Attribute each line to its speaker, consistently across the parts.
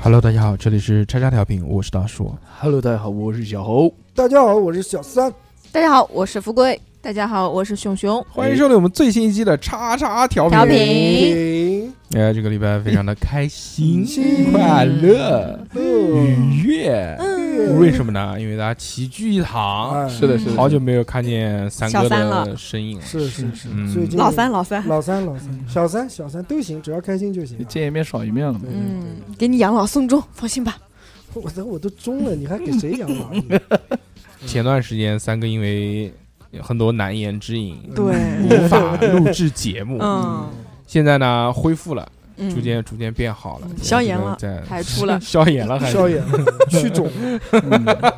Speaker 1: Hello，大家好，这里是叉叉调频，我是大叔。
Speaker 2: Hello，大家好，我是小侯。
Speaker 3: 大家好，我是小三。
Speaker 4: 大家好，我是富贵。大家好，我是熊熊。
Speaker 1: 欢迎收听我们最新一期的叉叉调
Speaker 4: 调
Speaker 1: 频。
Speaker 4: 频，
Speaker 1: 哎，这个礼拜非常的开心，
Speaker 3: 新
Speaker 1: 快乐、
Speaker 3: 嗯，
Speaker 1: 愉悦。
Speaker 3: 嗯
Speaker 1: 为什么呢？因为大家齐聚一堂，
Speaker 3: 哎
Speaker 2: 是的，是的，
Speaker 1: 好久没有看见三哥
Speaker 4: 小三
Speaker 1: 的
Speaker 4: 了
Speaker 1: 身影了。
Speaker 3: 是是是
Speaker 1: 嗯，
Speaker 3: 最近
Speaker 4: 老三，老三，
Speaker 3: 老三老三，小三小三都行，只要开心就行
Speaker 2: 你。见一面少一面了嘛。
Speaker 3: 对
Speaker 4: 嗯，给你养老送终，放心吧。
Speaker 3: 我都我都中了，你还给谁养老？
Speaker 1: 前段时间三哥因为有很多难言之
Speaker 3: 嗯
Speaker 1: 隐，
Speaker 4: 对
Speaker 1: 无法录制节目。
Speaker 4: 嗯
Speaker 1: 现在呢，恢复了，逐
Speaker 4: 嗯，
Speaker 1: 渐逐渐变好了，
Speaker 4: 消炎了
Speaker 1: 在
Speaker 4: 排出 了
Speaker 1: 消炎了，还是
Speaker 3: 消炎去肿，
Speaker 1: 反正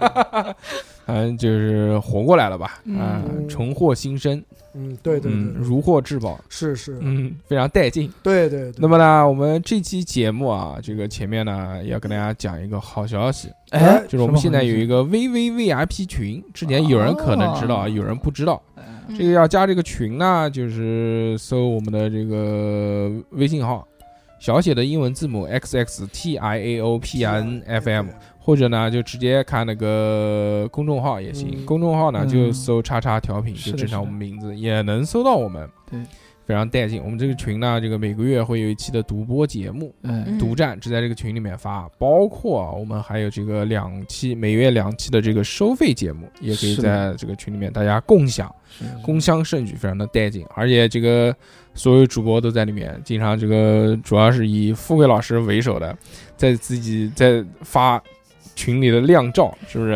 Speaker 1: 啊就是活过来了吧？
Speaker 4: 嗯
Speaker 1: 啊，重获新生，
Speaker 3: 嗯，对对
Speaker 1: 嗯，
Speaker 3: 对，
Speaker 1: 如获至宝，
Speaker 3: 是是，
Speaker 1: 嗯，非常带劲。
Speaker 3: 对对对。
Speaker 1: 那么呢，我们这期节目啊，这个前面呢要跟大家讲一个好消息，
Speaker 2: 哎，
Speaker 1: 就是我们现在有一个 VVVIP 群，之前有人可能知道，啊
Speaker 2: 哦
Speaker 1: 有人不知道。
Speaker 4: 嗯
Speaker 1: 这个要加这个群呢，就是搜我们的这个微信号，小写的英文字母 x x t i a o p i n f m，或者呢就直接看那个公众号也行。
Speaker 3: 嗯
Speaker 1: 公众号呢
Speaker 2: 嗯
Speaker 1: 就搜“叉叉调频”，就
Speaker 2: 是的
Speaker 1: 正常
Speaker 2: 是
Speaker 1: 我
Speaker 2: 的
Speaker 1: 们名字也能搜到我们。
Speaker 2: 对，
Speaker 1: 非常带劲。我们这个群呢，这个每个月会有一期的独播节目。
Speaker 2: 哎，
Speaker 4: 嗯
Speaker 1: 独占只在这个群里面发，包括啊我们还有这个两期每月两期的这个收费节目，也可以
Speaker 2: 是的
Speaker 1: 在这个群里面大家共享，
Speaker 4: 嗯
Speaker 1: 共襄盛举，非常的带劲。而且这个所有主播都在里面，经常这个主要是以富贵老师为首的，在自己在发群里的靓照，是不 是？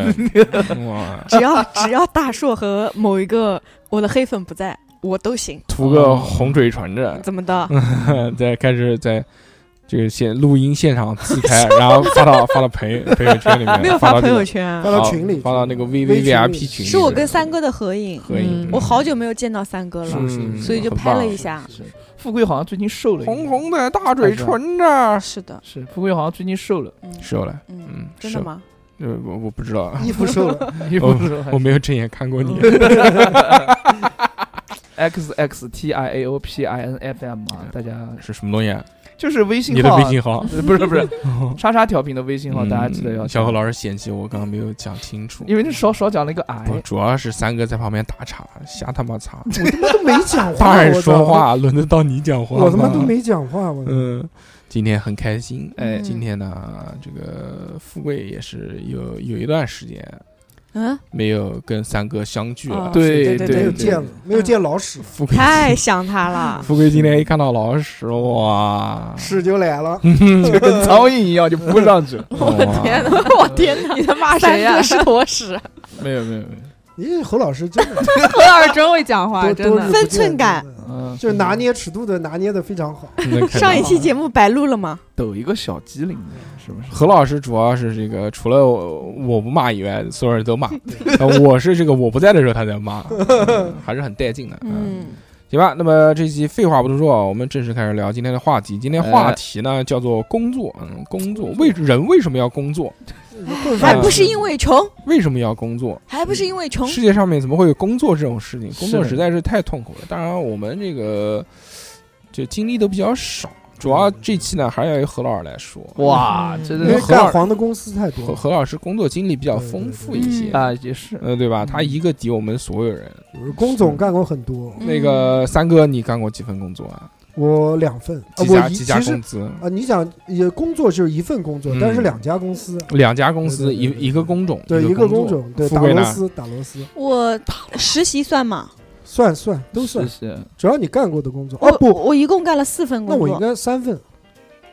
Speaker 1: 哇，
Speaker 4: 只要只要大硕和某一个我的黑粉不在，我都行，
Speaker 1: 涂
Speaker 4: 哦
Speaker 1: 个红嘴唇子，
Speaker 4: 怎么的？
Speaker 1: 在开始在这个现录音现场自拍，然后发到发到朋友朋友圈里面，
Speaker 4: 没有
Speaker 1: 发
Speaker 4: 发
Speaker 1: 到
Speaker 4: 朋
Speaker 1: 这个
Speaker 4: 友圈
Speaker 3: 发，到群里，
Speaker 1: 发到那个 V
Speaker 3: 微
Speaker 1: V V I
Speaker 3: 群
Speaker 1: P
Speaker 3: 里
Speaker 1: 群里面，
Speaker 4: 是我跟三哥的合影。
Speaker 1: 合影
Speaker 4: 嗯，我好久没有见到三哥了，
Speaker 1: 嗯
Speaker 4: 所以就
Speaker 1: 很
Speaker 4: 拍了
Speaker 1: 棒
Speaker 4: 一下。
Speaker 2: 是富贵好像最近瘦了一点，
Speaker 1: 红红的大嘴唇子，
Speaker 4: 是的，
Speaker 2: 是富贵好像最近瘦了，
Speaker 4: 嗯
Speaker 1: 瘦了，
Speaker 4: 嗯
Speaker 1: 嗯，，
Speaker 4: 真
Speaker 1: 瘦
Speaker 4: 的？吗？
Speaker 1: 呃，我我不知道，
Speaker 3: 衣服 瘦了，
Speaker 2: 衣服瘦还
Speaker 1: 我没有正眼看过你。
Speaker 2: 嗯 x x t i a o p i n f m 啊，大 家
Speaker 1: 是什么东西啊？
Speaker 2: 就是微信
Speaker 1: 你的
Speaker 2: 号 啊，
Speaker 1: 微信号？
Speaker 2: 不是不是 叉叉调频的微信号，
Speaker 1: 嗯
Speaker 2: 大家记得要
Speaker 1: 小何老师嫌弃我刚刚没有讲清楚，
Speaker 2: 因为你少少讲了一个癌，
Speaker 1: 不，主要是三哥在旁边打岔，瞎他妈岔。
Speaker 3: 我他妈都没讲话，
Speaker 1: 大人
Speaker 3: 我操
Speaker 1: 说，话，轮得到你讲话吗？
Speaker 3: 我他妈都没讲话，我
Speaker 1: 嗯，今天很开心。
Speaker 2: 哎
Speaker 1: 今天呢，这个富贵也是有有一段时间
Speaker 4: 嗯，
Speaker 1: 没有跟三哥相聚了
Speaker 4: 哦。
Speaker 2: 对
Speaker 4: 对对
Speaker 3: 没有
Speaker 2: 对，
Speaker 3: 见了，没有见老史，
Speaker 1: 富贵
Speaker 4: 太想他 了。
Speaker 1: 富贵今天一看到老师，哇，。
Speaker 3: 史就来了，
Speaker 2: 就跟苍蝇一样就扑上去了
Speaker 1: 哇
Speaker 4: 天哪！我天哪！你在骂
Speaker 5: 谁呀
Speaker 4: 是坨屎，
Speaker 2: 没有没有没有，
Speaker 3: 你侯老师真 的
Speaker 5: 何老师真会讲话，
Speaker 3: 都
Speaker 5: 真
Speaker 3: 都是不
Speaker 5: 的。
Speaker 3: 见
Speaker 4: 分寸感
Speaker 3: 真的
Speaker 2: 嗯，
Speaker 3: 就是拿捏尺度的拿捏的非常好。
Speaker 1: 那肯定
Speaker 4: 上一期节目白录了吗？
Speaker 2: 抖一个小机灵的，是不是？
Speaker 1: 呃何老师主要是这个，除了我我不骂以外，所有人 都骂。呃我是这个我不在的时候他在骂，嗯还是很带劲的。嗯，
Speaker 4: 嗯，
Speaker 1: 行吧。那么这期废话不多说啊，我们正式开始聊今天的话题。今天话题呢叫做工作，嗯，工作为人为什么要工作？ 啊
Speaker 4: 还哎不是因为穷，
Speaker 1: 为什么要工作？
Speaker 4: 还不是因为穷。
Speaker 1: 世界上面怎么会有工作这种事情？工作
Speaker 2: 是的
Speaker 1: 实在是太痛苦了。当然，我们这个就经历都比较少，主要这期呢还是要由何老师来说。
Speaker 2: 哇，
Speaker 4: 嗯
Speaker 2: 真
Speaker 3: 因为
Speaker 2: 的
Speaker 1: 何老
Speaker 3: 干
Speaker 1: 师
Speaker 3: 黄的公司太多
Speaker 1: 何
Speaker 3: 了，
Speaker 1: 何老师工作经历比较丰富一些
Speaker 4: 嗯，
Speaker 2: 啊，也是
Speaker 1: 呃，对吧？他一个抵我们所有人。
Speaker 3: 龚总干过很多，
Speaker 4: 嗯
Speaker 1: 那个三哥，你干过几份工作啊？
Speaker 3: 我两份，啊
Speaker 1: 几
Speaker 3: 我
Speaker 1: 家
Speaker 3: 一
Speaker 1: 几家
Speaker 3: 其
Speaker 1: 公
Speaker 3: 实
Speaker 1: 司？
Speaker 3: 啊，你想也工作就是一份工作
Speaker 1: 嗯，
Speaker 3: 但是两家公司，
Speaker 1: 两家公司，
Speaker 3: 对
Speaker 1: 一
Speaker 3: 对对对
Speaker 1: 一个工种，
Speaker 3: 对一
Speaker 1: 个
Speaker 3: 个工
Speaker 1: 作
Speaker 3: 种，对
Speaker 1: 富
Speaker 3: 打
Speaker 1: 贵呢
Speaker 3: 螺？丝打螺丝，
Speaker 4: 我实习算吗？
Speaker 3: 算算都算
Speaker 2: 是，是
Speaker 3: 只要你干过的工作。
Speaker 4: 我
Speaker 3: 哦不，
Speaker 4: 我一共干了四份
Speaker 3: 那
Speaker 4: 工
Speaker 3: 我应
Speaker 4: 作。
Speaker 3: 该三份，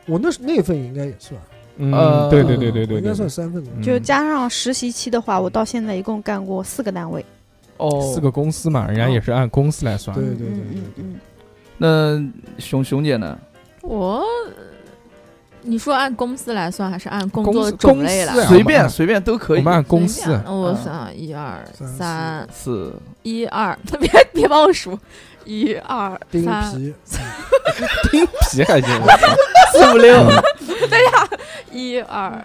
Speaker 3: 我那那份应该也算，
Speaker 1: 嗯，
Speaker 2: 呃
Speaker 1: 对对对对
Speaker 3: 我
Speaker 1: 对嗯
Speaker 3: 应该
Speaker 1: 对，
Speaker 3: 算三份工
Speaker 2: 嗯
Speaker 3: 作。
Speaker 4: 就加上实习期的话，我到现在一共干过四个单位。
Speaker 2: 哦，
Speaker 1: 四个。公司嘛，人家也是按公司来算的。
Speaker 3: 哦对对对
Speaker 4: 嗯嗯嗯，
Speaker 2: 那熊熊姐呢？
Speaker 5: 我，呃你说按公司来算还是按工
Speaker 1: 公
Speaker 5: 作
Speaker 1: 司
Speaker 5: 的种类来
Speaker 1: 公司？啊
Speaker 2: 随便随便都可
Speaker 1: 我
Speaker 2: 以
Speaker 1: 们。按公
Speaker 5: 随
Speaker 1: 司啊
Speaker 5: 便，我
Speaker 2: 嗯
Speaker 5: 想想一二
Speaker 3: 三四
Speaker 5: 三
Speaker 2: 四
Speaker 5: 一二， 别别帮我数，一二
Speaker 3: 钉
Speaker 5: 三，
Speaker 3: 皮，
Speaker 1: 听 皮还行。
Speaker 2: 四五六，
Speaker 5: 一二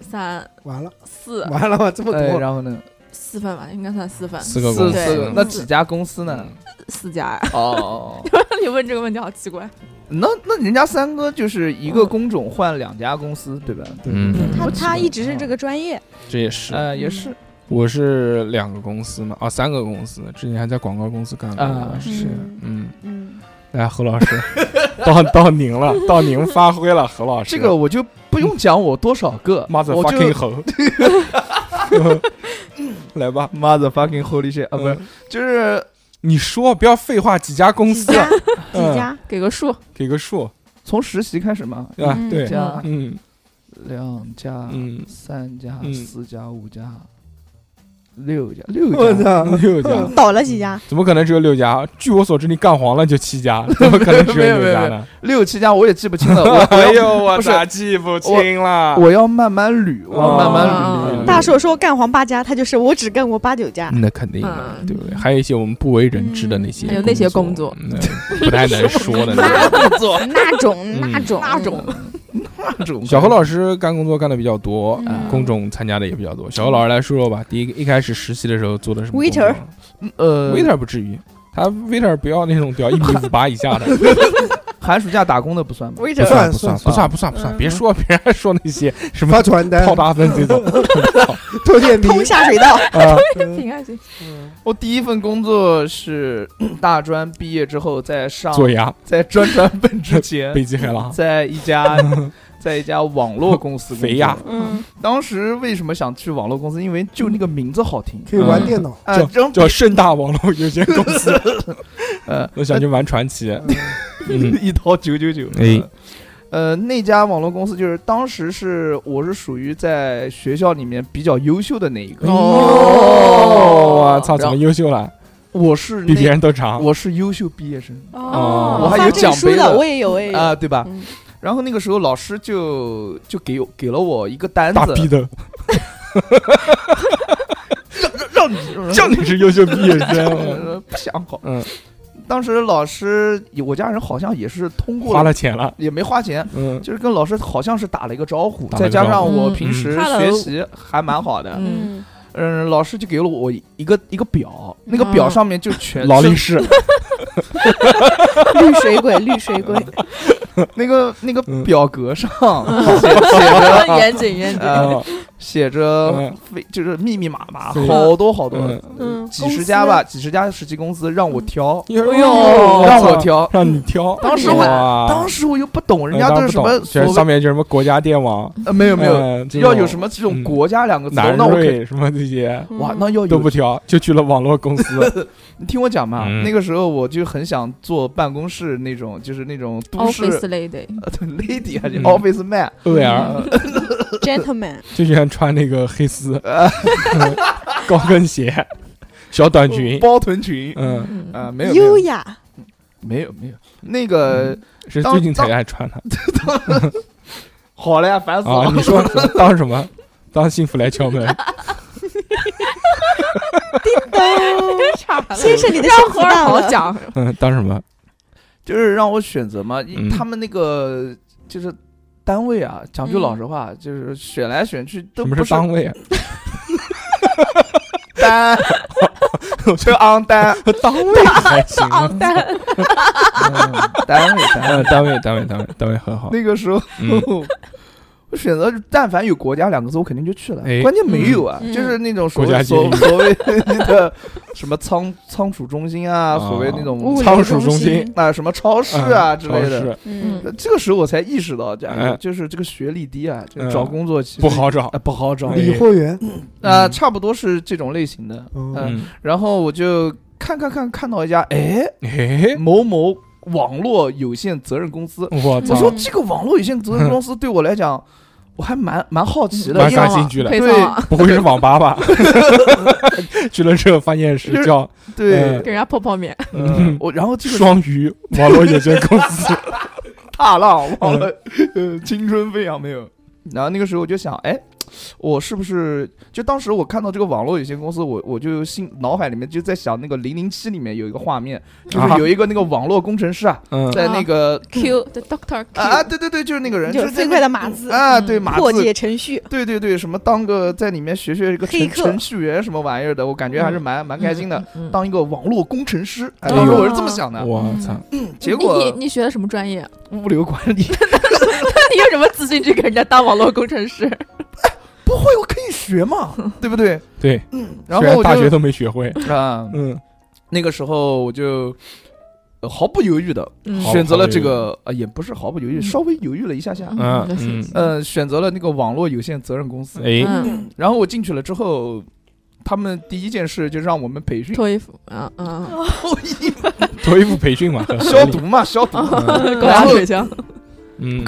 Speaker 5: 三
Speaker 3: 完了
Speaker 5: 四，
Speaker 3: 完了吧，这么
Speaker 2: 哎，
Speaker 3: 多，
Speaker 2: 然后呢？
Speaker 5: 四份吧，应该算四份，
Speaker 1: 四个
Speaker 2: 四
Speaker 1: 公
Speaker 2: 四嗯
Speaker 1: 司
Speaker 5: 对
Speaker 2: 个，那几家公司呢？
Speaker 5: 四家。
Speaker 2: 哦，
Speaker 5: 你问这个问题好奇怪，
Speaker 2: 那那人家三哥就是一个工种换两家公司，对吧？
Speaker 3: 对
Speaker 1: 嗯
Speaker 4: 他
Speaker 2: 我
Speaker 4: 他
Speaker 2: 记得
Speaker 4: 一直是这个专业，
Speaker 1: 这也是。
Speaker 2: 呃，也是
Speaker 1: 我是两个公司嘛，啊，三个公司，之前还在广告公司干过。
Speaker 2: 啊
Speaker 1: 是，
Speaker 4: 嗯
Speaker 1: 嗯，
Speaker 4: 嗯，
Speaker 1: 来何老师，到 到您了，到您发挥了，何老师。
Speaker 2: 这个我就不用讲我多少个，我
Speaker 1: mother
Speaker 2: 就
Speaker 1: fucking 猴， 来吧，嗯
Speaker 2: mother fucking holy shit 啊，不是，就是
Speaker 1: 你说不要废话，几家公司
Speaker 4: 几家几
Speaker 1: 嗯
Speaker 4: 家，
Speaker 5: 给个数，
Speaker 1: 给个数
Speaker 2: 从实习开始嘛，
Speaker 1: 啊
Speaker 4: 嗯？
Speaker 1: 对，
Speaker 2: 加
Speaker 1: 嗯
Speaker 2: 两家、
Speaker 1: 嗯，
Speaker 2: 三家、
Speaker 1: 嗯
Speaker 2: 四家、五家、六 家、六
Speaker 3: 我
Speaker 2: 家，
Speaker 3: 操，
Speaker 1: 嗯六 家，
Speaker 4: 倒了几家，
Speaker 1: 怎么可能只有六家？据我所知，你干黄了就七家，怎么可能只
Speaker 2: 没有
Speaker 1: 六
Speaker 2: 没有
Speaker 1: 家
Speaker 2: 没有
Speaker 1: 呢？
Speaker 2: 六七家我也记 不清了，我我
Speaker 1: 哎呦，
Speaker 2: 要
Speaker 1: 我
Speaker 2: 不是
Speaker 1: 咋记不清了？
Speaker 2: 我要慢慢捋，我要慢慢
Speaker 5: 哦
Speaker 2: 捋。
Speaker 4: 大硕说干黄八家，他就是我只干过八九家，
Speaker 1: 那肯定的，
Speaker 5: 嗯
Speaker 1: 对不对？还有一些我们不为人知的那些，
Speaker 5: 还有那些工作
Speaker 1: 嗯，不太能说 的那种。
Speaker 2: 不做
Speaker 5: 那种
Speaker 1: 嗯
Speaker 5: 那种
Speaker 2: 那种 那种
Speaker 1: 小何老师干工作干的比较多，
Speaker 5: 嗯
Speaker 1: 工种参加的也比较多。小何老师来说说吧，第一个一开始实习的时候做的什么工作
Speaker 4: Waiter
Speaker 2: 呃，
Speaker 1: waiter 不至于，他 waiter 不要那种屌一米五八以下的，
Speaker 2: 寒暑假打工的不算吗？
Speaker 4: 我一直
Speaker 1: 不算
Speaker 3: 算
Speaker 1: 不算
Speaker 3: 算
Speaker 1: 不算不算不算，
Speaker 4: 嗯
Speaker 1: 别说别人还说那些什么
Speaker 3: 发传单
Speaker 1: 泡、大粪这种
Speaker 3: 拖电瓶
Speaker 4: 通下水道，
Speaker 1: 啊，
Speaker 3: 嗯
Speaker 5: 挺开心。
Speaker 3: 嗯
Speaker 2: 我第一份工作是 大专毕业之后，在上
Speaker 1: 做牙
Speaker 2: 在专专奔 之前，
Speaker 1: 啊北极海狼
Speaker 2: 在一 家在一家网络公司工作
Speaker 1: 肥呀
Speaker 4: 嗯，
Speaker 2: 当时为什么想去网络公司？因为就那个名字 好听。
Speaker 3: 可以玩电脑，
Speaker 2: 啊，这种
Speaker 1: 叫盛大网络有限公司，
Speaker 2: 呃，
Speaker 1: 我想去玩传奇，
Speaker 3: 哦
Speaker 1: 嗯
Speaker 2: 一刀九九九。
Speaker 1: 哎
Speaker 2: 呃，那家网络公司就是当时是我是属于在学校里面比较优秀的那一个，
Speaker 1: 哦，哎我操，怎
Speaker 2: 然后
Speaker 1: 么优秀了？
Speaker 2: 我是
Speaker 1: 比别
Speaker 2: 那
Speaker 1: 人都长，
Speaker 2: 我是优秀毕业生
Speaker 5: 嗯
Speaker 1: 哦
Speaker 2: 我还
Speaker 4: 发
Speaker 2: 有
Speaker 4: 证
Speaker 2: 奖
Speaker 4: 书
Speaker 2: 杯
Speaker 4: 的，
Speaker 2: 的
Speaker 4: 我也有，我
Speaker 1: 哎
Speaker 4: 也有
Speaker 2: 啊、，对吧？
Speaker 4: 嗯
Speaker 2: 然后那个时候老师就就给我给了我一个单
Speaker 1: 大
Speaker 2: 子，
Speaker 1: 逼的，
Speaker 2: 让 你
Speaker 1: 叫你是优秀毕业生，
Speaker 2: 呃不想好。
Speaker 1: 嗯，
Speaker 2: 当时老师我家人好像也是通过
Speaker 1: 花了钱了，
Speaker 2: 也没花钱，
Speaker 1: 嗯
Speaker 2: 就是跟老师好像是打了一个招呼，
Speaker 1: 打了
Speaker 2: 再
Speaker 1: 一个招
Speaker 2: 加
Speaker 1: 呼
Speaker 2: 上我
Speaker 5: 嗯
Speaker 2: 平时
Speaker 5: 嗯
Speaker 2: 学习还蛮好的，
Speaker 5: 嗯，
Speaker 4: 嗯，
Speaker 2: 嗯，老师就给了我一个一个表，那个表上面就全
Speaker 1: 劳力
Speaker 2: 是
Speaker 1: 士，
Speaker 4: 绿水鬼，绿水鬼，
Speaker 2: 那个那个
Speaker 1: 嗯
Speaker 2: 表格上
Speaker 5: 严谨严谨，
Speaker 2: 呃写着
Speaker 1: 嗯
Speaker 2: 非就是密密麻麻
Speaker 1: 对
Speaker 2: 好多好多
Speaker 1: 嗯，
Speaker 4: 嗯，
Speaker 2: 几十家吧，几十家实习公司让我挑，
Speaker 1: 哎
Speaker 2: 让我，挑。
Speaker 1: 让你挑，
Speaker 2: 当时我
Speaker 1: 哇
Speaker 2: 当时我又不懂，人
Speaker 1: 啊哎
Speaker 2: 家
Speaker 1: 当
Speaker 2: 都
Speaker 1: 然不
Speaker 2: 是什
Speaker 1: 懂
Speaker 2: 么所
Speaker 1: 就是上
Speaker 2: 谓
Speaker 1: 面就是什么国家电网，
Speaker 2: 呃没有没有，
Speaker 1: 嗯，这
Speaker 2: 要
Speaker 1: 种
Speaker 2: 有什么这种
Speaker 1: 嗯
Speaker 2: 国家两个字，
Speaker 1: 南
Speaker 2: 那我肯
Speaker 1: 瑞什么这些
Speaker 4: 公司
Speaker 2: 哇，那要有
Speaker 1: 都不挑，就去了网络公 司。
Speaker 2: 你听我讲嘛，
Speaker 1: 嗯
Speaker 2: 那个时候我就很想做办公室那种，就是那种都市
Speaker 5: office lady，
Speaker 2: 呃对 lady 还是
Speaker 1: 嗯啊
Speaker 2: office man，
Speaker 1: 欧阳
Speaker 4: gentleman，
Speaker 1: 就喜欢穿那个黑 丝
Speaker 2: 呃，
Speaker 1: 高跟鞋、小 短裙，
Speaker 2: 包臀裙，
Speaker 1: 嗯，
Speaker 2: 啊，没有没
Speaker 4: 优
Speaker 2: 有
Speaker 4: 雅，
Speaker 2: 没有没有，那个
Speaker 1: 是
Speaker 2: 当
Speaker 1: 最近才爱穿的
Speaker 2: 好了呀，烦死
Speaker 1: 啊。
Speaker 2: 了
Speaker 1: 你，说当什么？当幸福来敲门，
Speaker 4: 先哦生，你的生活到
Speaker 5: 好
Speaker 4: 了，
Speaker 5: 讲，
Speaker 1: 嗯，当什么？
Speaker 2: 就是让我选择嘛，因
Speaker 1: 嗯
Speaker 2: 他们那个就是单位啊，讲句
Speaker 5: 嗯
Speaker 2: 老实话，就是选来选去都
Speaker 1: 什
Speaker 2: 不
Speaker 1: 么是单位啊？
Speaker 2: 单，就昂单
Speaker 1: 单位还行啊，
Speaker 2: 单位单
Speaker 1: 嗯，
Speaker 2: 位，
Speaker 1: 单位单位单位单位很好。
Speaker 2: 那个时候
Speaker 1: 嗯，
Speaker 2: 我选择但凡有“国家”两个字，我肯定就去了
Speaker 1: 哎。
Speaker 2: 关键没有啊，
Speaker 5: 嗯
Speaker 2: 就是那种所
Speaker 1: 国家
Speaker 2: 谓
Speaker 1: 接
Speaker 2: 所
Speaker 1: 应
Speaker 2: 所谓的什么仓仓储中心啊，
Speaker 1: 哦
Speaker 2: 所谓那种
Speaker 4: 物流
Speaker 1: 仓鼠中
Speaker 4: 中
Speaker 1: 心，
Speaker 2: 啊什么超市啊之类
Speaker 1: 嗯超
Speaker 2: 的。
Speaker 1: 市
Speaker 4: 嗯，
Speaker 2: 那这个时候我才意识到，这
Speaker 1: 哎
Speaker 2: 就是这个学历低啊，就
Speaker 1: 嗯
Speaker 2: 找工作其实
Speaker 1: 不好找
Speaker 2: 哎，不好找
Speaker 1: 哎
Speaker 3: 理货员，
Speaker 2: 啊，
Speaker 1: 嗯
Speaker 2: 差不多是这种类型的。
Speaker 3: 嗯，
Speaker 1: 嗯，
Speaker 2: 然后我就看看看看到一家哎
Speaker 1: 哎，
Speaker 2: 某某网络有限责任公司，
Speaker 1: 我
Speaker 2: 我
Speaker 1: 操，
Speaker 2: 说这个网络有限责任公司对我来讲，我还蛮蛮好奇的，
Speaker 1: 蛮
Speaker 2: 因为
Speaker 1: 感兴趣的
Speaker 5: 配
Speaker 2: 对
Speaker 5: 套
Speaker 1: 不会是网吧 吧？去了之后发现是叫
Speaker 2: 对，
Speaker 5: 给人家泡泡面，
Speaker 1: 嗯
Speaker 2: 我然后这个
Speaker 1: 双鱼 网络有限公司。嗯
Speaker 2: 大浪忘了，呃青春飞扬没有？然后那个时候我就想，哎，我是不是就当时我看到这个网络有限公司，我我就心脑海里面就在想那个零零七里面有一个画面，就是有一个那个网络工程师啊，
Speaker 1: 啊嗯，
Speaker 2: 在那个
Speaker 5: Q 的 Doctor
Speaker 2: 啊啊，
Speaker 5: Q，
Speaker 2: 对对对，就是那个人，
Speaker 4: 就是飞
Speaker 2: 那
Speaker 4: 快
Speaker 2: 个
Speaker 4: 的码字，
Speaker 2: 啊，对
Speaker 5: 嗯
Speaker 2: 码
Speaker 4: 破
Speaker 2: 字
Speaker 4: 解 程序，
Speaker 2: 对对对，什么当个在里面学学一个
Speaker 4: 黑
Speaker 2: 程
Speaker 4: 客
Speaker 2: 程序员什么玩意儿的，我感觉还是蛮、蛮开心的。
Speaker 5: 嗯。嗯嗯
Speaker 2: 当一个网络工程师，
Speaker 1: 哎
Speaker 2: 哎，当时
Speaker 1: 呦
Speaker 2: 我是这么想的。嗯
Speaker 1: 我操，
Speaker 2: 结果
Speaker 5: 你你学的什么专业？
Speaker 2: 物流管理
Speaker 5: 你有什么自信去给人家当网络工程师？
Speaker 2: 不会，我可以学嘛，对不对？
Speaker 1: 对，
Speaker 2: 然
Speaker 1: 虽
Speaker 2: 后我
Speaker 1: 大学
Speaker 2: 就
Speaker 1: 都没学会，
Speaker 2: 啊、
Speaker 1: 嗯，
Speaker 2: 那个时候我就呃毫不犹豫的
Speaker 5: 嗯
Speaker 1: 好
Speaker 2: 选择了
Speaker 1: 毫不犹
Speaker 2: 这
Speaker 1: 豫
Speaker 2: 个，呃，也不是毫不犹豫，
Speaker 5: 嗯
Speaker 2: 稍微犹豫了一下下，
Speaker 1: 嗯
Speaker 5: 那是
Speaker 1: 嗯
Speaker 2: 呃，选择了那个网络有限责任公司。
Speaker 1: 哎，
Speaker 5: 嗯，
Speaker 2: 然后我进去了之后，他们第一件事就让我们培训
Speaker 5: 脱衣服啊啊，
Speaker 1: 脱衣服培训嘛，很合
Speaker 2: 消
Speaker 1: 理
Speaker 2: 毒，嘛，消毒，
Speaker 1: 嗯
Speaker 5: 高压水枪，
Speaker 1: 嗯，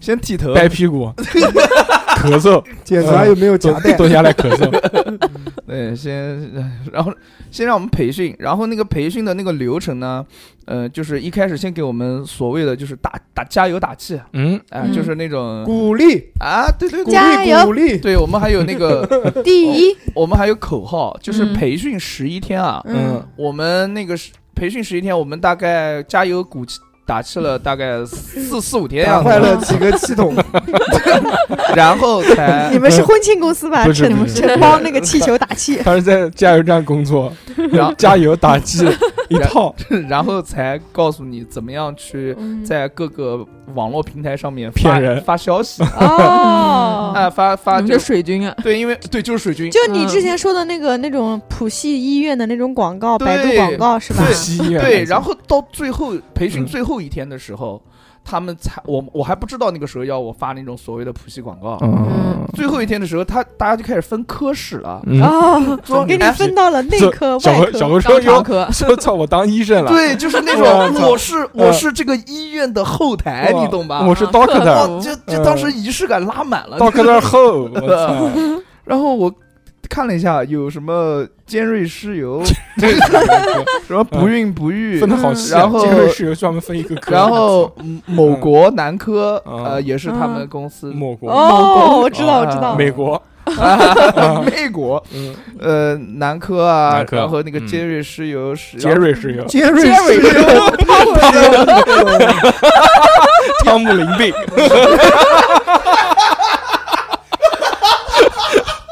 Speaker 2: 先剃头，
Speaker 1: 掰屁 股，咳嗽，
Speaker 3: 检查有没有夹
Speaker 1: 蹲
Speaker 3: 带，
Speaker 1: 蹲下来咳 嗽，
Speaker 2: 对，先，然后先让我们培训，然后那个培训的那个流程呢，呃，就是一开始先给我们所谓的就是打打加油打气，啊、
Speaker 1: 嗯，
Speaker 5: 嗯
Speaker 2: 就是那种、
Speaker 3: 鼓励
Speaker 2: 啊，对对
Speaker 3: 鼓
Speaker 2: 对，
Speaker 4: 加
Speaker 3: 励
Speaker 4: 油
Speaker 3: 鼓励，
Speaker 2: 对我们还有那个，
Speaker 4: 第一，
Speaker 2: 我们还有口号，就是
Speaker 5: 嗯
Speaker 2: 培训十一天啊，
Speaker 1: 嗯
Speaker 2: 我们那个是培训十一天，我们大概加油鼓气打气了大概四四五天
Speaker 3: 打
Speaker 2: 样
Speaker 3: 坏
Speaker 2: 子，
Speaker 3: 了几个 系统，
Speaker 2: 然后才
Speaker 4: 你们是婚庆公司吧？
Speaker 1: 嗯不是不
Speaker 4: 承
Speaker 1: 是
Speaker 4: 承包那个气球打 气，
Speaker 1: 他是在加油站工作，
Speaker 2: 然后
Speaker 1: 加油打气 一套，
Speaker 2: 然后才告诉你怎么样去
Speaker 5: 嗯
Speaker 2: 在各个网络平台上面发
Speaker 1: 骗人
Speaker 2: 发消息。
Speaker 4: 哦
Speaker 2: 啊，发发
Speaker 5: 你们
Speaker 2: 这
Speaker 5: 这
Speaker 2: 个
Speaker 5: 水军啊，
Speaker 2: 对，因为对就是水军，
Speaker 4: 就你之前说的那个那种普系医院的那种广告，
Speaker 2: 对
Speaker 4: 百度广告是吧？
Speaker 1: 西医院
Speaker 2: 对，然后到最后培训
Speaker 1: 嗯
Speaker 2: 最后一天的时候，他们才我我还不知道那个时候要我发那种所谓的普系广告。
Speaker 1: 嗯
Speaker 2: 最后一天的时候，他大家就开始分科室了，
Speaker 1: 嗯，
Speaker 4: 哦，
Speaker 2: 说
Speaker 4: 给你
Speaker 2: 哎
Speaker 4: 分到了内科、
Speaker 1: 小
Speaker 4: 外
Speaker 1: 何小
Speaker 4: 科，
Speaker 1: 何
Speaker 5: 肛
Speaker 1: 说
Speaker 5: 肠
Speaker 1: 哟，
Speaker 5: 科，
Speaker 1: 说操，我当医生了，
Speaker 2: 对，嗯就是那
Speaker 1: 我
Speaker 2: 种
Speaker 1: 操
Speaker 2: 我是我是这个医院的后台，
Speaker 1: 哇
Speaker 2: 哎你懂吧？哦
Speaker 1: 我是
Speaker 5: 啊
Speaker 1: doctor，
Speaker 5: 呵
Speaker 2: 哇，就就当时仪式感拉满了。
Speaker 1: doctor 后，我操，
Speaker 2: 然后我看了一下，有什么尖锐湿 疣，什么不孕不育
Speaker 1: 分，的好细啊，
Speaker 2: 然后
Speaker 1: 这个是有专门分一个科，
Speaker 2: 然后某国男科，
Speaker 1: 嗯
Speaker 2: 呃，也是他
Speaker 4: 啊
Speaker 2: 们公司
Speaker 1: 某国、
Speaker 4: 哦，我知道，
Speaker 2: 啊
Speaker 4: 我知道，
Speaker 1: 嗯美国，
Speaker 2: 啊， 美国，
Speaker 1: 嗯，
Speaker 2: 呃，南科啊
Speaker 1: 南，科
Speaker 2: 然后那个
Speaker 1: 嗯
Speaker 2: 尖锐湿疣是，
Speaker 1: 杰瑞是有
Speaker 3: 尖锐
Speaker 2: 然后
Speaker 3: 是
Speaker 2: 尖锐疣，
Speaker 1: 汤姆林病，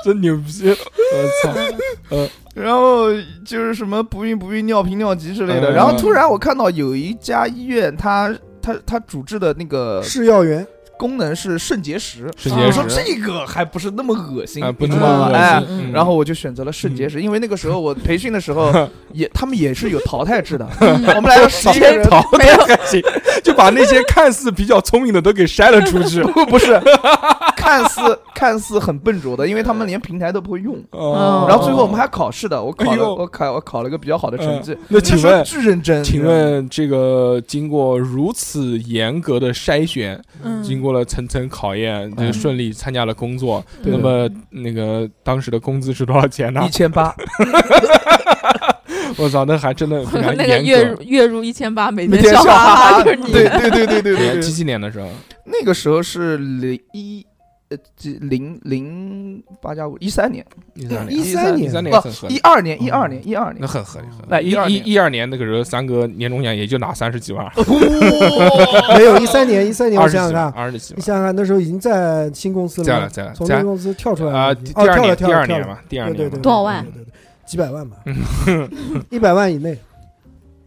Speaker 1: 真牛逼！我操，
Speaker 2: 然后就是什么不孕不育、尿频尿急之类的。
Speaker 1: 嗯
Speaker 2: 然后突然我看到有一家医院，它它它主治的那个
Speaker 3: 是药员，
Speaker 2: 功能是肾结石，
Speaker 1: 是
Speaker 5: 啊
Speaker 1: 结
Speaker 2: 我说
Speaker 1: 石
Speaker 2: 这个还不是那么恶心
Speaker 1: 啊，，不
Speaker 2: 你
Speaker 1: 那
Speaker 2: 知道
Speaker 1: 么
Speaker 2: 吗
Speaker 1: 恶
Speaker 2: 哎
Speaker 1: 心。嗯
Speaker 2: 然后我就选择了肾结石，因为那个时候我培训的时 候也，他们也是有淘汰制的。我们来了十一个人，
Speaker 1: 淘汰 还行，就把那些看似比较聪明的都给筛了出去。
Speaker 2: 不不是，看似看似很笨拙的，因为他们连平台都不会用。
Speaker 1: 哦
Speaker 2: 然后最后我们还考试的，我考
Speaker 1: 哎
Speaker 2: 了，
Speaker 1: 呦
Speaker 2: 我考我考了个比较好的成绩
Speaker 1: 嗯。那
Speaker 2: 其
Speaker 1: 请
Speaker 2: 实
Speaker 1: 问，
Speaker 2: 巨认真。
Speaker 1: 请问这个经过如此严格的筛选，
Speaker 4: 嗯
Speaker 1: 经过了层层考验，就
Speaker 2: 嗯
Speaker 1: 顺利参加了工作。
Speaker 5: 嗯
Speaker 2: 对
Speaker 1: 那么那个当时的工资是多少钱呢
Speaker 2: 一？千八，
Speaker 1: 我操，那还真的非 常
Speaker 5: 那个月
Speaker 1: 严
Speaker 5: 入
Speaker 1: 格。
Speaker 5: 月入一千八，每
Speaker 2: 每
Speaker 5: 天
Speaker 2: 天
Speaker 5: 笑
Speaker 2: 笑
Speaker 5: 哈
Speaker 2: 哈
Speaker 5: 哈
Speaker 2: 哈
Speaker 5: 就是你。
Speaker 2: 对对对对对对
Speaker 1: 几
Speaker 2: 对，
Speaker 1: 几年的时候，
Speaker 2: 那个时候是零一呃几零零八加五一三年，
Speaker 1: 一三年，
Speaker 3: 一三
Speaker 1: 一
Speaker 3: 年
Speaker 1: 三年
Speaker 2: 不
Speaker 1: 很合
Speaker 2: 一
Speaker 1: 理，
Speaker 2: 二年一二年一二
Speaker 1: 那
Speaker 2: 年，
Speaker 1: 很合理。很合理
Speaker 2: 那
Speaker 1: 一
Speaker 2: 12
Speaker 1: 一
Speaker 2: 年
Speaker 1: 一二年那个时候，三哥年终奖也就拿三十几万，
Speaker 3: 没有一三年一三年，我
Speaker 1: 二十
Speaker 3: 想
Speaker 1: 几
Speaker 3: 想
Speaker 1: 万，
Speaker 3: 看，
Speaker 1: 二十几
Speaker 3: 你
Speaker 1: 万。
Speaker 3: 想想看，那时候已经在新公司
Speaker 1: 在
Speaker 3: 了
Speaker 1: 了，
Speaker 3: 吗，
Speaker 1: 在了，
Speaker 3: 从
Speaker 1: 在
Speaker 3: 新公司跳出来了
Speaker 1: 啊，
Speaker 3: 已
Speaker 1: 第
Speaker 3: 经
Speaker 1: 第
Speaker 3: 哦
Speaker 1: 二
Speaker 3: 跳
Speaker 1: 年，第二
Speaker 3: 了跳了跳
Speaker 1: 年
Speaker 3: 了
Speaker 1: 嘛，嗯第二年
Speaker 3: 对对
Speaker 1: 嘛，
Speaker 3: 对，
Speaker 5: 多少万
Speaker 3: 对？对对几百万吧， 一百万以内，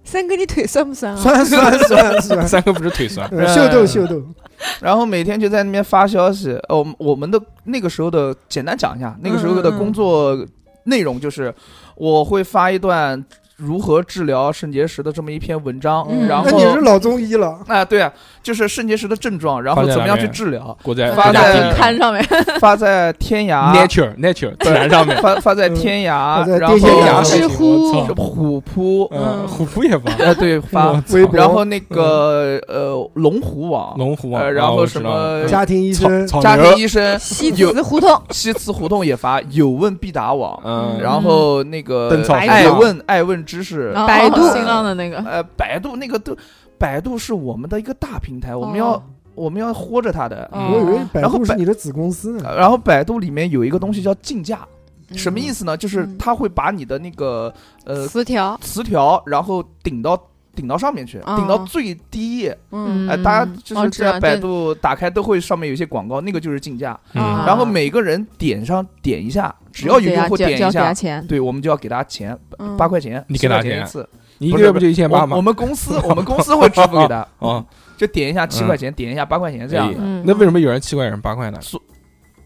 Speaker 4: 三哥，你腿酸不酸啊？
Speaker 3: 算算算 算
Speaker 1: 三哥不是腿酸，
Speaker 3: 呃秀逗秀逗，
Speaker 2: 然后每天就在那边发消息。呃，我们我们的那个时候的，简单讲一下，那个时候的
Speaker 4: 嗯嗯嗯
Speaker 2: 工作内容就是，我会发一段如何治疗肾结石的这么一篇文章，
Speaker 5: 嗯
Speaker 2: 然
Speaker 3: 那
Speaker 2: 后
Speaker 3: 你是老中医了，
Speaker 2: 啊，对啊，就是肾结石的症状，然后
Speaker 1: 发在
Speaker 2: 怎么样
Speaker 1: 哪
Speaker 2: 去
Speaker 1: 边
Speaker 2: 治疗，
Speaker 1: 国在
Speaker 5: 嗯
Speaker 1: 国
Speaker 2: 发
Speaker 1: 家
Speaker 2: 在
Speaker 1: 地
Speaker 5: 在
Speaker 1: 理
Speaker 5: 看上面，
Speaker 2: 发在天 涯，
Speaker 1: Nature Nature 自然上面，
Speaker 2: 发发在
Speaker 3: 嗯
Speaker 2: 天
Speaker 3: 发
Speaker 2: 涯，
Speaker 3: 在
Speaker 2: 然后
Speaker 3: 天
Speaker 1: 涯
Speaker 4: 知乎
Speaker 1: 我操
Speaker 2: 虎扑，
Speaker 1: 嗯，
Speaker 4: 嗯
Speaker 1: 虎扑也发，
Speaker 2: 呃，对，
Speaker 1: 啊
Speaker 2: 发，
Speaker 3: 微博，
Speaker 2: 然后那个呃，龙虎网，
Speaker 1: 龙虎
Speaker 2: 呃
Speaker 1: 网，
Speaker 2: 然
Speaker 1: 啊
Speaker 2: 后
Speaker 1: 我
Speaker 2: 什
Speaker 1: 知道
Speaker 2: 么
Speaker 1: 嗯
Speaker 3: 家庭医生，
Speaker 1: 草
Speaker 2: 家
Speaker 1: 草
Speaker 2: 庭
Speaker 1: 牛，
Speaker 2: 医生、
Speaker 4: 西
Speaker 2: 有
Speaker 4: 子胡同，
Speaker 2: 西祠胡同也发，有问必答网，
Speaker 1: 嗯，
Speaker 2: 然后那个
Speaker 1: 灯草
Speaker 4: 白
Speaker 2: 爱
Speaker 4: 羊
Speaker 2: 问爱问知识，
Speaker 5: 哦
Speaker 4: 百度
Speaker 5: 新浪的那个，
Speaker 2: 呃，百度那个都，百度是我们的一个大平台，我们
Speaker 5: 哦
Speaker 2: 要。我们要豁着它的。
Speaker 3: 我以为百
Speaker 2: 然后
Speaker 3: 度是
Speaker 2: 百
Speaker 3: 你的子公司
Speaker 1: 呃
Speaker 3: 呢。
Speaker 2: 然后百度里面有一个东西叫竞价，什么意
Speaker 5: 思？
Speaker 2: 思呢？就是
Speaker 5: 嗯
Speaker 2: 它会把你的那个呃
Speaker 4: 词条，
Speaker 2: 词条，然后顶到顶到上面去，
Speaker 4: 啊
Speaker 2: 顶到最低页。
Speaker 4: 嗯
Speaker 2: 哎，大家
Speaker 5: 嗯
Speaker 2: 就
Speaker 5: 哦
Speaker 2: 是
Speaker 5: 知道
Speaker 2: 在百度打开都会上面有一些广告，那个就是竞价。
Speaker 1: 嗯
Speaker 5: 啊
Speaker 2: 然后每个人点上点一下，只要有
Speaker 5: 对
Speaker 2: 用
Speaker 5: 啊
Speaker 2: 户
Speaker 5: 就
Speaker 2: 点
Speaker 5: 就要
Speaker 2: 一
Speaker 5: 给他
Speaker 2: 下，
Speaker 5: 钱，
Speaker 2: 对，我们就要给他钱，
Speaker 4: 嗯
Speaker 2: 八块钱，
Speaker 1: 你给
Speaker 2: 10
Speaker 1: 他
Speaker 2: 块钱
Speaker 1: 钱
Speaker 2: 一次。
Speaker 1: 你一
Speaker 2: 不
Speaker 1: 个
Speaker 2: 是
Speaker 1: 月
Speaker 2: 不
Speaker 1: 就一千八
Speaker 2: 我我
Speaker 1: 吗？
Speaker 2: 们公司， 我们公司会支付给他，
Speaker 1: 啊，
Speaker 2: 就点一下七
Speaker 1: 嗯
Speaker 2: 块钱，点一下八块钱这样
Speaker 1: 哎
Speaker 2: 的。
Speaker 5: 嗯，
Speaker 1: 那为什么有人七块，有人八块呢？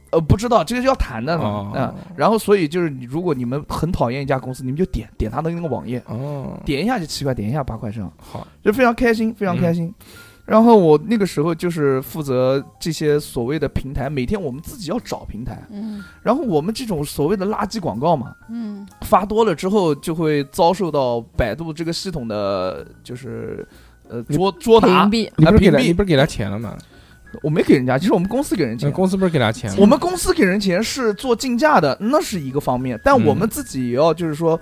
Speaker 2: 呃，不知道这个是要谈的嘛
Speaker 1: 哦，
Speaker 2: 嗯。然后所以就是，如果你们很讨厌一家公司，你们就点点他的那个网页，
Speaker 1: 哦，
Speaker 2: 点一下就七块，点一下八块这样，
Speaker 1: 好，
Speaker 2: 就非常开心，非常
Speaker 1: 嗯
Speaker 2: 开心。然后我那个时候就是负责这些所谓的平台，每天我们自己要找平台，
Speaker 4: 嗯
Speaker 2: 然后我们这种所谓的垃圾广告嘛，
Speaker 4: 嗯
Speaker 2: 发多了之后就会遭受到百度这个系统的，就是呃捉捉
Speaker 5: 屏
Speaker 2: 拿。
Speaker 5: 蔽，
Speaker 1: 你不是给他，
Speaker 2: 屏蔽
Speaker 1: 你不是给他钱了吗？
Speaker 2: 我没给人家，其实我们公司给人
Speaker 1: 那
Speaker 2: 钱。
Speaker 1: 嗯公司不是给他钱
Speaker 2: 我
Speaker 1: 吗？
Speaker 2: 们公司给人钱是做竞价的，那是一个方面，但我
Speaker 1: 嗯
Speaker 2: 们自己也要就是说，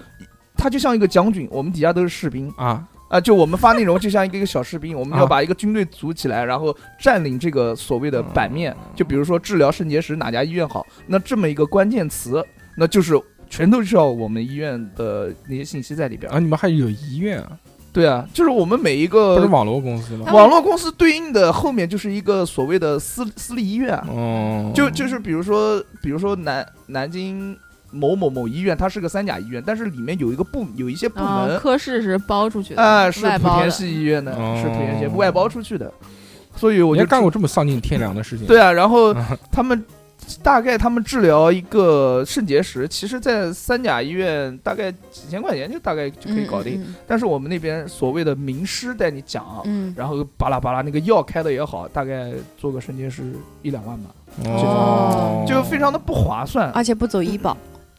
Speaker 2: 他就像一个将军，我们底下都是士兵，
Speaker 1: 啊，
Speaker 2: 啊，就我们发内容就像一个一个小士 兵，我们要把一个军队组起来，然后占领这个所谓
Speaker 1: 嗯
Speaker 2: 的版面。就比如说治疗肾结石哪家医院好，那这么一个关键词，那就是全都是要我们医院的那些信息在里边。
Speaker 1: 啊，你们还有医院啊？
Speaker 2: 对啊，就是我们每一
Speaker 1: 不是
Speaker 2: 个
Speaker 1: 网络公司吗？
Speaker 2: 网络公司对应的后面就是一个所谓的私私立医院啊，
Speaker 1: 哦，
Speaker 2: 就就是比如说比如说南南京。某某某医院，它是个三甲医院，但是里面有一个部有一些部
Speaker 5: 啊
Speaker 2: 门，
Speaker 5: 科室呃是包出去的，
Speaker 2: 啊，是
Speaker 5: 外
Speaker 2: 莆
Speaker 5: 包
Speaker 2: 田
Speaker 5: 的，
Speaker 2: 系医院的，
Speaker 1: 哦
Speaker 2: 是莆田系外包出去的，所以我
Speaker 1: 你
Speaker 2: 就
Speaker 1: 还干过这么丧尽天良的事情？哦
Speaker 2: 对啊，然后他们大概他们治疗一个肾结石，其实，在三甲医院大概几千块钱就大概就可以搞定，
Speaker 5: 嗯。
Speaker 2: 但是我们那边所谓的名师带你讲，
Speaker 4: 嗯，
Speaker 2: 然后巴拉巴拉那个药开的也好，大概做个肾结石一两万吧，
Speaker 1: 哦，
Speaker 2: 就非常的不划算
Speaker 4: 而且不走医保，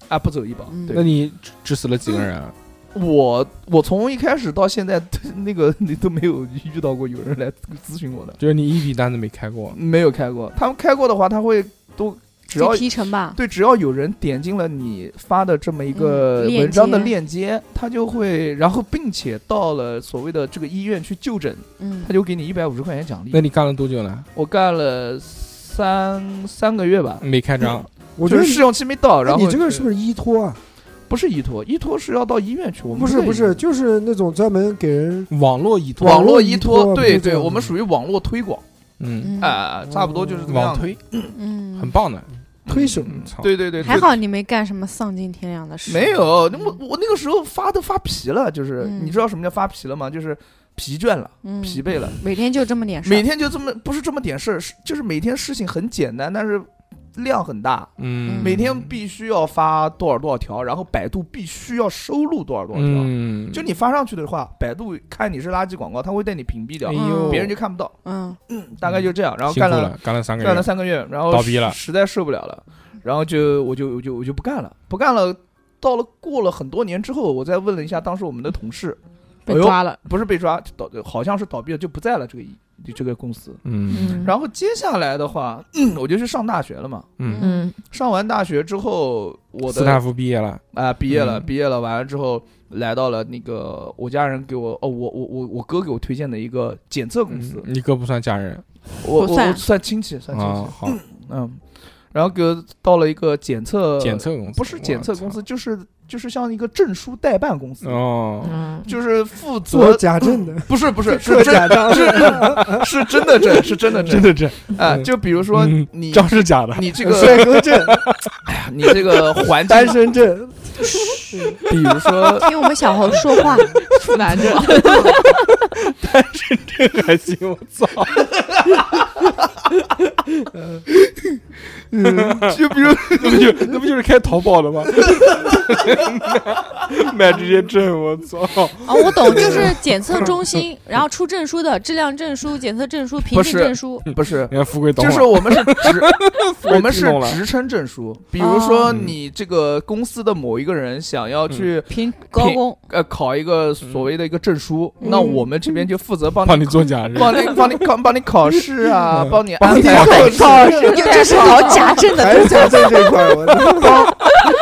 Speaker 2: 啊，不走医保。
Speaker 4: 嗯
Speaker 1: 那
Speaker 2: 对，
Speaker 1: 你致致死了几个人啊？
Speaker 2: 我我从一开始到现在， 那个你都没有遇到过有人来咨询我的。
Speaker 1: 就是你一笔单子没开过，
Speaker 2: 没有开过。他们开过的话，他会都只要
Speaker 4: 就提成吧，
Speaker 2: 对，只要有人点进了你发的这么一个
Speaker 5: 嗯链
Speaker 2: 文章的
Speaker 5: 接
Speaker 2: 链接，他就会，然后并且到了所谓的这个医院去就诊，
Speaker 4: 嗯
Speaker 2: 他就给你一百五十块钱奖
Speaker 1: 那
Speaker 2: 励。
Speaker 1: 你干了多久呢？
Speaker 2: 我干了三三个月吧，
Speaker 1: 没开张，
Speaker 3: 我觉
Speaker 2: 就
Speaker 3: 得
Speaker 2: 是
Speaker 3: 你
Speaker 2: 试用期没到，然后
Speaker 3: 你这个是不
Speaker 2: 是
Speaker 3: 是依托啊？
Speaker 2: 不是依托？依托是要到医院去，我们
Speaker 3: 不是
Speaker 2: 这个
Speaker 3: 不
Speaker 2: 医
Speaker 3: 是，
Speaker 2: 院
Speaker 3: 就是那种专门给人
Speaker 1: 网络依托，
Speaker 2: 嗯网
Speaker 3: 网
Speaker 2: 络
Speaker 3: 络
Speaker 2: 依
Speaker 3: 依托嗯
Speaker 2: 托，
Speaker 3: 不
Speaker 2: 对
Speaker 3: 是这
Speaker 2: 对，
Speaker 3: 样
Speaker 2: 我们
Speaker 3: 的
Speaker 2: 属于网络推广，
Speaker 1: 嗯，
Speaker 4: 嗯
Speaker 2: 哎，差不多就是这个样
Speaker 1: 网
Speaker 2: 子。
Speaker 1: 推
Speaker 4: 嗯
Speaker 1: 很棒的，
Speaker 3: 推手。
Speaker 1: 嗯操
Speaker 2: 对对对，
Speaker 4: 还
Speaker 2: 对
Speaker 4: 好你没干什么丧尽天良的事，
Speaker 2: 没有，那我我那个时候发都发皮了，就是、
Speaker 4: 嗯
Speaker 2: 你知道什么叫发皮了吗？就是疲倦了、
Speaker 4: 嗯，
Speaker 2: 疲惫了，
Speaker 4: 每天就这么点事儿，
Speaker 2: 每天就这么不是这么点事儿，是就是每天事情很简单，但是量很大，
Speaker 1: 嗯，
Speaker 2: 每天必须要发多少多少条，然后百度必须要收录多少多少条。
Speaker 1: 嗯，
Speaker 2: 就你发上去的话，百度看你是垃圾广告，它会带你屏蔽掉，
Speaker 1: 哎呦，
Speaker 2: 别人就看不到。
Speaker 4: 嗯
Speaker 2: 大概就这样，然后
Speaker 1: 辛苦
Speaker 2: 干
Speaker 1: 了，干了三个
Speaker 2: 干了
Speaker 1: 月，
Speaker 2: 三个月，然后
Speaker 1: 倒闭了
Speaker 2: 实实在受不了了，然后就我就我就我就不干了，不干了。到了过了很多年之后，我再问了一下当时我们的同事，
Speaker 5: 被
Speaker 2: 哎呦
Speaker 5: 抓了，
Speaker 2: 不是被抓，就倒好像是倒闭了，就不在了这个这个公司。
Speaker 1: 嗯
Speaker 5: 嗯
Speaker 2: 然后接下来的话，嗯我就去上大学了嘛。
Speaker 1: 嗯，
Speaker 5: 嗯
Speaker 2: 上完大学之后，我
Speaker 1: 斯
Speaker 2: 的啊
Speaker 1: 坦、福毕业了，
Speaker 2: 毕业了，
Speaker 1: 嗯
Speaker 2: 毕业了，完了之后来到了那个我家人给我哦，我我我我哥给我推荐的一个检测公司
Speaker 1: 嗯，你哥不算家人
Speaker 2: 我我
Speaker 4: 不算
Speaker 2: 我算亲戚，算亲
Speaker 1: 啊，
Speaker 2: 戚，
Speaker 1: 好，
Speaker 2: 嗯，然后给我到了一个检测
Speaker 1: 检测公司
Speaker 2: 呃不是检测公，司，
Speaker 1: 我
Speaker 2: 就是就是像一个证书代办公司，
Speaker 1: 操哦，
Speaker 5: 嗯，
Speaker 2: 就是负
Speaker 3: 做
Speaker 2: 责
Speaker 3: 假证的，
Speaker 2: 不是不是是
Speaker 3: 做
Speaker 2: 真
Speaker 3: 假账的，
Speaker 2: 是真的证是真的证
Speaker 1: 的这
Speaker 2: 啊，
Speaker 1: 嗯
Speaker 2: 就比如说
Speaker 1: 嗯
Speaker 2: 你
Speaker 1: 账是 假的，
Speaker 2: 你这个
Speaker 3: 帅哥证、
Speaker 2: 你这个环境
Speaker 3: 单，身 证，
Speaker 2: 比如说
Speaker 4: 听我们小猴说 话，
Speaker 5: 处男症，
Speaker 1: 还行，我操，
Speaker 3: 嗯
Speaker 2: 就比如
Speaker 1: 那不就那不就是开淘宝的 吗？买这些证，我操！
Speaker 5: 哦，我懂，就是检测中心，然后出证书的质量证书、检测证书、评
Speaker 2: 嗯不
Speaker 5: 定
Speaker 2: 是
Speaker 5: 证书，
Speaker 2: 不是。
Speaker 1: 人家富贵懂
Speaker 2: 就
Speaker 1: 了，
Speaker 2: 是我们是职，我们是
Speaker 1: 懂了
Speaker 2: 职称证书。比如说，你这个公司的某一个人想要去
Speaker 4: 评高 工，
Speaker 2: 呃考一个所谓的一个证书，
Speaker 4: 嗯
Speaker 2: 那我们这边就负责帮
Speaker 1: 帮你做假 人，
Speaker 2: 帮你帮你考帮你考试啊，
Speaker 1: 嗯
Speaker 2: 帮你
Speaker 1: 帮
Speaker 2: 安
Speaker 1: 你
Speaker 2: 排
Speaker 1: 考
Speaker 2: 考试，
Speaker 3: 考试
Speaker 4: 你这是搞假证
Speaker 3: 嗯
Speaker 4: 的，
Speaker 3: 还是假证这一块儿，我操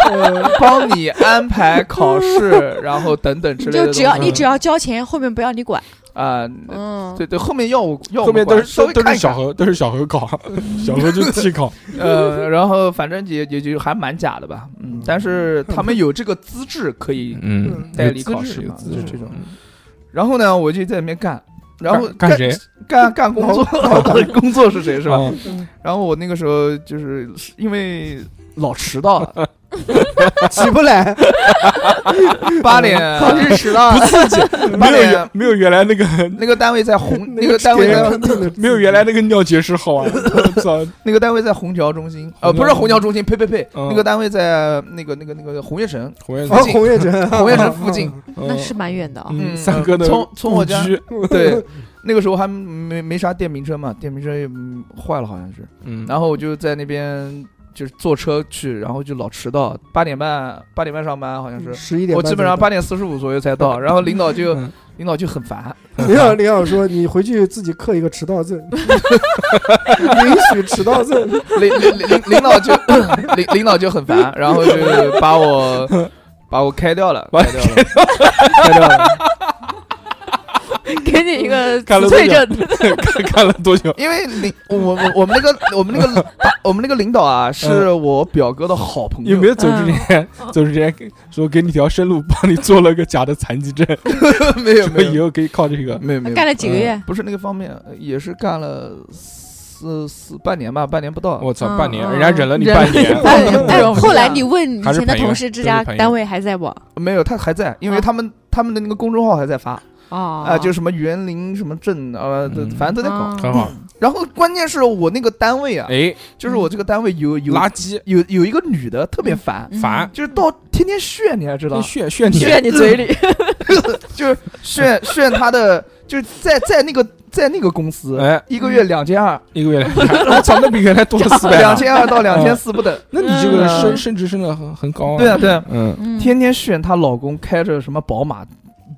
Speaker 2: 帮帮你安排考试，然后等等之
Speaker 4: 你
Speaker 2: 类的东
Speaker 4: 就
Speaker 2: 西。
Speaker 4: 只要
Speaker 1: 西
Speaker 4: 你只要交钱，后面不要你管，
Speaker 2: 啊，
Speaker 4: 嗯，
Speaker 2: 对对，后面药物药物
Speaker 1: 后面都
Speaker 2: 管
Speaker 1: 是
Speaker 2: 稍微
Speaker 1: 都
Speaker 2: 看
Speaker 1: 是
Speaker 2: 一
Speaker 1: 小
Speaker 2: 看，
Speaker 1: 何，都是小何 搞，小何就替搞，
Speaker 2: 呃，然后反正也也就还蛮假的吧，嗯，但是他们有这个资质可以，
Speaker 1: 嗯，
Speaker 2: 代
Speaker 1: 有
Speaker 2: 理
Speaker 1: 资
Speaker 2: 考
Speaker 1: 质
Speaker 2: 试
Speaker 1: 有
Speaker 2: 嘛
Speaker 1: 资
Speaker 2: 就是
Speaker 1: 质嗯
Speaker 2: 这种然后呢，我就在那边干，然后
Speaker 1: 干干谁哦
Speaker 2: 干干工 作，工作是谁是吧？
Speaker 1: 嗯
Speaker 2: 然后我那个时候就是因为老迟到了，
Speaker 3: 起不来，
Speaker 2: 八点
Speaker 5: 考试迟到了，
Speaker 1: 没
Speaker 2: 八
Speaker 1: 有
Speaker 2: 点啊
Speaker 1: 原没有原来那个
Speaker 2: 那个单位在红 那个单位在
Speaker 1: 没有原来那个尿结石好玩，我操，
Speaker 2: 那个单位在虹桥中心，呃，
Speaker 1: 虹桥
Speaker 2: 不是虹桥中心，呸呸呸，
Speaker 1: 嗯
Speaker 2: 那个单位在那个那个那个红叶城，
Speaker 1: 红叶
Speaker 3: 啊，红叶城，
Speaker 2: 红叶城附 近，
Speaker 5: 那是蛮远的哦。
Speaker 1: 嗯
Speaker 2: 嗯
Speaker 1: 三哥的
Speaker 2: 从从我家
Speaker 1: 故居
Speaker 3: 嗯
Speaker 2: 对，那个时候还没没啥电瓶车嘛，电瓶车也嗯坏了好像是，
Speaker 1: 嗯，
Speaker 2: 然后我就在那边就是坐车去，然后就老迟到，八点半八点半上班好像是。
Speaker 3: 十一点，
Speaker 2: 我基本上八。点嗯四十五左右才到，然后领导就
Speaker 1: 嗯
Speaker 2: 领导就很烦，
Speaker 3: 林老林老师说：“你回去自己刻一个迟到证， 允许迟到 证。
Speaker 2: 领领领领导 就领领导就很烦，然后就把 我把我开掉了，
Speaker 1: 把
Speaker 2: 开掉了，开掉了。
Speaker 5: 给你一个
Speaker 1: 干了
Speaker 5: 辞
Speaker 1: 多
Speaker 5: 退
Speaker 1: 久
Speaker 5: 证，
Speaker 1: 看 看了多久？
Speaker 2: 因为领我我我们那个 我们那个我们那个领导啊，是我表哥的好朋
Speaker 1: 嗯
Speaker 2: 友
Speaker 1: 有没，有走之前
Speaker 2: 嗯
Speaker 1: 走之前说给你条生路，帮你做了个假的残疾证，
Speaker 2: 没有
Speaker 1: 说
Speaker 2: 没有
Speaker 1: 以后可以靠这个？
Speaker 2: 没有没有，
Speaker 5: 干了几个月？
Speaker 2: 不是那个方面，也是干了四四半年吧，半年不到。
Speaker 1: 我操，
Speaker 5: 嗯
Speaker 1: 半年，
Speaker 5: 嗯
Speaker 1: 人家忍了你
Speaker 2: 忍
Speaker 1: 半年，
Speaker 5: 哎
Speaker 2: 不
Speaker 5: 哎
Speaker 2: 容，易
Speaker 5: 后来
Speaker 2: 啊
Speaker 5: 你问以
Speaker 1: 还是
Speaker 5: 前的
Speaker 1: 朋友
Speaker 5: 同事，这
Speaker 1: 都是
Speaker 5: 家
Speaker 1: 朋友
Speaker 5: 单位还在不？
Speaker 2: 没有，他还在，因为
Speaker 5: 啊
Speaker 2: 他们他们的那个公众号还在发
Speaker 5: 哦，
Speaker 2: 啊，就是什么园林什么镇啊，
Speaker 1: 嗯
Speaker 2: 这反正都在搞。
Speaker 5: 哦
Speaker 1: 很 好。
Speaker 2: 然后关键是我那个单位啊，
Speaker 1: 哎，
Speaker 2: 就是我这个单位有有
Speaker 1: 垃圾
Speaker 2: 有有一个女的特别烦，
Speaker 5: 嗯
Speaker 1: 烦
Speaker 2: 就是到天天炫，你还知道？
Speaker 1: 炫炫你，
Speaker 5: 炫你嘴 里，
Speaker 2: 就是炫炫他的，就是在在那个在那个公司，
Speaker 1: 哎，
Speaker 2: 一
Speaker 4: 嗯
Speaker 2: 个月两千二，
Speaker 1: 一个月 两千，我操，那比原来多了四百，啊
Speaker 2: 两。千二到两千四不等。
Speaker 1: 那你这个
Speaker 2: 嗯
Speaker 1: 升升职升的很很高啊。
Speaker 2: 对啊，对啊，
Speaker 1: 嗯
Speaker 5: 嗯
Speaker 2: 天天炫她老公开着什么宝马，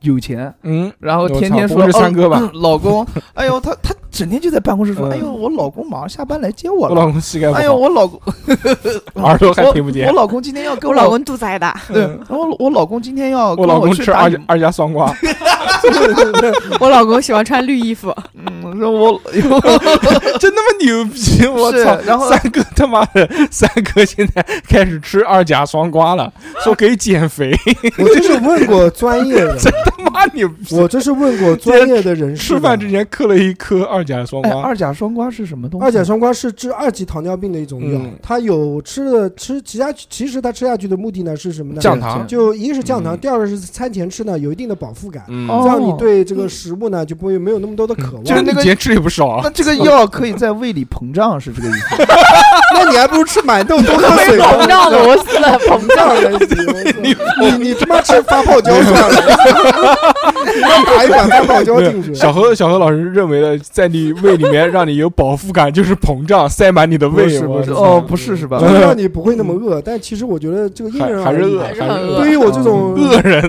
Speaker 2: 有钱，
Speaker 1: 嗯，
Speaker 2: 然后
Speaker 1: 我操
Speaker 2: 天天
Speaker 1: 不
Speaker 2: 说
Speaker 1: 会是三哥吧
Speaker 2: 哦嗯老公，哎呦，她她整天就在办公室说，
Speaker 1: 嗯
Speaker 2: 哎呦，我老公马上下班来接我
Speaker 1: 我
Speaker 2: 了，
Speaker 1: 老公膝盖不
Speaker 2: 哎呦，
Speaker 1: 好，
Speaker 2: 我老公，
Speaker 1: 耳朵还
Speaker 2: 我
Speaker 1: 听不见
Speaker 2: 我。老公今天要跟
Speaker 4: 我老，公肚子还大，
Speaker 2: 对我我老公今天
Speaker 1: 嗯
Speaker 2: 要
Speaker 1: 我
Speaker 2: 跟
Speaker 1: 老公
Speaker 2: 去
Speaker 1: 吃
Speaker 2: 打
Speaker 1: 二
Speaker 2: 羽
Speaker 1: 二家双 瓜，
Speaker 4: 我老公喜欢穿绿衣服，
Speaker 2: 嗯，说我
Speaker 1: 真他妈牛逼！我
Speaker 2: 是
Speaker 1: 操！
Speaker 2: 然后
Speaker 1: 三哥他妈的，三哥现在开始吃二甲双胍了，说可以减 肥，”
Speaker 3: 我这是问过专业的，
Speaker 1: 他妈牛逼！
Speaker 3: 我这是问过专业的人士
Speaker 1: 吃
Speaker 3: 的。
Speaker 1: 饭之前嗑了一颗二甲双
Speaker 2: 哎，
Speaker 1: 胍，
Speaker 2: 二甲双胍是什么东西？
Speaker 3: 二甲双胍是治二级糖尿病的一种药，
Speaker 1: 嗯
Speaker 3: 它有吃的吃其他，其实它吃下去的目的呢是什么呢？
Speaker 1: 降糖
Speaker 3: 就一个是降糖，
Speaker 1: 嗯
Speaker 3: 第二个是餐前吃呢有一定的饱腹感，
Speaker 1: 嗯
Speaker 2: 哦
Speaker 3: 这样你对这个食物呢就不会没有那么多的渴望。
Speaker 2: 就是那
Speaker 1: 那
Speaker 2: 个
Speaker 1: 节吃也不少啊
Speaker 2: 那。这个药可以在胃里膨胀，是这个意思？
Speaker 3: 那你还不如吃馒头多喝水。
Speaker 5: 膨胀螺丝了，膨
Speaker 3: 膨
Speaker 5: 胀。
Speaker 3: 胀人体我操你你他妈吃发泡胶算 了，你要打一管发泡胶进去。
Speaker 1: 小何小何老师认为的，在你胃里面让你有饱腹感，就是膨胀，塞满你的
Speaker 3: 不
Speaker 1: 胃。
Speaker 3: 是
Speaker 1: 我
Speaker 3: 不是
Speaker 1: 操
Speaker 2: 哦，不是是吧
Speaker 3: 就？
Speaker 1: 嗯
Speaker 3: 是让你不会那么饿，但其实我觉得这个因人
Speaker 1: 还还
Speaker 3: 而
Speaker 1: 是
Speaker 3: 异
Speaker 1: 饿，嗯
Speaker 3: 吧。
Speaker 5: 还是很饿
Speaker 3: 对于我这种
Speaker 1: 饿人，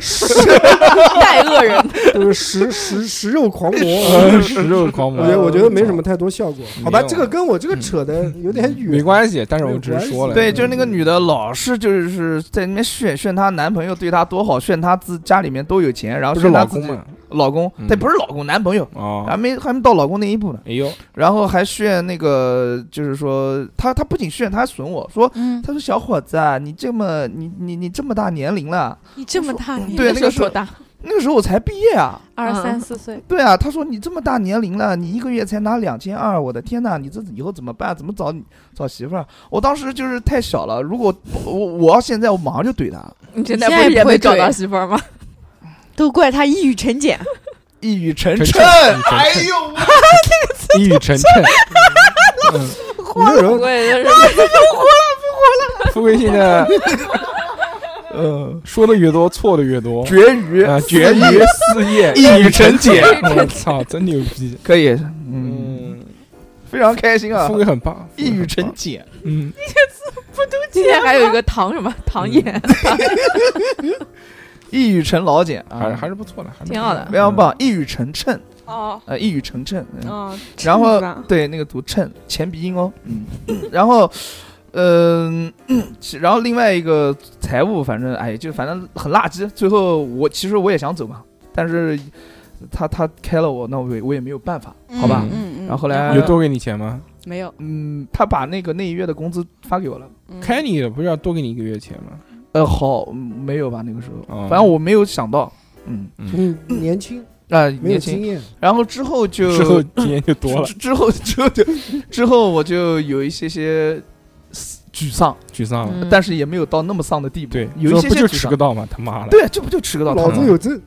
Speaker 5: 太饿 人，
Speaker 3: 就是食食食肉狂魔，
Speaker 1: 呃食肉狂
Speaker 3: 我
Speaker 1: 魔
Speaker 3: 觉。得我觉得没什么太多效果
Speaker 1: 嗯没。有
Speaker 3: 嗯好吧，这个跟我这个扯的有点
Speaker 1: 没
Speaker 3: 远。
Speaker 1: 关系，但是我只是说了，
Speaker 2: 对，就是那个女的，老是就是在那边炫炫她男朋友对她多好，炫她自家里面多有钱，然后
Speaker 1: 不是
Speaker 2: 炫她
Speaker 1: 老
Speaker 2: 自
Speaker 1: 公
Speaker 2: 己
Speaker 1: 嘛？
Speaker 2: 老公
Speaker 1: 嗯，
Speaker 2: 对，不是老公，男朋友，还
Speaker 1: 哦，
Speaker 2: 没还没到老公那一步呢。
Speaker 1: 哎呦，
Speaker 2: 然后还炫那个，就是说她她不仅炫，她还损我说，
Speaker 5: 嗯，
Speaker 2: 她说小伙子啊，你这么你你你这么大年龄了，
Speaker 4: 你这么大，你
Speaker 2: 对那个时
Speaker 5: 多
Speaker 2: 候
Speaker 5: 大？
Speaker 2: 那个时候我才毕业啊。
Speaker 4: 二
Speaker 5: 嗯
Speaker 4: 三四岁，
Speaker 2: 对啊，她说你这么大年龄了，你一个月才拿两千二，我的天呐，你这以后怎么办？怎么找找媳妇儿？啊我当时就是太小了，如果我我要现在，我马上就怼她，
Speaker 5: 你现
Speaker 4: 在
Speaker 5: 在不
Speaker 4: 不是
Speaker 5: 是
Speaker 4: 也
Speaker 5: 也
Speaker 4: 没
Speaker 5: 没
Speaker 4: 找
Speaker 5: 找
Speaker 4: 到
Speaker 5: 到媳妇儿 吗？
Speaker 4: 嗯都怪他一语成茧，
Speaker 2: 一语成
Speaker 1: 成
Speaker 2: 谶。
Speaker 1: 谶
Speaker 2: 哎呦，
Speaker 1: 一语成谶。嗯
Speaker 3: 你那时候
Speaker 5: 也
Speaker 1: 富贵现在
Speaker 2: 嗯，
Speaker 1: 呃说的越多，错的越多。
Speaker 2: 绝语
Speaker 1: 啊， 绝
Speaker 2: 四
Speaker 1: 于
Speaker 2: 意
Speaker 1: 四业，
Speaker 2: 一语成
Speaker 1: 谶。我操，真牛逼！
Speaker 2: 可以，嗯，，非常开心啊
Speaker 1: 富，贵很棒，
Speaker 2: 一语成茧。
Speaker 1: 嗯，
Speaker 5: 今天还有一个唐什么
Speaker 2: 嗯
Speaker 5: 唐嫣，
Speaker 2: 一语成老茧啊，
Speaker 1: 还是还是不错的，还是不错
Speaker 5: 挺好的
Speaker 2: 非常。棒，一语成谶，
Speaker 4: 哦
Speaker 2: 呃，一语成谶，嗯
Speaker 4: 哦，
Speaker 2: 然后
Speaker 4: 是吧
Speaker 2: 对那个读谶，前鼻音哦，嗯， 然后，嗯、 其然后另外一个财务，反正哎，就反正很垃圾。最后我其实我也想走嘛，但是他他开了我，那我也我也没有办法。
Speaker 4: 嗯
Speaker 2: 好吧
Speaker 4: 嗯嗯。
Speaker 2: 然后后来
Speaker 1: 有多给你钱吗？
Speaker 4: 没有？
Speaker 2: 嗯，他把那个那一月的工资发给我了。
Speaker 4: 嗯
Speaker 1: 开你的不是要多给你一个月钱吗？
Speaker 2: 呃，好，嗯没有吧？那个时候，
Speaker 1: 哦
Speaker 2: 反正我没有想到。嗯，
Speaker 3: 嗯，年轻
Speaker 2: 啊、
Speaker 3: 没有
Speaker 2: 年
Speaker 3: 经
Speaker 2: 轻。
Speaker 3: 验，
Speaker 2: 然后之后就
Speaker 1: 之后钱就多 了，
Speaker 2: 之之后之后就之后我就有一些些沮丧，
Speaker 1: 沮丧了。
Speaker 5: 嗯
Speaker 2: 但是也没有到那么丧的地步。
Speaker 1: 对，
Speaker 2: 有一
Speaker 1: 说
Speaker 2: 些
Speaker 1: 不
Speaker 2: 些
Speaker 1: 就
Speaker 2: 沮
Speaker 1: 吃
Speaker 2: 丧
Speaker 1: 个。道吗？他妈的，
Speaker 2: 对，这不就吃个到头
Speaker 3: 老
Speaker 2: 吗
Speaker 3: 子有证，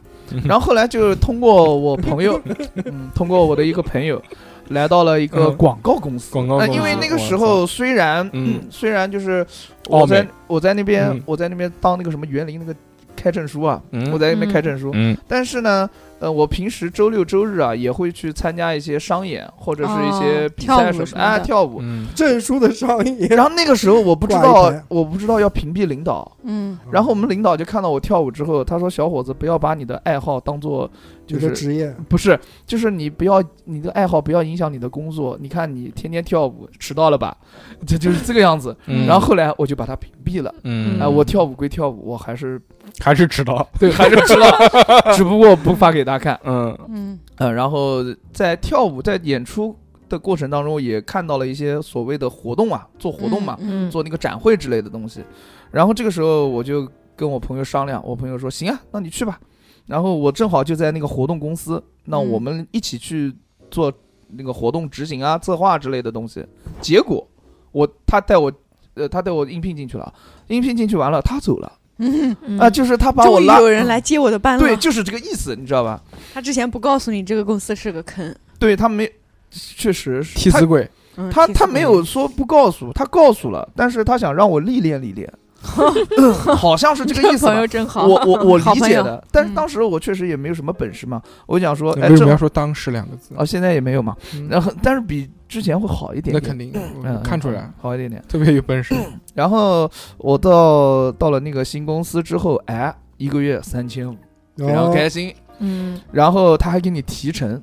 Speaker 2: 然后后来就是通过我朋友，嗯，通过我的一个朋友，来到了一个
Speaker 1: 嗯
Speaker 2: 广告公司。
Speaker 1: 广告
Speaker 2: 呃，
Speaker 1: 公司
Speaker 2: 因为那个时，候虽然，
Speaker 1: 嗯
Speaker 2: 嗯，虽然就是
Speaker 1: 澳
Speaker 2: 我在
Speaker 1: 美
Speaker 2: 我在那边
Speaker 1: 嗯
Speaker 2: 我在那边当那个什么园林那个开证书啊，
Speaker 1: 嗯
Speaker 2: 我在那边开证书，
Speaker 1: 嗯
Speaker 2: 但是呢，呃，我平时周六周日啊也会去参加一些商演或者是一些
Speaker 4: 哦
Speaker 2: 比赛
Speaker 4: 跳舞
Speaker 2: 什么
Speaker 4: 什
Speaker 2: 的
Speaker 4: 么的
Speaker 2: 啊跳舞。
Speaker 1: 嗯
Speaker 3: 证书的 上瘾。
Speaker 2: 然后那个时候我不知
Speaker 3: 挂
Speaker 2: 道
Speaker 3: 一排，
Speaker 2: 我不知道要屏蔽领导，
Speaker 4: 嗯
Speaker 2: 然后我们领导就看到我跳舞之后，他说：“小伙子，不要把你的爱好当做就
Speaker 3: 就是是职业，
Speaker 2: 不是，就是你不要你的爱好不要影响你的工作。你看你天天跳舞，迟到了吧？ 这就是这个样子。
Speaker 1: 嗯
Speaker 2: 然后后来我就把他屏蔽了。
Speaker 1: 嗯
Speaker 2: 哎、我跳舞归跳舞，我还是
Speaker 1: 还是迟到，
Speaker 2: 对还是知道，只不过不发给他看。
Speaker 1: 嗯
Speaker 4: 嗯
Speaker 2: 嗯，然后在跳舞在演出的过程当中，也看到了一些所谓的活动啊，做活动嘛，
Speaker 5: 嗯，
Speaker 2: 做那个展会之类的东西。然后这个时候我就跟我朋友商量，我朋友说行啊，那你去吧。然后我正好就在那个活动公司，那
Speaker 5: 嗯
Speaker 2: 我们一起去做那个活动执行啊、策划之类的东西。结果我他带我，呃，他带我应聘进去了，应聘进去完了，他走了
Speaker 4: 嗯，
Speaker 5: 嗯
Speaker 2: 啊、就是他把我
Speaker 4: 终于
Speaker 2: 拉
Speaker 4: 有，人来接我的班了。
Speaker 2: 对，就是这个意思，你知道吧？
Speaker 4: 他之前不告诉你这个公司是个坑，
Speaker 2: 对他没，确实是
Speaker 1: 替
Speaker 2: 他
Speaker 1: 死鬼，
Speaker 4: 嗯
Speaker 2: 他
Speaker 4: 其实
Speaker 2: 他没有说不告诉，他告诉了，但是他想让我历练历练，好像是这个意
Speaker 5: 这
Speaker 2: 思
Speaker 5: 朋
Speaker 2: 吧
Speaker 5: 友。真好，
Speaker 2: 我我我
Speaker 4: 好
Speaker 2: 理
Speaker 4: 朋
Speaker 2: 解
Speaker 4: 友
Speaker 2: 的，但是
Speaker 4: 嗯
Speaker 2: 当时我确实也没有什么本事嘛。我想说，哎，
Speaker 1: 为什
Speaker 2: 这
Speaker 1: 么要说“当时”两个字？嗯
Speaker 2: 啊现在也没有嘛。然后但是比之前会好一点
Speaker 1: 那
Speaker 2: 点，
Speaker 1: 肯定
Speaker 2: 嗯，
Speaker 1: 看出来，
Speaker 2: 好一点点。
Speaker 1: 特别有本事。
Speaker 2: 然后我到到了那个新公司之后，哎，一个月三千五，非
Speaker 3: 哦
Speaker 1: 哦
Speaker 2: 常开心。
Speaker 5: 嗯
Speaker 2: 然后他还给你提成，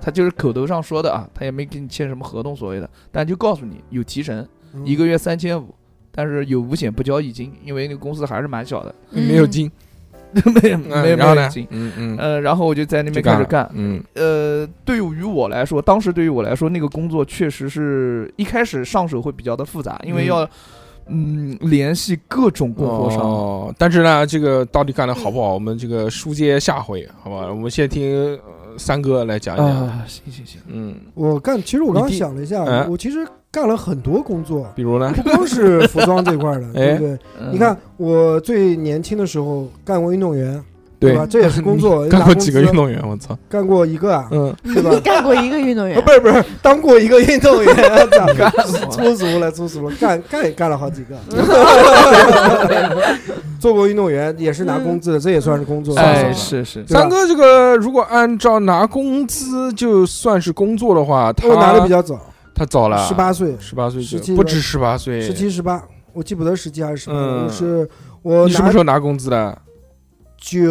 Speaker 2: 他就是口头上说的啊，他也没给你签什么合同所谓的，但就告诉你有提成。
Speaker 3: 嗯
Speaker 2: 一个月三千五，但是有五险不交一金，因为那个公司还是蛮小的，
Speaker 5: 嗯
Speaker 1: 没有金，
Speaker 2: 没有
Speaker 1: 嗯
Speaker 2: 嗯没有
Speaker 1: 然后
Speaker 2: 没有
Speaker 1: 呢
Speaker 2: 一金？。
Speaker 1: 嗯嗯，
Speaker 2: 呃，然后我就在那
Speaker 1: 就
Speaker 2: 边开始
Speaker 1: 了
Speaker 2: 干。
Speaker 1: 嗯
Speaker 2: 呃，对于我来说，当时对于我来说，那个工作确实是一开始上手会比较的复杂，因为要嗯联系各种供货商。
Speaker 1: 哦，但是呢，这个到底干的好不好，我们这个书接下回，好吧？我们先听呃三哥来讲一讲。
Speaker 2: 啊，行行行，
Speaker 1: 嗯，
Speaker 3: 我干，其实我刚刚想了一
Speaker 1: 你第
Speaker 3: 下，
Speaker 1: 嗯
Speaker 3: 我其实干了很多工 作，
Speaker 1: 比如呢？
Speaker 3: 不光是服装这 块
Speaker 1: 哎
Speaker 3: 儿的，对不对？
Speaker 2: 嗯
Speaker 3: 你看，我最年轻的时候干过运动员，
Speaker 1: 对
Speaker 3: 吧？这也是工作，
Speaker 1: 干
Speaker 3: 拿
Speaker 1: 过
Speaker 3: 工
Speaker 1: 几个
Speaker 3: 资
Speaker 1: 运？动员？我操！
Speaker 3: 干过一个啊，
Speaker 1: 嗯，
Speaker 3: 对吧？
Speaker 4: 干过一个运动 员
Speaker 2: 嗯
Speaker 3: 啊，不是不是，当过一个运动 员，操
Speaker 2: 干
Speaker 3: 粗俗了，粗俗了，干 干也干了好几个，做过运动员也是拿工资的，这也算是工作。
Speaker 2: 哎，是是，
Speaker 3: 对吧
Speaker 1: 三哥，这个如果按照拿工资就算是工作的话，他
Speaker 3: 我拿的比较早，
Speaker 1: 他早了，
Speaker 3: 十八岁，
Speaker 1: 十八岁就
Speaker 3: 17
Speaker 1: 不止十八岁，
Speaker 3: 十七十八，我记不得十七还是十八，
Speaker 1: 嗯
Speaker 3: 我是我
Speaker 1: 你什么
Speaker 3: 拿
Speaker 1: 时候拿工资的？
Speaker 3: 九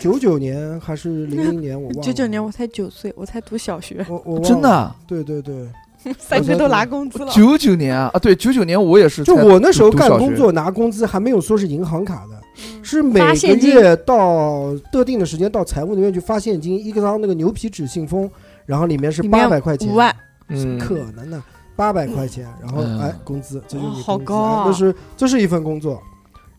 Speaker 3: 九九年还是零零年，我忘了。
Speaker 4: 九九年我才九岁，我才读小学，
Speaker 3: 我我忘了
Speaker 2: 真的，啊
Speaker 3: 对对对，
Speaker 4: 三哥都拿工资了。
Speaker 2: 九九年啊啊，对，九九年我也是才，
Speaker 3: 就我那时候干
Speaker 2: 读小学
Speaker 3: 工作拿工资还没有说是银行卡的，是每
Speaker 4: 嗯发
Speaker 3: 个
Speaker 4: 现金
Speaker 3: 月到特定的时间到财务那边去发现金，一张那个牛皮纸信封，然后里面是
Speaker 4: 里
Speaker 3: 八
Speaker 4: 面
Speaker 3: 百块钱，
Speaker 4: 五万，
Speaker 1: 嗯，
Speaker 3: 可能呢，八百块钱，然后
Speaker 2: 嗯
Speaker 3: 哎工资，这就是你
Speaker 4: 哦好
Speaker 3: 工资
Speaker 4: 高啊
Speaker 3: 哎那是这是一份工作。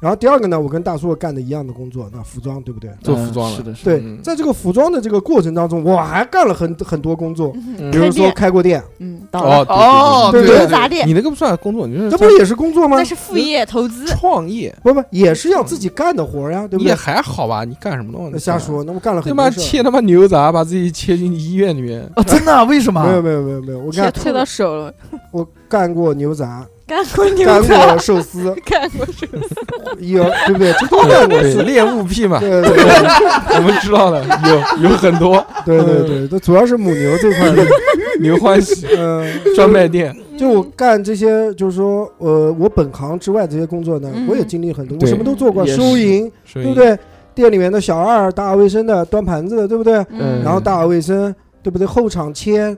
Speaker 3: 然后第二个呢，我跟大叔干的一样的工作，那服装对不对？
Speaker 1: 做服装
Speaker 2: 嗯
Speaker 1: 了
Speaker 2: 是的，是的，
Speaker 3: 对，
Speaker 1: 嗯
Speaker 3: 在这个服装的这个过程当中，我还干了很很多工作，
Speaker 1: 嗯
Speaker 3: 比如说开过店，
Speaker 4: 嗯，到了
Speaker 1: 哦
Speaker 2: 哦，
Speaker 3: 对
Speaker 2: 对
Speaker 4: 牛杂店
Speaker 1: 你那个不算工作，你这
Speaker 3: 这不是也是工作吗
Speaker 4: 嗯那？是副业投资。
Speaker 5: 嗯
Speaker 1: 创业，
Speaker 3: 不不，也是要自己干的活儿呀，对
Speaker 1: 你
Speaker 3: 不
Speaker 1: 也
Speaker 3: 对？
Speaker 1: 还好吧？你干什么东
Speaker 3: 那
Speaker 1: 西？
Speaker 3: 瞎说，那我干了
Speaker 1: 对
Speaker 3: 很
Speaker 1: 吧，他妈
Speaker 3: 多事儿。
Speaker 1: 切他妈牛杂，把自己切进医院里面。
Speaker 2: 啊，真的啊为什
Speaker 3: 没有
Speaker 2: 么？
Speaker 3: 没有没有没有，我
Speaker 4: 切
Speaker 3: 干
Speaker 4: 切到手了，
Speaker 3: 我干过牛杂，
Speaker 4: 干过 牛
Speaker 3: 干
Speaker 4: 杂
Speaker 3: 过，寿 司，
Speaker 4: 干过手，
Speaker 3: 有对不对？这都干过。
Speaker 1: 对，猎物癖嘛，
Speaker 3: 对对对
Speaker 1: 我们知道的，有有很多
Speaker 3: 对对
Speaker 4: 嗯
Speaker 3: 对，这主要是母牛这块儿的，
Speaker 1: 牛欢 喜
Speaker 3: 嗯，
Speaker 1: 专卖店。
Speaker 3: 就我干这些，就是说，呃，我本行之外这些工作呢，
Speaker 4: 嗯
Speaker 3: 我也经历很多，我
Speaker 1: 对
Speaker 3: 什么都做过，
Speaker 2: 也是
Speaker 3: 收银，
Speaker 1: 对
Speaker 3: 对不？对？店里面的小二打扫卫生的，端盘子的，对不对？
Speaker 1: 嗯
Speaker 3: 然后打扫卫生，对不对？后场切，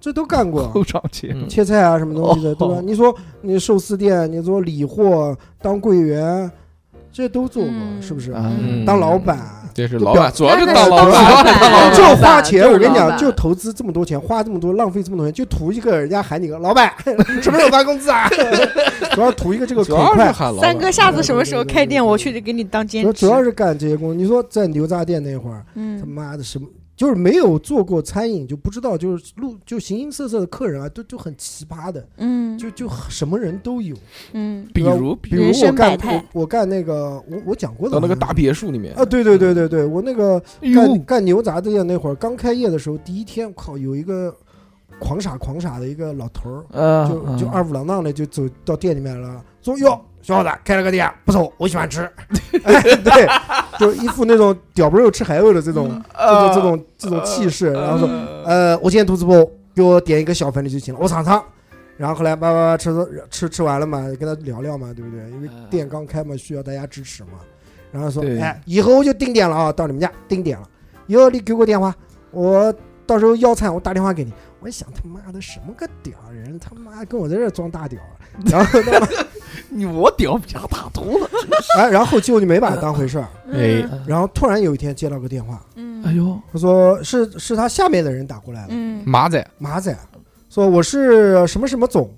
Speaker 3: 这都干过。
Speaker 2: 后场切，
Speaker 1: 嗯
Speaker 3: 切菜啊，什么东西的，
Speaker 2: 哦
Speaker 3: 对吧？你说你寿司店，你说理货当柜员，这都做过，
Speaker 5: 嗯
Speaker 3: 是不是？
Speaker 2: 啊
Speaker 1: 嗯
Speaker 3: 当老板，
Speaker 1: 这是老板，主要是
Speaker 5: 那
Speaker 1: 当老
Speaker 5: 那是
Speaker 1: 板，
Speaker 5: 当老板
Speaker 3: 就花钱，
Speaker 5: 就是
Speaker 3: 我跟
Speaker 5: 老
Speaker 3: 你讲，
Speaker 5: 板
Speaker 3: 就投资这么多钱，花这么多，浪费这么多钱，就图一个人家喊你个老板， 什么时候发工资 啊？主要图一个这个
Speaker 1: 主
Speaker 3: 口
Speaker 1: 要是
Speaker 3: 快。
Speaker 1: 喊老板
Speaker 4: 三。哥，下次什么时候开店，我去给你当兼
Speaker 3: 主
Speaker 4: 职。
Speaker 3: 主要是干这些工作。你说在牛杂店那会儿，他
Speaker 4: 嗯，
Speaker 3: 妈的什么，就是没有做过餐饮，就不知道，就是路就形形色色的客人啊，都就很奇葩的，
Speaker 4: 嗯
Speaker 3: 就就什么人都有。
Speaker 4: 嗯
Speaker 2: 比如，比
Speaker 3: 比如
Speaker 5: 人
Speaker 3: 我
Speaker 5: 生
Speaker 3: 干
Speaker 5: 百
Speaker 3: 我
Speaker 5: 态
Speaker 3: 我干那个我我讲过的
Speaker 1: 到那个
Speaker 3: 好像
Speaker 1: 大别墅里面
Speaker 3: 啊，对对对对对，我那个
Speaker 2: 如
Speaker 3: 干干牛杂店那会儿刚开业的时候，第一天，靠，有一个狂傻狂傻的一个老头儿，
Speaker 2: 呃，
Speaker 3: 就
Speaker 1: 嗯
Speaker 3: 就二五郎当的就走到店里面了，说哟，小伙子开了个店，不错，我喜欢吃。 哎，对，就一副那种屌不肉吃海味的这种、
Speaker 2: 呃
Speaker 3: 这种这种这种气势，然后说，
Speaker 2: 呃
Speaker 3: 呃，我今天肚子不饿，给我点一个小粉的就行了，我尝尝。然后后来叭叭叭吃吃吃完了嘛，跟他聊聊嘛，对不对？因为
Speaker 2: 呃
Speaker 3: 店刚开嘛，需要大家支持嘛。然后说，
Speaker 2: 啊对
Speaker 3: 哎，以后我就定点了啊，到你们家定点了。以后你给我电话，我到时候要餐我打电话给你。我一想他妈的什么个屌人，他妈跟我在这儿装大屌啊，然后他妈，
Speaker 2: 你我屌比他大多了。
Speaker 3: 哎，然后后期我就没把他当回事儿。
Speaker 1: 哎
Speaker 3: 然后突然有一天接到个电话，
Speaker 2: 哎
Speaker 4: 嗯
Speaker 2: 呦，
Speaker 3: 他说是是他下面的人打过来了，
Speaker 4: 嗯
Speaker 1: 马仔，
Speaker 3: 马仔说我是什么什么总，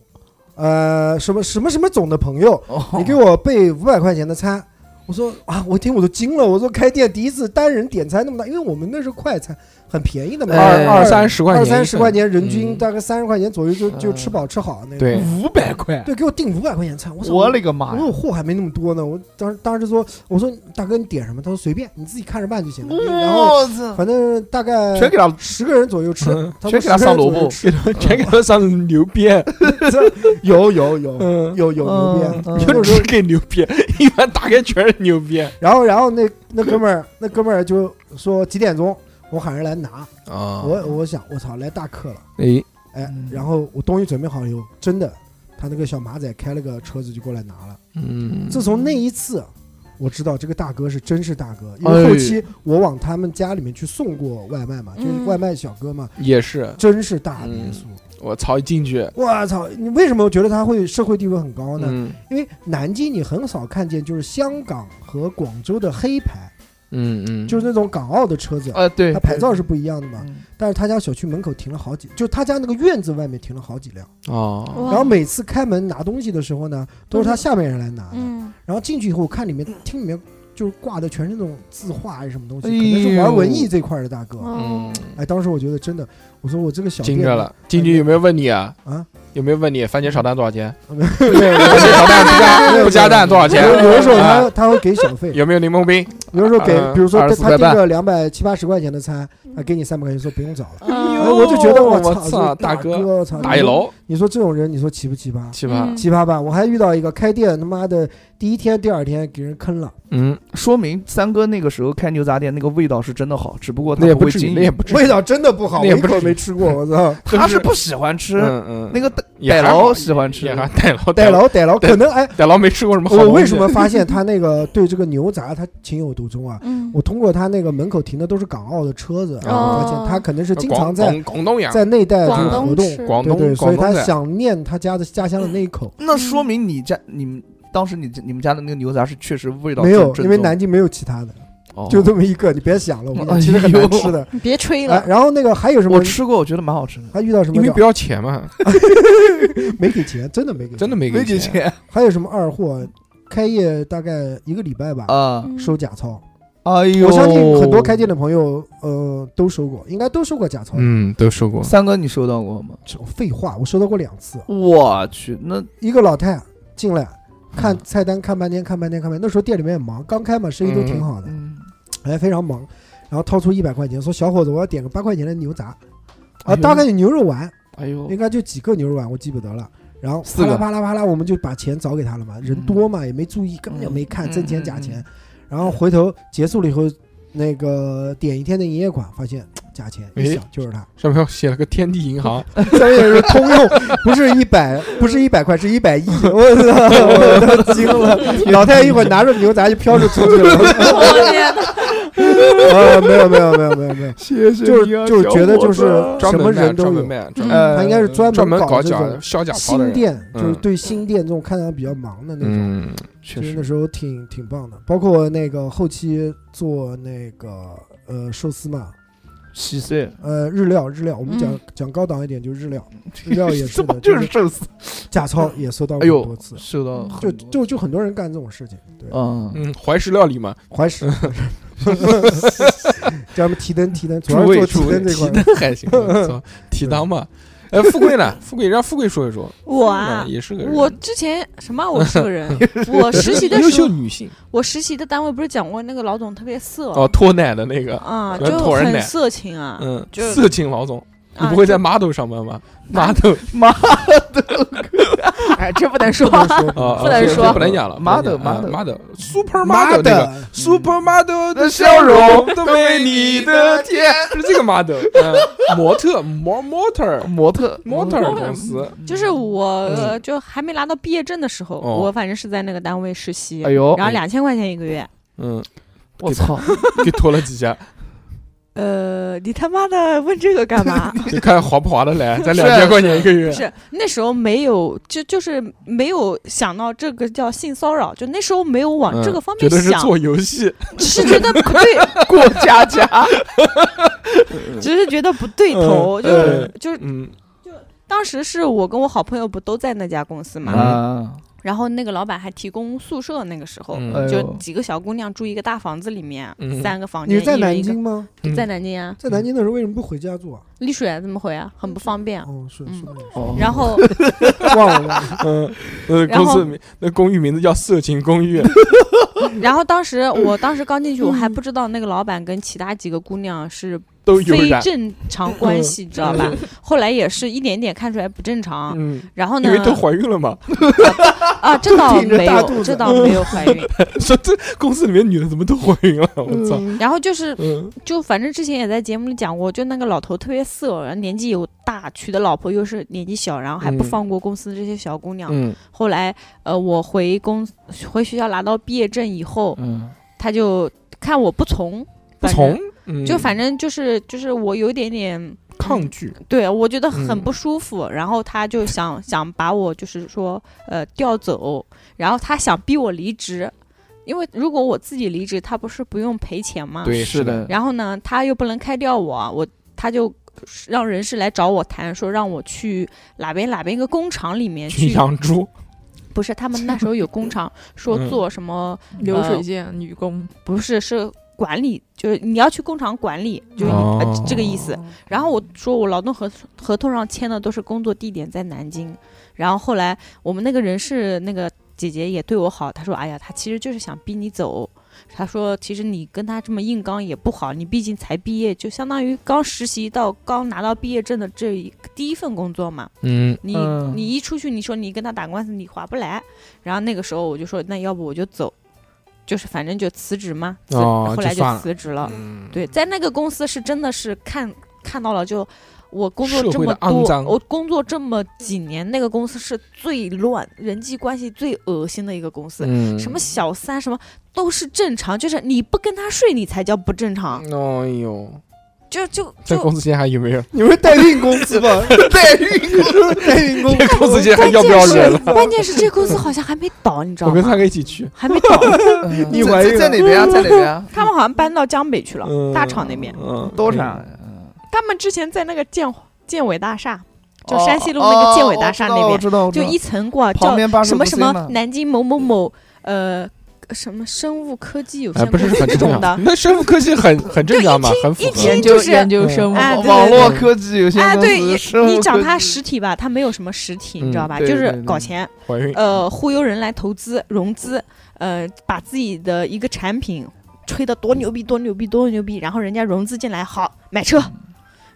Speaker 3: 呃，什么什么什么总的朋友，
Speaker 2: 哦
Speaker 3: 你给我备五百块钱的餐。我说啊，我一听我都惊了，我说开店第一次单人点餐那么大，因为我们那是快餐，很便宜的嘛，
Speaker 2: 哎
Speaker 1: 呃二二三
Speaker 3: 十
Speaker 1: 十块钱
Speaker 3: 二
Speaker 1: 一份，
Speaker 3: 三十块钱，人均
Speaker 1: 嗯
Speaker 3: 大概三十块钱左右就就
Speaker 2: 嗯
Speaker 3: 吃饱吃好那种。
Speaker 1: 对
Speaker 2: 五百块，
Speaker 3: 对，给我订五百块钱餐，我操，
Speaker 2: 我勒个妈
Speaker 3: 我
Speaker 2: 呀！
Speaker 3: 有货还没那么多呢，我当时当时就说，我说大哥你点什么？他说随便，你自己看着办就行了。然后
Speaker 2: 操，
Speaker 3: 反正大概
Speaker 2: 嗯全给他
Speaker 3: 十个人左右吃，
Speaker 1: 嗯
Speaker 3: 他说
Speaker 2: 全给他
Speaker 3: 10个人
Speaker 2: 上萝
Speaker 3: 左右
Speaker 2: 卜
Speaker 3: 吃
Speaker 1: 全给他上牛鞭，
Speaker 3: 有有有
Speaker 1: 嗯，
Speaker 3: 有有牛
Speaker 2: 嗯
Speaker 3: 鞭，
Speaker 2: 嗯
Speaker 3: 有
Speaker 1: 就
Speaker 3: 时候
Speaker 1: 只给牛鞭，一般打开全是牛鞭
Speaker 3: 然后然后那那哥们儿那哥们儿就说几点钟，我喊人来拿，
Speaker 1: 啊
Speaker 3: 我我想我操来大客了，
Speaker 1: 哎，
Speaker 3: 哎
Speaker 2: 嗯，
Speaker 3: 然后我东西准备好以后，真的，他那个小马仔开了个车子就过来拿了。
Speaker 1: 嗯，
Speaker 3: 自从那一次，我知道这个大哥是真是大哥，因为
Speaker 1: 哎
Speaker 3: 后期我往他们家里面去送过外卖嘛，就是
Speaker 4: 嗯
Speaker 3: 外卖小哥嘛，
Speaker 1: 也是，
Speaker 3: 真是大
Speaker 1: 嗯
Speaker 3: 别墅。
Speaker 1: 我操，一进去，
Speaker 3: 我操，你为什么觉得他会社会地位很高呢？
Speaker 1: 嗯
Speaker 3: 因为南京你很少看见，就是香港和广州的黑牌，
Speaker 1: 嗯嗯，啊
Speaker 3: 就是那种港澳的车子，
Speaker 2: 呃，对，
Speaker 3: 它牌照是不一样的嘛。
Speaker 2: 嗯
Speaker 3: 但是他家小区门口停了好几，就他家那个院子外面停了好几辆。
Speaker 1: 哦，
Speaker 4: 哇
Speaker 3: 然后每次开门拿东西的时候呢，都是他下面人来拿的。
Speaker 4: 嗯
Speaker 3: 然后进去以后，我看里面厅里面就是挂的全是那种字画还是什么东西，
Speaker 1: 哎
Speaker 3: 可能是
Speaker 1: 呦
Speaker 3: 玩文艺这块的大哥。
Speaker 4: 哦
Speaker 1: 嗯，
Speaker 3: 哎，当时我觉得真的，我说我这个小店
Speaker 1: 惊着了，进去有没有问你啊？
Speaker 3: 啊，
Speaker 1: 有没有问你番茄炒蛋多少 钱？
Speaker 3: 对，对
Speaker 1: 番茄炒蛋不加 不加蛋多少钱？
Speaker 3: 有有的时候他
Speaker 1: 啊
Speaker 3: 他会给小费，
Speaker 1: 有没有柠檬冰？
Speaker 3: 有的时候给
Speaker 1: 嗯，
Speaker 3: 比如说
Speaker 1: 24
Speaker 3: 他
Speaker 1: 块
Speaker 3: 订
Speaker 1: 半
Speaker 3: 个两百七八十块钱的餐，
Speaker 4: 嗯
Speaker 3: 他给你三百块钱，说不用找了。
Speaker 1: 哎
Speaker 4: 哦
Speaker 3: 哎，
Speaker 1: 呦
Speaker 3: 我就觉得我
Speaker 1: 我
Speaker 3: 操，
Speaker 1: 操
Speaker 3: 这
Speaker 1: 大哥
Speaker 3: 哥，我操，
Speaker 1: 打一楼，
Speaker 3: 你说这种人，你说奇不奇葩？
Speaker 1: 七八，
Speaker 4: 嗯
Speaker 3: 奇葩吧？我还遇到一个开店，他妈的第一天、第二天给人坑了，
Speaker 1: 嗯，
Speaker 2: 说明三哥那个时候开牛杂店，那个味道是真的好，只不过他
Speaker 1: 那也不
Speaker 2: 会
Speaker 1: 至于，
Speaker 2: 经
Speaker 1: 那也
Speaker 2: 营，
Speaker 1: 不至于
Speaker 3: 味，道真的不好，
Speaker 1: 那
Speaker 3: 我
Speaker 1: 也
Speaker 3: 一
Speaker 1: 不
Speaker 3: 口
Speaker 1: 至于
Speaker 3: 没吃过，我 操！
Speaker 2: 他是不喜欢吃
Speaker 1: 嗯嗯，
Speaker 2: 那个傣
Speaker 1: 也还
Speaker 2: 傣
Speaker 1: 好
Speaker 2: 佬喜欢吃
Speaker 1: 也，还逮牢
Speaker 3: 逮牢逮牢，可能哎，
Speaker 1: 逮牢没吃过什么好东西。啊
Speaker 3: 我为什么发现他那个对这个牛杂他情有独钟啊？
Speaker 4: 嗯
Speaker 3: 我通过他那个门口停的都是港澳的车子，然后我发现他可能是经常
Speaker 1: 广
Speaker 3: 在
Speaker 1: 广广东呀？
Speaker 3: 在内带就是
Speaker 1: 广
Speaker 3: 活
Speaker 4: 东
Speaker 3: 动，
Speaker 4: 吃
Speaker 1: 广
Speaker 3: 对对，
Speaker 1: 东
Speaker 3: 所
Speaker 1: 广
Speaker 3: 以他
Speaker 1: 东在
Speaker 3: 想念他家的家乡的那一口。
Speaker 2: 那说明你家你们当时你你们家的那个牛杂是确实味道
Speaker 3: 没有，
Speaker 2: 正
Speaker 3: 因为
Speaker 2: 正宗
Speaker 3: 南京没有其他的，
Speaker 1: 哦
Speaker 3: 就这么一个，你别想了，我跟你讲，其实很
Speaker 2: 哎呦
Speaker 3: 难吃的。
Speaker 4: 你别吹
Speaker 3: 哎
Speaker 4: 了，，
Speaker 3: 然后那个还有什么
Speaker 2: 我？吃过，我觉得蛮好吃的，
Speaker 3: 还遇到什
Speaker 1: 因
Speaker 3: 么
Speaker 1: 为
Speaker 3: 叫
Speaker 1: 不要钱嘛，
Speaker 3: 没给钱，真的没给，
Speaker 1: 真的。没
Speaker 2: 没
Speaker 1: 给
Speaker 2: 给。钱
Speaker 3: 还有什么二货？开业大概一个礼拜吧，
Speaker 2: 啊！
Speaker 4: 嗯
Speaker 3: 收假钞。
Speaker 2: 哎呦，
Speaker 3: 我相信很多开店的朋友，呃，都收过，应该都收过假钞。
Speaker 1: 嗯，都收过。
Speaker 2: 哎三哥，你收到过吗？
Speaker 3: 这种废话，我收到过两次。
Speaker 2: 我去，那
Speaker 3: 一个老太进来
Speaker 2: 嗯
Speaker 3: 看菜单，看半天，看半天，看半天。那时候店里面也忙，刚开嘛，生意都挺好的，
Speaker 2: 嗯，
Speaker 3: 哎，非常忙。然后掏出一百块钱，说：“小伙子，我要点个八块钱的牛杂，
Speaker 2: 哎
Speaker 3: 啊，
Speaker 2: 呦
Speaker 3: 大概有牛肉丸，
Speaker 2: 哎呦
Speaker 3: 应，该就几个牛肉丸，我记不得了。”然后
Speaker 2: 四
Speaker 3: 啪
Speaker 2: 个
Speaker 3: 啦啪啦啪啦，我们就把钱找给他了嘛，人多嘛，也没注意，根本就没看
Speaker 2: 嗯
Speaker 3: 真钱假钱。然后回头结束了以后，那个点一天的营业款，发现假钱，一想就是他。
Speaker 1: 上面写了个天地银行，
Speaker 3: 这也是通用，不是一百，不是一百块，是一百亿。我操， 我都惊了！老太太一会儿拿着牛杂就飘着出去了。
Speaker 5: 我天，
Speaker 3: 呃，没有没有没有没有没有，
Speaker 2: 谢谢
Speaker 3: 就是
Speaker 2: 你啊
Speaker 3: 就是觉得
Speaker 2: 小伙
Speaker 3: 就是
Speaker 2: 子
Speaker 1: 专
Speaker 3: 什么
Speaker 1: 门卖
Speaker 3: 人都
Speaker 1: 专门
Speaker 3: 有
Speaker 1: 卖
Speaker 5: 嗯
Speaker 1: 专门
Speaker 2: 呃
Speaker 3: 他应该是专
Speaker 1: 专门搞
Speaker 3: 搞这
Speaker 1: 假
Speaker 3: 种
Speaker 1: 削假包的
Speaker 3: 新
Speaker 1: 人。
Speaker 3: 店，就是
Speaker 1: 嗯
Speaker 3: 对新店这种看起来比较忙的那种。
Speaker 1: 嗯，
Speaker 2: 确
Speaker 3: 其实
Speaker 2: 实
Speaker 3: 那时候挺挺棒的，包括那个后期做那个呃寿司嘛，
Speaker 2: 稀碎，
Speaker 3: 呃日料日料，我们讲、
Speaker 4: 嗯
Speaker 3: 讲高档一点，就是日料，日料也是
Speaker 2: 这
Speaker 3: 的
Speaker 2: 不，就是
Speaker 3: 是
Speaker 2: 宙斯
Speaker 3: 假钞也收到过
Speaker 2: 哎呦
Speaker 3: 很多次，
Speaker 2: 受到很
Speaker 3: 就
Speaker 2: 多
Speaker 3: 就就很多人干这种事情，对，
Speaker 2: 嗯，
Speaker 1: 嗯，怀石料理嘛，
Speaker 3: 怀石，叫他们提灯提灯，主
Speaker 1: 诸
Speaker 3: 要
Speaker 1: 位
Speaker 3: 是做
Speaker 1: 诸
Speaker 3: 提
Speaker 1: 位
Speaker 3: 灯
Speaker 1: 提
Speaker 3: 这块儿，
Speaker 1: 灯 还行，我操提裆嘛。哎，富贵呢？富贵让富贵说一说。
Speaker 4: 我
Speaker 1: 嗯
Speaker 4: 啊，
Speaker 1: 也是个人
Speaker 4: 我 之前什么啊我是个人，我实习的
Speaker 1: 优
Speaker 4: 时
Speaker 1: 秀
Speaker 4: 候，
Speaker 1: 女性
Speaker 4: 我实习的单位不是讲过那个老总特别色
Speaker 1: 哦，脱奶的那个，
Speaker 4: 啊，
Speaker 1: 喜欢
Speaker 4: 就
Speaker 1: 捅人奶
Speaker 4: 很色情啊，
Speaker 1: 嗯，
Speaker 4: 就
Speaker 1: 色情老总，你
Speaker 4: 啊
Speaker 1: 不会
Speaker 4: 就啊
Speaker 1: 在码头上班吧？码 头
Speaker 5: 哎，这不能说
Speaker 3: 不能说
Speaker 1: 啊，啊
Speaker 5: 不能
Speaker 1: 这
Speaker 5: 说
Speaker 1: 不能讲了。
Speaker 2: Model，model
Speaker 1: 码头，super model 那个
Speaker 3: 的
Speaker 1: super model 的
Speaker 2: 的
Speaker 1: 笑
Speaker 2: 笑
Speaker 1: 容
Speaker 2: 容
Speaker 1: 都没你的甜，是这个 model，嗯， 模特模模特儿
Speaker 2: 模特
Speaker 1: 模特儿公司，
Speaker 4: 就是我、呃就还没拿到毕业证的时候，
Speaker 1: 嗯哦
Speaker 4: 我反正是在那个单位实习，
Speaker 2: 哎呦
Speaker 4: 然后两千块钱一个月，
Speaker 1: 嗯，
Speaker 2: 我 操，
Speaker 1: 给拖了几 下，
Speaker 4: 呃，你他妈的问这个干 嘛？
Speaker 1: 就看划不划得来，才
Speaker 2: 是
Speaker 1: 两千块钱一个月，
Speaker 4: 是那时候没有，就就是没有想到这个叫性骚扰，就那时候没有往
Speaker 1: 嗯
Speaker 4: 这个方
Speaker 1: 觉
Speaker 4: 面
Speaker 1: 得是
Speaker 4: 想，
Speaker 1: 做 游戏，
Speaker 4: 只是觉得不 对，
Speaker 2: 过家家，
Speaker 4: 只是觉得不对头，
Speaker 1: 嗯
Speaker 4: 就是就是
Speaker 1: 嗯
Speaker 4: 当时是我跟我好朋友不都在那家公司
Speaker 1: 嗯
Speaker 4: 嘛，
Speaker 2: 啊，
Speaker 4: 然后那个老板还提供宿舍，那个时候。
Speaker 1: 嗯
Speaker 2: 哎呦
Speaker 4: 就几个小姑娘住一个大房子里面，
Speaker 1: 嗯
Speaker 4: 三个房
Speaker 3: 你
Speaker 4: 间，
Speaker 3: 是在
Speaker 4: 一人
Speaker 3: 南
Speaker 4: 一个
Speaker 3: 京吗？
Speaker 1: 嗯
Speaker 4: 在南京啊，
Speaker 3: 在南京的时候为什么不回家住啊？
Speaker 4: 丽水啊怎么回啊？很不方便。
Speaker 3: 哦，是是的，
Speaker 2: 哦
Speaker 4: 然后
Speaker 3: 忘了忘了，
Speaker 1: 嗯，那
Speaker 4: 然
Speaker 1: 公
Speaker 4: 后
Speaker 1: 司名那公寓名字叫色情公 寓，
Speaker 4: 然后当时我当时刚进去，我
Speaker 3: 嗯
Speaker 4: 还不知道那个老板跟其他几个姑娘是
Speaker 1: 都有
Speaker 4: 非
Speaker 1: 染，
Speaker 4: 正常关系，知道 吧？后来也是一点点看出来不正常。
Speaker 1: 嗯，
Speaker 4: 然后呢
Speaker 1: 因为？都怀孕了嘛。
Speaker 4: 啊，这 倒
Speaker 3: 挺着
Speaker 4: 没
Speaker 3: 大肚
Speaker 4: 有，
Speaker 3: 子
Speaker 4: 这倒没有怀孕。
Speaker 1: 说这公司里面女的怎么都怀孕了，
Speaker 4: 嗯
Speaker 1: 我操！
Speaker 4: 然后就是，
Speaker 1: 嗯
Speaker 4: 就反正之前也在节目里讲过，就那个老头特别色，然后年纪又大，娶的老婆又是年纪小，然后还不
Speaker 1: 嗯
Speaker 4: 放过公司这些小姑娘。
Speaker 1: 嗯
Speaker 4: 后来，呃，我回公回学校拿到毕业证以后，
Speaker 2: 嗯，
Speaker 4: 他就看我不从，
Speaker 1: 不
Speaker 4: 反
Speaker 1: 从
Speaker 4: 正，
Speaker 1: 嗯
Speaker 4: 就反正就是就是我有一点点，
Speaker 1: 抗拒，
Speaker 4: 对我觉得很
Speaker 1: 嗯
Speaker 4: 不舒服，然后他就想想把我就是说呃调走，然后他想逼我离职，因为如果我自己离职，他不是不用赔钱吗？
Speaker 1: 对，
Speaker 2: 是
Speaker 1: 的，
Speaker 2: 的，
Speaker 4: 然后呢，他又不能开掉我，我他就。让人事来找我谈，说让我去哪边哪边一个工厂里面
Speaker 1: 去
Speaker 4: 去，
Speaker 1: 养猪，
Speaker 4: 不是他们那时候有 工厂，说
Speaker 1: 嗯
Speaker 4: 做什么
Speaker 5: 流水
Speaker 4: 呃
Speaker 5: 线女工，
Speaker 4: 不是，是管理，就是你要去工厂管理，就是你、
Speaker 1: 哦
Speaker 4: 呃、这个意思。然后我说我劳动合合同上签的都是工作地点在南京，然后后来我们那个人事那个姐姐也对我好，她说哎呀，她其实就是想逼你走。她说：“其实你跟她这么硬刚也不好，你毕竟才毕业，就相当于刚实习到刚拿到毕业证的这一第一份工作嘛。
Speaker 1: 嗯
Speaker 4: 你、
Speaker 2: 嗯
Speaker 4: 你一出去，你说你跟他打官司，你划不来。然后那个时候我就说，那要不我就走，就是反正就辞职嘛。辞
Speaker 1: 哦
Speaker 4: 后来
Speaker 1: 就
Speaker 4: 就
Speaker 1: 算了
Speaker 4: 辞职了。
Speaker 1: 嗯，
Speaker 4: 对，在那个公司是真的是看看到了就。我工作
Speaker 1: 社
Speaker 4: 这
Speaker 1: 会
Speaker 4: 么
Speaker 1: 的肮
Speaker 4: 多
Speaker 1: 脏，
Speaker 4: 我工作这么几年，那个公司是最乱、人际关系最恶心的一个公司。
Speaker 1: 嗯
Speaker 4: 什么小三，什么都是正常，就是你不跟他睡，你才叫不正常。
Speaker 1: 哎呦，
Speaker 4: 就就
Speaker 1: 在
Speaker 4: 就
Speaker 1: 公司现在还有没有？
Speaker 3: 你们代运公 司吧？代运代运公司
Speaker 1: 在公司现在还要不要人了？
Speaker 4: 关键是这公司好像还没倒，你知道
Speaker 1: 我跟他
Speaker 4: 吗？
Speaker 1: 哥一起去，
Speaker 4: 还没倒，
Speaker 3: 你
Speaker 2: 在
Speaker 3: 怀孕
Speaker 2: 在
Speaker 3: 了
Speaker 2: 哪边啊？在哪边啊？
Speaker 4: 他们好像搬到江北去了，
Speaker 1: 嗯
Speaker 4: 大厂那边。
Speaker 1: 嗯，
Speaker 2: 多少？
Speaker 4: 他们之前在那个建建伟大厦，就山西路那个建伟大厦那边
Speaker 2: 哦哦我知道，我知
Speaker 4: 就
Speaker 2: 道
Speaker 4: 一层过，
Speaker 2: 旁
Speaker 4: 啊叫
Speaker 2: 边八十
Speaker 4: 什么什么
Speaker 2: 呢？
Speaker 4: 南京某某某，呃，什么生物科技有
Speaker 1: 哎，
Speaker 4: 限
Speaker 1: 不
Speaker 4: 公
Speaker 1: 是
Speaker 4: 司
Speaker 1: 很
Speaker 4: 这
Speaker 1: 正
Speaker 4: 种
Speaker 1: 常
Speaker 4: 的，，
Speaker 1: 那生物科技很很正常嘛，很符
Speaker 4: 一
Speaker 1: 合
Speaker 4: 听。
Speaker 5: 研
Speaker 4: 就
Speaker 5: 究
Speaker 4: 是
Speaker 5: 研究生物，
Speaker 4: 哎对
Speaker 2: 嗯网络科技有限
Speaker 4: 啊，
Speaker 2: 公司
Speaker 4: 对，也
Speaker 2: 生物科技
Speaker 4: 你找他实体吧，他没有什么实体，你知道
Speaker 2: 嗯
Speaker 4: 吧？
Speaker 2: 对
Speaker 4: 就是
Speaker 2: 对对
Speaker 4: 搞钱，
Speaker 1: 怀孕，
Speaker 4: 呃，忽悠人来投资融资，呃，把自己的一个产品吹得多牛逼多牛逼多牛逼，然后人家融资进来，好买车，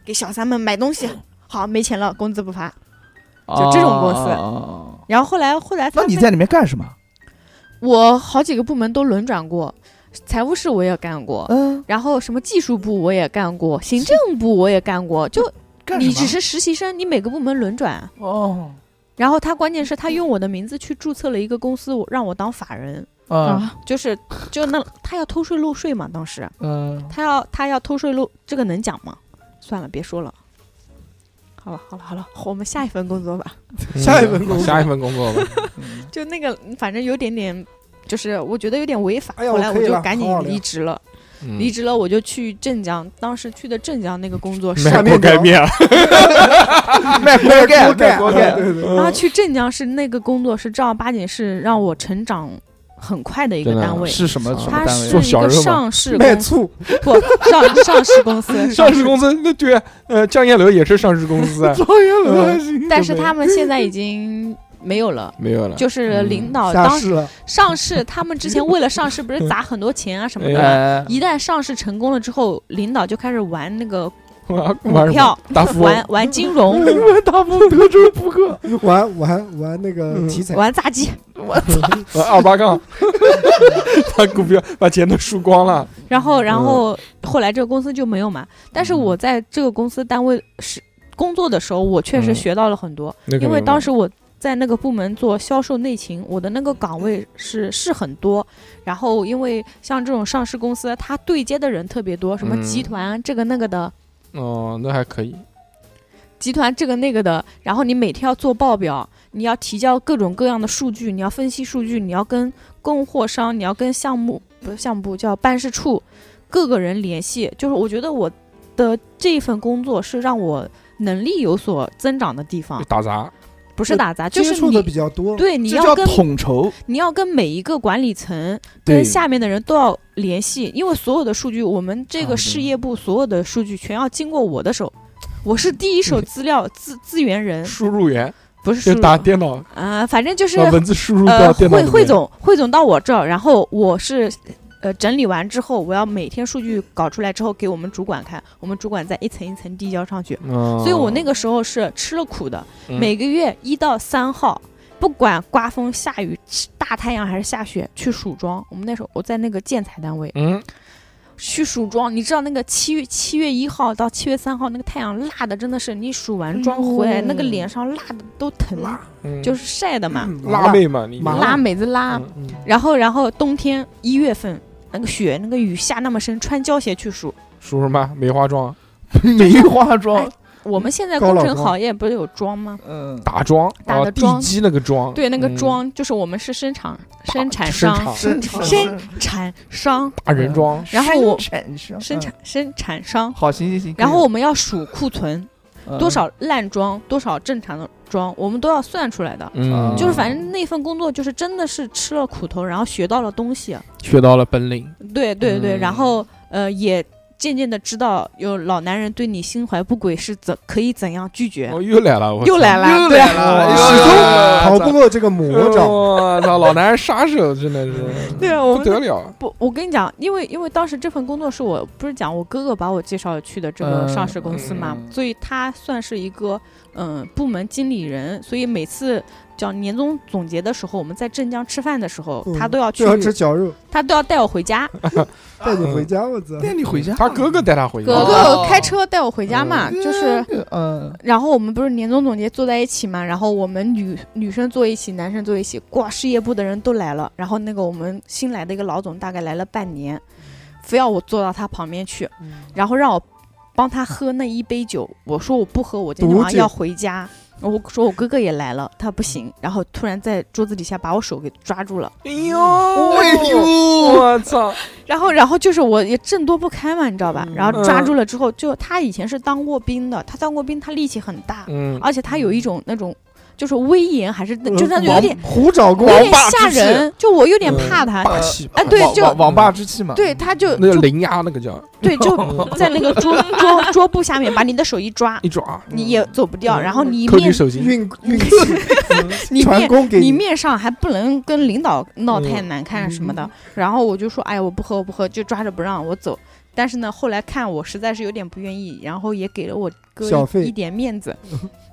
Speaker 4: 给小三们买东西，好没钱了，工资不发。就这种公司
Speaker 2: 啊啊啊啊
Speaker 4: 然后后来后来他
Speaker 2: 那
Speaker 4: 们，
Speaker 2: 你在里面干什么？
Speaker 4: 我好几个部门都轮转过，财务室我也干过，
Speaker 2: 嗯，
Speaker 4: 然后什么技术部我也干过，行政部我也干过，就
Speaker 2: 干什
Speaker 4: 你
Speaker 2: 么？
Speaker 4: 只是实习生，你每个部门轮转。啊
Speaker 2: 哦，
Speaker 4: 然后他关键是他用我的名字去注册了一个公司，我让我当法人，
Speaker 2: 啊
Speaker 5: 啊，
Speaker 4: 就是就那他要偷税漏税嘛，当时
Speaker 2: 嗯，
Speaker 4: 他要他要偷税漏，这个能讲吗？算了，别说了。好了好了好了，我们下一份工作吧。
Speaker 3: 下一份工作
Speaker 1: 嗯下一份工 作吧。
Speaker 4: 就那个，反正有点点，就是我觉得有点违法。
Speaker 3: 哎呀
Speaker 4: 后来
Speaker 3: 我可
Speaker 4: 我
Speaker 3: 以
Speaker 4: 就
Speaker 3: 了
Speaker 4: 赶紧
Speaker 3: 好好聊
Speaker 4: 离职了，
Speaker 1: 嗯
Speaker 4: 离职了我就去镇江，当时去的镇江那个 工作室，
Speaker 1: 卖锅盖面啊，
Speaker 2: 卖锅盖，卖锅
Speaker 3: 对
Speaker 2: 盖，
Speaker 3: 对对，
Speaker 4: 然后啊去镇江是那个工作室正儿八经是让我成长很快的一个
Speaker 1: 真的啊
Speaker 4: 单位。
Speaker 2: 是什么什么
Speaker 4: 它
Speaker 2: 单
Speaker 4: 是
Speaker 2: 位
Speaker 1: 做？
Speaker 4: 一
Speaker 1: 小
Speaker 4: 个
Speaker 1: 肉吗
Speaker 4: 上市
Speaker 3: 卖
Speaker 4: 公
Speaker 3: 醋，
Speaker 4: 不上 上市公 司，啊
Speaker 1: 上市公司那对，呃，酱烟楼也是上市公司啊，
Speaker 3: 张彦
Speaker 1: 伦 还
Speaker 3: 行
Speaker 4: 但是他们现在已经没有了。
Speaker 1: 没有了，
Speaker 4: 就是领导
Speaker 3: 下
Speaker 4: 当
Speaker 3: 市了，
Speaker 4: 上市，他们之前为了上市不是砸很多钱啊什 么的。
Speaker 2: 哎，
Speaker 4: 一旦上市成功了之后，领导就开始玩那个
Speaker 1: 玩
Speaker 4: 呃股
Speaker 1: 玩
Speaker 4: 票，
Speaker 1: 大富翁
Speaker 4: 玩玩金融，
Speaker 2: 大风德州扑 克，
Speaker 3: 玩玩玩那
Speaker 2: 嗯
Speaker 3: 个体彩，
Speaker 4: 玩炸鸡。
Speaker 1: 玩呃二八 杠，把股票把钱都输光了，
Speaker 4: 然后，然
Speaker 1: 嗯
Speaker 4: 后后来这个公司就没有嘛。但是我在这个公司单位是工作的时候，我确实
Speaker 1: 嗯
Speaker 4: 学到了很多，
Speaker 1: 那
Speaker 4: 因为当时我在那个部门做销售内勤，我的那个岗位是是很多。然后，因为像这种上市公司，它对接的人特别多，什么
Speaker 1: 嗯
Speaker 4: 集团这个那个的，
Speaker 1: 哦，那还可以，
Speaker 4: 集团这个那个的。然后你每天要做报表，你要提交各种各样的数据，你要分析数据，你要跟供货商，你要跟项目不是项目部叫办事处各个人联系。就是我觉得我的这份工作是让我能力有所增长的地方
Speaker 1: 就，打杂，
Speaker 4: 不是打杂，就
Speaker 3: 接
Speaker 4: 是
Speaker 3: 触的比
Speaker 4: 你。
Speaker 3: 较多，
Speaker 4: 对，你
Speaker 2: 这
Speaker 4: 要
Speaker 2: 叫
Speaker 4: 跟
Speaker 2: 统 筹，
Speaker 4: 你要跟每一个管理层、
Speaker 2: 对
Speaker 4: 跟下面的人都要联系，因为所有的数据，我们这
Speaker 2: 啊对
Speaker 4: 个事业部所有的数据全要经过我的手，我是第一手资料资资源人，
Speaker 1: 输入源
Speaker 4: 不是
Speaker 1: 就
Speaker 4: 嗯输入
Speaker 1: 打电脑，
Speaker 4: 啊、反正就是
Speaker 1: 把文字输入
Speaker 4: 呃
Speaker 1: 到电脑
Speaker 4: 汇
Speaker 1: 里面
Speaker 4: 汇，总汇总到我这儿，然后我是。呃，整理完之后，我要每天数据搞出来之后给我们主管看，我们主管再一层一层递交上去。所以我那
Speaker 1: 个
Speaker 4: 个时候是吃了苦的，
Speaker 1: 嗯
Speaker 4: 每个月一到三号，不管刮风下雨、大太阳还是下雪，去数庄。我们那时候我在那个建材单位
Speaker 1: 嗯
Speaker 4: 去数庄，你知道那个七月七月一号到七月三号那个太阳辣的真的是，你数完
Speaker 3: 哎
Speaker 4: 妆
Speaker 3: 呦
Speaker 4: 回来、那个脸上嗯辣的都疼，
Speaker 1: 嗯
Speaker 4: 就是晒的嘛，
Speaker 1: 辣妹嘛，你
Speaker 3: 麻
Speaker 4: 拉每子拉。
Speaker 1: 嗯
Speaker 3: 嗯，
Speaker 4: 然后然后冬天一月份。那个雪，那个雨下那么深，穿胶鞋去数。
Speaker 1: 数什么？没化妆，
Speaker 2: 没化妆
Speaker 4: 哎，我们现在
Speaker 3: 高
Speaker 4: 工
Speaker 3: 老
Speaker 4: 程
Speaker 3: 庄
Speaker 4: 行业不是有桩吗？
Speaker 2: 嗯，
Speaker 1: 打桩，
Speaker 4: 打
Speaker 1: 哦
Speaker 4: 的
Speaker 1: 地
Speaker 4: 桩
Speaker 1: 基那个桩，
Speaker 4: 对，那个
Speaker 1: 嗯
Speaker 4: 桩就是我们是生产生
Speaker 1: 打
Speaker 4: 产
Speaker 1: 生
Speaker 4: 商，嗯
Speaker 1: 产
Speaker 2: 生啊
Speaker 4: 生产商，
Speaker 1: 打人桩，
Speaker 4: 然后我
Speaker 2: 产
Speaker 1: 嗯
Speaker 2: 商
Speaker 4: 生产生产商，
Speaker 2: 好，行行行，
Speaker 4: 然后我们要数库存，
Speaker 2: 嗯
Speaker 4: 多少烂装，多少正常的装，我们都要算出来的。
Speaker 1: 嗯，
Speaker 4: 就是反正那份工作就是真的是吃了苦头，然后学到了东西，啊
Speaker 1: 学到了本领，
Speaker 4: 对对对，
Speaker 1: 嗯
Speaker 4: 然后呃也渐渐的知道有老男人对你心怀不轨是怎可以怎样拒绝，
Speaker 1: 哦，又来了，我
Speaker 4: 又
Speaker 1: 操
Speaker 4: 来了，
Speaker 2: 又
Speaker 4: 对
Speaker 2: 来
Speaker 4: 啊
Speaker 2: 了，
Speaker 1: 哇
Speaker 2: 又
Speaker 3: 始终
Speaker 1: 哎
Speaker 2: 来了
Speaker 3: 逃不过这个魔掌，
Speaker 1: 我操，老男人杀手真的是
Speaker 4: 对啊，我
Speaker 1: 不得
Speaker 4: 们
Speaker 1: 了，
Speaker 4: 不，我跟你讲，因为因为当时这份工作是我不是讲我哥哥把我介绍去的这个
Speaker 2: 嗯
Speaker 4: 上市公司嘛，
Speaker 2: 嗯
Speaker 4: 所以他算是一个嗯、部门经理人，所以每次叫年终总结的时候，我们在镇江吃饭的时候，
Speaker 3: 嗯
Speaker 4: 他都要去
Speaker 3: 就，要吃绞肉，
Speaker 4: 他都要带我回家，
Speaker 1: 啊
Speaker 3: 带
Speaker 1: 嗯
Speaker 3: 你回家，我操，
Speaker 2: 带你回家，
Speaker 1: 他哥哥带他回去，
Speaker 4: 哥
Speaker 2: 哦
Speaker 4: 哥开车带我回家嘛，就是。
Speaker 2: 嗯，
Speaker 4: 然后我们不是年终总结坐在一起嘛，然后我们女女生坐一起，男生坐一起，哇，事业部的人都来了。然后那个我们新来的一个老总大概来了半年，非要我坐到他旁边去，然后让我帮他喝那一杯酒。我说我不喝，我今天晚
Speaker 3: 毒
Speaker 4: 上
Speaker 3: 酒
Speaker 4: 要回家。我说我哥哥也来了，他不行，然后突然在桌子底下把我手给抓住了，
Speaker 1: 哎呦，
Speaker 2: 哎呦，
Speaker 1: 我操，
Speaker 4: 然后然后就是我也挣脱不开嘛，你知道吧？然后抓住了之后，就他以前是当过兵的，他当过兵，他力气很大，
Speaker 1: 嗯，
Speaker 4: 而且他有一种那种就是威严，还是
Speaker 3: 嗯
Speaker 4: 就是那种有点
Speaker 3: 虎爪
Speaker 4: 有
Speaker 3: 功，
Speaker 4: 点
Speaker 1: 霸之
Speaker 4: 吓
Speaker 1: 气
Speaker 4: 人，就我有点
Speaker 1: 嗯
Speaker 4: 怕他。
Speaker 1: 霸气，
Speaker 4: 哎对
Speaker 2: 王
Speaker 4: 就
Speaker 2: 王王霸之气嘛，
Speaker 4: 对，他就
Speaker 1: 那叫
Speaker 4: 就
Speaker 1: 零压，那个叫
Speaker 4: 对， 就在那个桌桌桌布下面把你的手一抓，
Speaker 1: 一抓，
Speaker 4: 你也走不掉，
Speaker 1: 嗯
Speaker 4: 然后你
Speaker 1: 扣你
Speaker 4: 面
Speaker 1: 手心，
Speaker 3: 运运气，
Speaker 4: 你
Speaker 3: 传
Speaker 4: 面
Speaker 3: 功给
Speaker 4: 你面上还不能跟领导闹太
Speaker 1: 嗯
Speaker 4: 难看什么的，然后我就说，哎呀，我不喝，我不喝，就抓着不让我走。但是呢，后来看我实在是有点不愿意，然后也给了我哥
Speaker 3: 小费
Speaker 4: 一一点面子，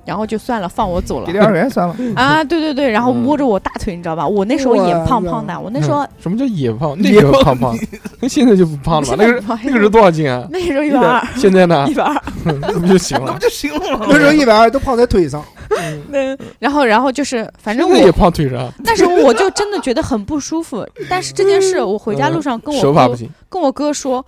Speaker 4: 然后就算了，放我走了
Speaker 2: 给点二元算了，
Speaker 4: 啊！对对对，然后
Speaker 1: 嗯
Speaker 4: 摸着我大腿，你知道吧？我那时候也
Speaker 3: 哇
Speaker 4: 胖胖的，我那时候
Speaker 1: 什么叫野胖？那
Speaker 2: 野
Speaker 1: 时候胖胖，那现在就不胖了 吧？那个时候那个时候多少斤啊？
Speaker 4: 那时候一百二，
Speaker 1: 现在呢？
Speaker 4: 一百二
Speaker 1: 那不就行
Speaker 2: 那
Speaker 1: 了
Speaker 2: 不？就行了吗？
Speaker 3: 那时候一百二都胖在腿上，
Speaker 4: 那然后然后就是反正
Speaker 1: 现在也
Speaker 4: 我，
Speaker 1: 胖腿上，
Speaker 4: 但是我就真的觉得很不 舒服。但是这件事我回家路上跟
Speaker 1: 嗯手
Speaker 4: 我
Speaker 1: 法不
Speaker 4: 哥
Speaker 1: 行，
Speaker 4: 跟我哥说，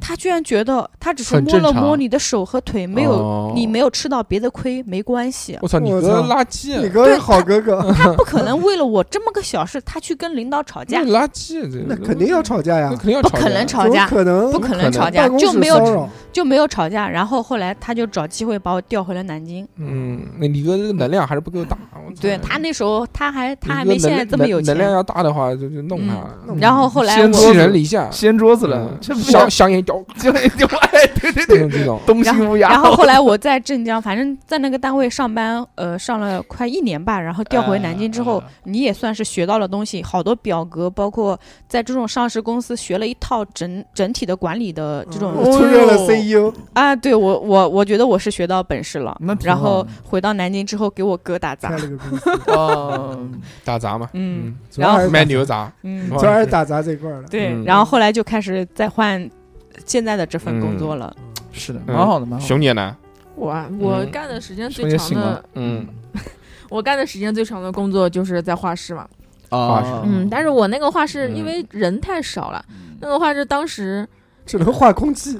Speaker 4: 他居然觉得他只是
Speaker 1: 很
Speaker 4: 摸
Speaker 1: 正
Speaker 4: 了
Speaker 1: 常
Speaker 4: 摸你的手和腿，没有
Speaker 1: 哦
Speaker 4: 你没有吃到别的亏，没关 系。
Speaker 1: 我操，你
Speaker 3: 我
Speaker 1: 哥啊
Speaker 3: 操
Speaker 1: 垃圾，
Speaker 3: 你哥是好哥哥，
Speaker 1: 嗯
Speaker 4: 他不可能为了我这么个小事，他去跟领导吵架
Speaker 1: 你，垃圾，啊这
Speaker 3: 那肯定要啊吵架呀
Speaker 1: 那，肯定要
Speaker 4: 不
Speaker 1: 吵架，
Speaker 4: 可能
Speaker 3: 怎
Speaker 4: 嗯吵
Speaker 3: 么
Speaker 4: 架，
Speaker 3: 可能
Speaker 4: 不可能吵架
Speaker 3: 办，公
Speaker 4: 就
Speaker 3: 室
Speaker 4: 没
Speaker 3: 骚
Speaker 4: 有
Speaker 3: 扰，
Speaker 4: 就没有吵架。然后后来他就找机会把我调回了南京。
Speaker 1: 嗯，那你哥这个能量还是不够大，我操
Speaker 4: 对他那时候他还他还
Speaker 1: 嗯你哥
Speaker 4: 没现
Speaker 1: 能
Speaker 4: 在这么
Speaker 1: 能
Speaker 4: 有
Speaker 1: 能量
Speaker 4: 钱。
Speaker 1: 要大的话，就就弄他
Speaker 3: 嗯
Speaker 1: 了，
Speaker 4: 然后后来
Speaker 2: 先
Speaker 1: 寄
Speaker 4: 我
Speaker 2: 做
Speaker 1: 人篱下，
Speaker 2: 掀桌子了
Speaker 1: 嗯，
Speaker 2: 这不要
Speaker 1: 香香烟叼，
Speaker 2: 就就哎，对对
Speaker 1: 这
Speaker 2: 对，
Speaker 1: 种 这种，
Speaker 2: 东兴乌鸦，
Speaker 4: 然后后来我在镇江，反正在那个单位上班，呃，上了快一年吧。然后调回南京之后
Speaker 1: 啊啊，
Speaker 4: 你也算是学到了东西，好多表格，包括在这种上市公司学了一套整整体的管理的这种
Speaker 3: 出任了
Speaker 2: 哦
Speaker 3: CEO，
Speaker 4: 啊，对我我我觉得我是学到本事了
Speaker 2: 那。挺
Speaker 4: 然
Speaker 2: 好
Speaker 4: 后
Speaker 2: 的
Speaker 4: 回到南京之后，给我哥打
Speaker 3: 开
Speaker 4: 杂，
Speaker 3: 了个公 司，
Speaker 2: 哦，
Speaker 1: 打杂嘛，
Speaker 4: 嗯，
Speaker 3: 主
Speaker 4: 然
Speaker 3: 要还
Speaker 4: 后
Speaker 3: 是
Speaker 1: 卖牛杂，
Speaker 4: 嗯
Speaker 1: 哦
Speaker 3: 主要 还是打杂这一块儿的。
Speaker 4: 对
Speaker 1: 嗯，
Speaker 4: 然后后来就开始再换现在的这份工作了。
Speaker 2: 是的，
Speaker 1: 嗯
Speaker 2: 蛮好的，蛮好的。
Speaker 1: 熊姐呢？
Speaker 5: 我啊我
Speaker 1: 嗯
Speaker 5: 干的时间
Speaker 2: 说
Speaker 5: 最
Speaker 2: 也
Speaker 5: 长
Speaker 2: 行
Speaker 5: 的
Speaker 2: 了，
Speaker 1: 嗯，
Speaker 5: 我干的时间最长的工作就是在画室嘛。
Speaker 1: 画室
Speaker 2: 啊，
Speaker 5: 嗯，但是我那个画室
Speaker 1: 嗯
Speaker 5: 因为人太少了，那个画室当时
Speaker 3: 只能画 空气，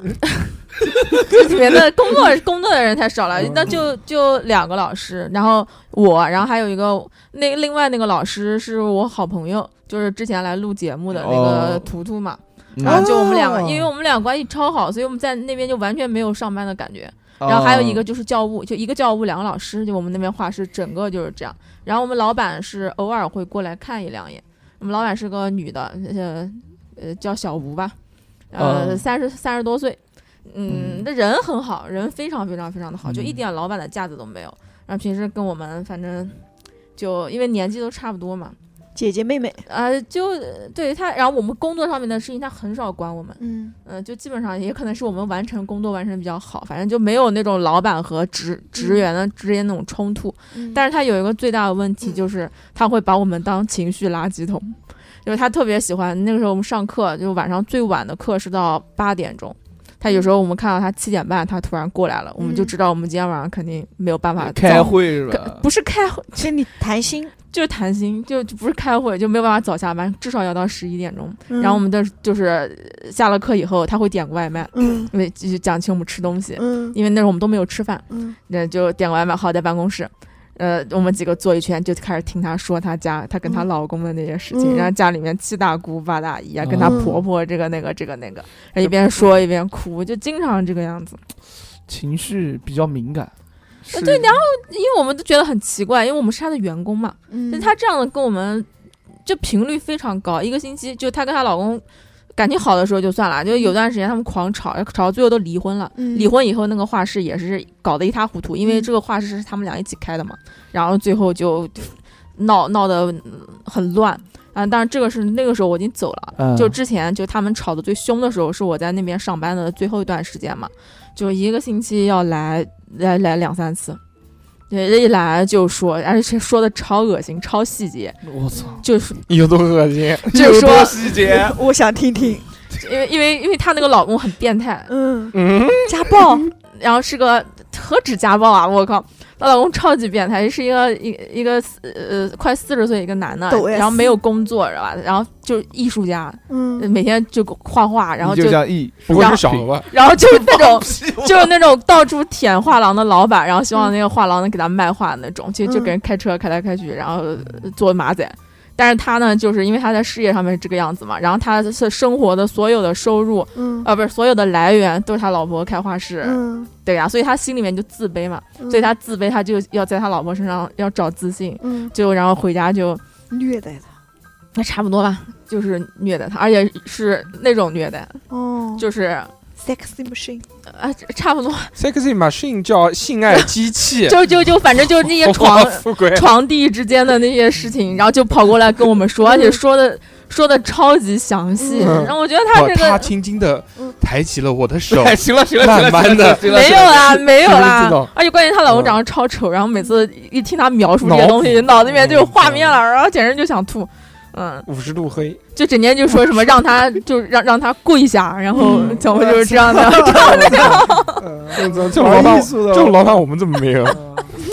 Speaker 5: 里面的工作工作的人太少了
Speaker 3: 嗯，
Speaker 5: 那就就两个老师，然后我，然后还有一个那另外那个老师是我好朋友，就是之前来录节目的那个
Speaker 2: 哦
Speaker 5: 图图嘛，然
Speaker 2: 嗯
Speaker 5: 后就我们两个，
Speaker 3: 哦
Speaker 5: 因为我们俩关系超好，所以我们在那边就完全没有上班的感觉。然后还有
Speaker 2: 哦
Speaker 5: 一个就是教务，就一个教务两个老师，就我们那边画室整个就是这样。然后我们老板是偶尔会过来看一两眼，我们老板是个女的，呃呃叫小吴吧，呃
Speaker 2: 嗯
Speaker 5: 三十三十多岁，
Speaker 2: 嗯
Speaker 5: 嗯，那人很好，人非常非常非常的好，就一
Speaker 2: 嗯
Speaker 5: 点老板的架子都没有。然后平时跟我们反正就因为年纪都差不多嘛，
Speaker 4: 姐姐妹妹，
Speaker 5: 呃，就呃对他，然后我们工作上面的事情他很少管我们，
Speaker 4: 嗯，
Speaker 5: 嗯，就基本上也可能是我们完成工作完成得比较好，反正就没有那种老板和职职员的之间那种冲突。但
Speaker 4: 是
Speaker 5: 是他有一个最大的问题，就是他会把我们当情绪垃圾桶，就是他特别喜欢。那个时候我们上课，就晚上最晚的课是到八点钟。他有时候我们看到他七点半，他突然过来了，我们就
Speaker 4: 嗯
Speaker 5: 知道我们今天晚上肯定没有办法
Speaker 2: 开
Speaker 5: 早。
Speaker 2: 会是
Speaker 5: 可
Speaker 2: 吧？
Speaker 5: 不是开会，
Speaker 4: 跟你谈心，
Speaker 5: 就是谈心，就就不是开会，就没有办法早下班，至少要到十一点钟。然后我们的就是呃下了课以后，他会点个外卖，
Speaker 4: 嗯
Speaker 5: 因为就就讲请我们吃东西，
Speaker 4: 嗯
Speaker 5: 因为那时候我们都没有吃饭，
Speaker 4: 嗯
Speaker 5: 那就点个外卖，好在办公室。呃，我们几个坐一圈就开始听她说她家，她跟她
Speaker 4: 嗯
Speaker 5: 老公的那些事情，
Speaker 4: 嗯
Speaker 5: 然后家里面七大姑八大姨啊，
Speaker 2: 嗯
Speaker 5: 跟她婆婆这个那个这个那个，然后一边说一边哭，就经常这个样子。
Speaker 2: 情绪比较敏感。
Speaker 5: 呃对，然后因为我们都觉得很奇怪，因为我们是她的员工嘛，
Speaker 4: 嗯
Speaker 5: 就她这样的跟我们，就频率非常高，一个星期就她跟她老公感情好的时候就算了，就有段时间他们狂吵，吵到最后都离婚了。离婚以后，那个画室也是搞得一塌糊涂，因为
Speaker 4: 嗯
Speaker 5: 这个画室是他们俩一起开的嘛，然后最后就闹闹得很乱。啊，当然这个是那个时候我已经走了，
Speaker 2: 嗯
Speaker 5: 就之前就他们吵得最凶的时候，是我在那边上班的最后一段时间嘛，就一个星期要来来来两三次，对，一来就说，而且说的超恶心、超细 节，
Speaker 2: 我操，
Speaker 5: 就是
Speaker 1: 有多恶 心？啊
Speaker 5: 就是说
Speaker 2: 有多细节，
Speaker 4: 我想听听，
Speaker 5: 因为因为因为她那个老公很变态，
Speaker 4: 嗯，
Speaker 1: 嗯，
Speaker 4: 家暴，
Speaker 5: 然后是个何止家暴啊！我靠，她老公超级变态，是一个一一个四呃快四十岁一个男的
Speaker 4: 抖 S，
Speaker 5: 然后没有工作，知道吧？然后就是艺术家，
Speaker 4: 嗯，
Speaker 5: 每天就画画，然后
Speaker 2: 你就像 E，
Speaker 1: 不会是小鹅吧？
Speaker 5: 然后就是 那种
Speaker 2: 就，
Speaker 5: 就是那种到处舔画廊的老板，然后希望那个画廊能给他卖画那种，就
Speaker 4: 嗯
Speaker 5: 就给人开车开来开去，然后呃做马仔。但是他呢，就是因为他在事业上面是这个样子嘛，然后他是生活的所有的收入，
Speaker 4: 嗯
Speaker 5: 呃，不是所有的来源都是他老婆开画室，
Speaker 4: 嗯，
Speaker 5: 对呀、所以他心里面就自卑嘛，所以他自卑，他就要在他老婆身上要找自信，
Speaker 4: 嗯
Speaker 5: 就然后回家就
Speaker 4: 虐待他，
Speaker 5: 那差不多吧，就是虐待他，而且是那种虐待，
Speaker 4: 哦
Speaker 5: 就是啊、
Speaker 4: sexy machine，
Speaker 5: 呃差不多，
Speaker 1: Sexy Machine 叫性爱机器，
Speaker 5: 就就就反正就是那些床
Speaker 1: 哇富贵，啊
Speaker 5: 床地之间的那些事情，然后就跑过来跟我们说，而且说的说的超级详细，
Speaker 1: 嗯
Speaker 5: 然后我觉得他这
Speaker 1: 他
Speaker 5: 个
Speaker 1: 轻轻的
Speaker 4: 嗯
Speaker 1: 抬起了我的手
Speaker 2: 哎， 行了行了行了，
Speaker 1: 慢慢地
Speaker 2: 行了
Speaker 5: 没
Speaker 2: 行
Speaker 5: 有啊
Speaker 2: 了
Speaker 5: 啦，没有
Speaker 1: 是不是知道嗯
Speaker 5: 啦，而且关键她老公长得超丑，然后每次一听她描述这些东西，
Speaker 1: 脑补嗯
Speaker 5: 脑子里面就有画面了，然后简直就想吐，嗯。
Speaker 1: 五十度黑，
Speaker 5: 就整天就说什么让他就让让他跪下，然后
Speaker 4: 嗯
Speaker 5: 怎么就是这样的，
Speaker 3: 嗯，这
Speaker 1: 这种老板，
Speaker 3: 艺
Speaker 1: 这
Speaker 3: 术的， 呃
Speaker 1: 种老板我们怎么没有？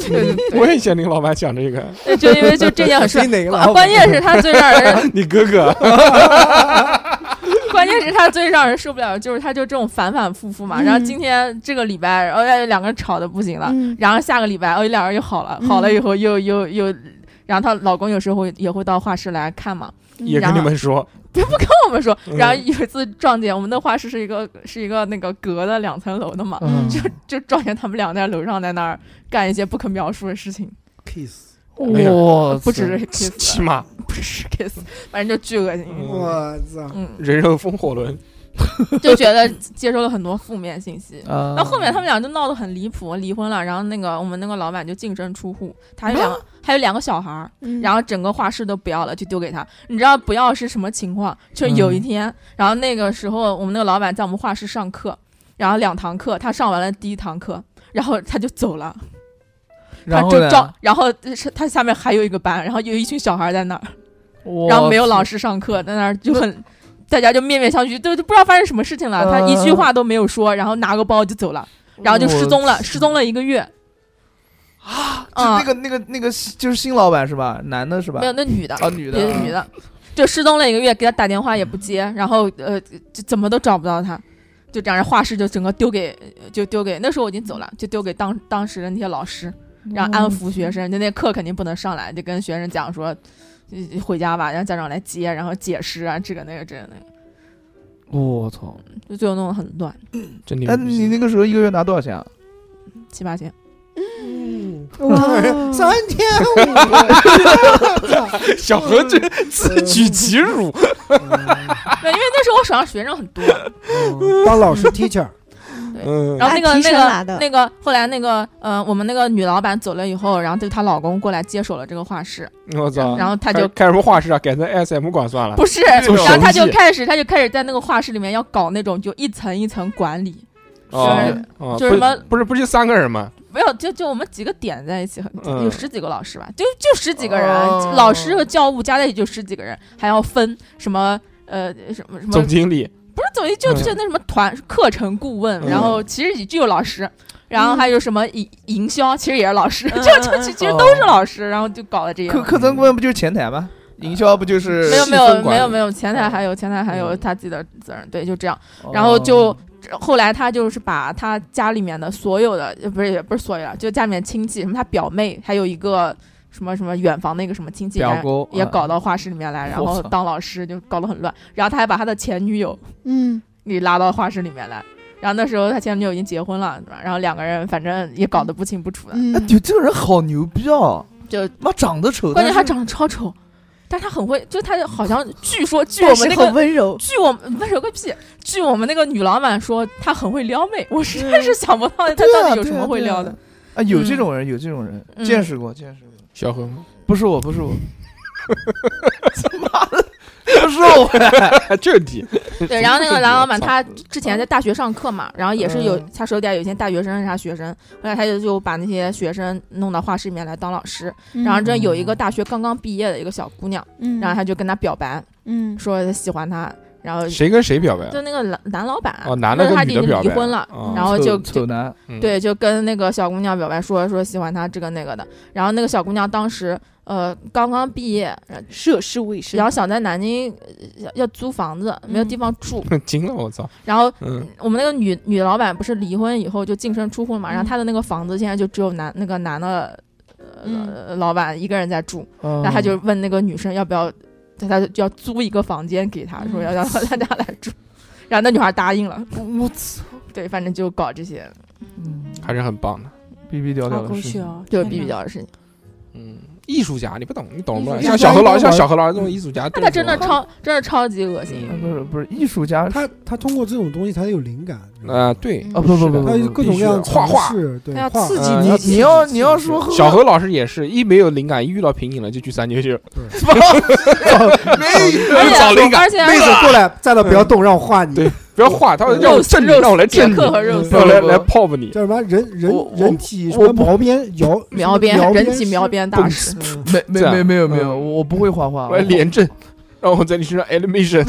Speaker 5: 对对
Speaker 1: 我也想听老板讲这个，
Speaker 5: 对，就因为就这件很帅
Speaker 3: 谁。哪个
Speaker 5: 关
Speaker 3: 老
Speaker 5: 关键是他最让 人，
Speaker 1: 你哥 哥
Speaker 5: 关键是他最让人受不了，就是他就这种反反复复嘛。然后今天这个礼拜，然后哎两个人吵得不行了，
Speaker 4: 嗯
Speaker 5: 然后下个礼拜，哦，两人又好了，
Speaker 4: 嗯
Speaker 5: 好了以后又又又，然后她老公有时候会也会到画室来看嘛，
Speaker 1: 也
Speaker 5: 然后
Speaker 1: 跟你们说，
Speaker 5: 跟我们说。然后有一次撞见我们的画室是一个是一个那个隔的两层楼的嘛，
Speaker 2: 嗯
Speaker 5: 就就撞见他们俩在楼上在那儿干一些不可描述的事情，
Speaker 3: kiss？
Speaker 2: 哎
Speaker 1: 呀
Speaker 2: 哇，
Speaker 5: 不止是
Speaker 1: 起
Speaker 5: kiss，
Speaker 1: 起码
Speaker 5: 不是 kiss，反正就巨恶心。
Speaker 1: 嗯
Speaker 3: 我操！
Speaker 5: 嗯，
Speaker 1: 人肉风火轮，
Speaker 5: 就觉得接收了很多负面信 息。
Speaker 2: 啊！
Speaker 5: 那后面他们俩就闹得很离谱，离婚了。然后那个我们那个老板就净身出户，他有两
Speaker 2: 啊
Speaker 5: 个，还有两个小孩儿，然
Speaker 2: 嗯
Speaker 4: 后
Speaker 5: 后整个画室都不要了，就丢给他。你知道不要是什么情况？就是
Speaker 2: 嗯
Speaker 5: 有一天，然后那个时候我们那个老板在我们画室上课，然后两堂课，他上完了第一堂课，然后他就走了，他
Speaker 2: 然后
Speaker 5: 就
Speaker 2: 呢
Speaker 5: 照，然后是他下面还有一个班，然后有一群小孩在那儿，
Speaker 2: 哇
Speaker 5: 然后没有老师上课，在那儿就很。大家就面面相觑，都都不知道发生什么事情
Speaker 2: 呃
Speaker 5: 了。他一句话都没有说，然后拿个包就走了，然后就失踪了，失踪了一个月。
Speaker 2: 就
Speaker 5: 啊
Speaker 2: 那个那个那个就是新老板是吧？男的是吧
Speaker 5: 没？有，那女的
Speaker 2: 啊，女的
Speaker 5: 也是女的，就失踪了一个月，给他打电话也不接，然后呃，就怎么都找不到他，就这样，然后画室就整个丢给就丢给那时候我已经走了，就丢给当当时的那些老师，然后安抚学生，就那课肯定不能上来，就跟学生讲说。呃回家吧，让家长来接，然后解释啊，这个那个这个那个，
Speaker 2: 我操！
Speaker 5: 就最后弄得很乱，
Speaker 1: 真
Speaker 2: 哎，
Speaker 1: 牛
Speaker 2: 你
Speaker 1: 逼！
Speaker 2: 那个时候一个月拿多少钱啊？
Speaker 5: 七八千。
Speaker 3: 嗯，
Speaker 4: 哇
Speaker 3: 三天五夜，
Speaker 1: 小何这自
Speaker 2: 嗯
Speaker 1: 取其辱，
Speaker 5: 对，因为那时候我手上学生很多，
Speaker 3: 嗯当老师 teacher，
Speaker 1: 嗯
Speaker 5: 然后那个
Speaker 4: 按提
Speaker 5: 那
Speaker 4: 成拿
Speaker 5: 个
Speaker 4: 的
Speaker 5: 那个后来那个呃，我们那个女老板走了以后，然后就她老公过来接手了这个画室，
Speaker 1: 嗯我操，
Speaker 5: 然后他
Speaker 1: 开
Speaker 5: 就
Speaker 1: 开什么画室啊？改成 SM 馆算了。
Speaker 5: 不是，
Speaker 1: 做
Speaker 5: 然后
Speaker 1: 手
Speaker 5: 他就
Speaker 1: 艺
Speaker 5: 开始，他就开始在那个画室里面要搞那种就一层一层管理，
Speaker 1: 哦
Speaker 5: 是
Speaker 1: 哦
Speaker 5: 就是什么
Speaker 1: 不是不是就三个人吗？
Speaker 5: 没有就就我们几个点在一起，
Speaker 1: 嗯
Speaker 5: 有十几个老师吧，就就十几个人，
Speaker 2: 哦
Speaker 5: 老师和教务加在一起就十几个人，还要分什么呃什么什么
Speaker 1: 总经理
Speaker 5: 不是总结，就
Speaker 1: 嗯
Speaker 5: 就那什么团课程顾问，
Speaker 1: 嗯
Speaker 5: 然后其实也就有老师，然后还有什么营营销，其实也是老师，就
Speaker 1: 嗯
Speaker 5: 就其其实都是老师，然后就搞的这
Speaker 2: 课
Speaker 5: 样。
Speaker 2: 课程顾问不就是前台吗？营销不就是
Speaker 5: 没有没
Speaker 1: 细
Speaker 5: 有
Speaker 1: 分管
Speaker 5: 没
Speaker 1: 理
Speaker 5: 有没有，前台还有前台还有
Speaker 1: 嗯
Speaker 5: 他自己的责任，对，就这样。
Speaker 2: 哦
Speaker 5: 然后就后来他就是把他家里面的所有的，呃不是也不是所有的，就家里面亲戚，什么他表妹，还有一个什么什么远房的一个什么亲戚，
Speaker 2: 表
Speaker 5: 然后
Speaker 2: 哥嗯
Speaker 5: 也搞到画室里面来，然
Speaker 2: 我
Speaker 5: 后
Speaker 2: 操
Speaker 5: 当老师就搞得很乱。然后他还把他的前女友
Speaker 4: 嗯
Speaker 5: 给拉到画室里面来。然后那时候他前女友已经结婚了，是吧然后两个人反正也搞得不清不楚的，
Speaker 2: 哎，
Speaker 4: 嗯
Speaker 2: 就这个人好牛逼哦！
Speaker 5: 就
Speaker 2: 妈长得丑，
Speaker 5: 关键他
Speaker 2: 但是
Speaker 5: 长得超丑，但是他很会，就他好像据说据我
Speaker 4: 但
Speaker 5: 们那
Speaker 4: 是
Speaker 5: 个
Speaker 4: 很温柔，
Speaker 5: 据我们温柔个屁！据我们那个女老板说，她很会撩妹，我实在是想不到她
Speaker 2: 对
Speaker 5: 到
Speaker 2: 啊
Speaker 5: 底有
Speaker 2: 对
Speaker 5: 什
Speaker 2: 啊
Speaker 5: 么会
Speaker 2: 对啊
Speaker 5: 撩的。
Speaker 2: 啊，有这
Speaker 5: 嗯
Speaker 2: 种人，有这种人，
Speaker 5: 嗯
Speaker 2: 见识过，见识过。
Speaker 1: 小何 吗？
Speaker 2: 不是我，不是我， 他妈的，不是我，
Speaker 1: 就是你。
Speaker 5: 对，然后那个男老板
Speaker 1: 操
Speaker 5: 他之前
Speaker 1: 嗯
Speaker 5: 在大学上课嘛，然后也是有
Speaker 2: 嗯
Speaker 5: 他手底下有一些大学生是他学生，后来他就就把那些学生弄到画室里面来当老师。然后
Speaker 1: 嗯
Speaker 5: 这有一个大学刚刚毕业的一个小姑娘，
Speaker 4: 嗯，
Speaker 5: 然后他就跟她表白，
Speaker 4: 嗯
Speaker 5: 说喜欢她，然后
Speaker 1: 谁跟谁表白？啊
Speaker 5: 就那个男男老板，
Speaker 1: 哦男的
Speaker 5: 呃那
Speaker 1: 跟
Speaker 5: 他已
Speaker 1: 女的
Speaker 5: 经
Speaker 1: 表白
Speaker 5: 离婚了，
Speaker 1: 哦
Speaker 5: 然后就就
Speaker 2: 丑男，
Speaker 1: 嗯，
Speaker 5: 对，就跟那个小姑娘表白说说喜欢她这个那个的，然后那个小姑娘当时呃刚刚毕业，
Speaker 4: 涉世未深
Speaker 5: 然后想在南京呃要要租房子，没
Speaker 4: 嗯
Speaker 5: 有地方住，
Speaker 1: 惊了，我操！
Speaker 5: 然后
Speaker 1: 嗯，
Speaker 5: 我们那个女女老板不是离婚以后就净身出户嘛，
Speaker 4: 嗯
Speaker 5: 然后她的那个房子现在就只有男那个男的呃
Speaker 4: 嗯哦
Speaker 5: 老板一个人在住，
Speaker 2: 那
Speaker 5: 然后她就问那个女生要不要，她她就要租一个房间给她，说
Speaker 4: 嗯
Speaker 5: 要让她家来住，然后那女孩答应了，
Speaker 2: 我操，
Speaker 5: 对，反正就搞这些
Speaker 1: 还是很棒的。
Speaker 2: 嗯逼逼屌屌
Speaker 4: 好
Speaker 2: 的
Speaker 4: 狗
Speaker 5: 啊
Speaker 2: 事
Speaker 4: 血
Speaker 2: 情，
Speaker 4: 哦，
Speaker 5: 就是
Speaker 4: 天
Speaker 5: 比比
Speaker 4: 哪
Speaker 5: 较的事情。
Speaker 1: 嗯，艺术家你不懂，你懂不了。
Speaker 4: 艺术
Speaker 1: 像
Speaker 4: 家
Speaker 1: 小何老，
Speaker 3: 艺术
Speaker 1: 像
Speaker 3: 家
Speaker 1: 小何老师这种艺术家，
Speaker 5: 那个真的
Speaker 1: 懂
Speaker 5: 超，真的超级恶心。
Speaker 2: 啊不是不是艺术家，
Speaker 3: 他他通过这种东西，他有灵感
Speaker 1: 啊，，对，
Speaker 5: 嗯
Speaker 2: 啊不不不
Speaker 3: 他
Speaker 2: 不
Speaker 3: 有各种各样的
Speaker 1: 必须的画画
Speaker 3: 尝试对
Speaker 4: 他要
Speaker 3: 画
Speaker 4: 刺激
Speaker 1: 嗯
Speaker 4: 你
Speaker 1: 要
Speaker 4: 自
Speaker 1: 刺
Speaker 4: 己
Speaker 2: 你要你要说
Speaker 1: 小何老师也是一没有灵感，一遇到瓶颈了就去三九九，
Speaker 2: 没
Speaker 5: 而且
Speaker 1: 找灵感
Speaker 5: 而且
Speaker 3: 妹子过来站到不要动，让我画你。
Speaker 1: 对不要画，他说让我
Speaker 5: 肉
Speaker 1: 震你，
Speaker 5: 肉
Speaker 1: 让我来震你，
Speaker 5: 克和肉丝
Speaker 1: 让我 来
Speaker 2: 不
Speaker 1: 来 pop 你。
Speaker 3: 叫什么人人
Speaker 2: 我我
Speaker 3: 人体什
Speaker 2: 我
Speaker 3: 么毛边摇
Speaker 5: 描
Speaker 3: 边
Speaker 5: 边人体描
Speaker 3: 边
Speaker 5: 边大师，
Speaker 2: 没没没没有没有，嗯我不会画画，
Speaker 1: 我来廉政，让我在你身上 animation。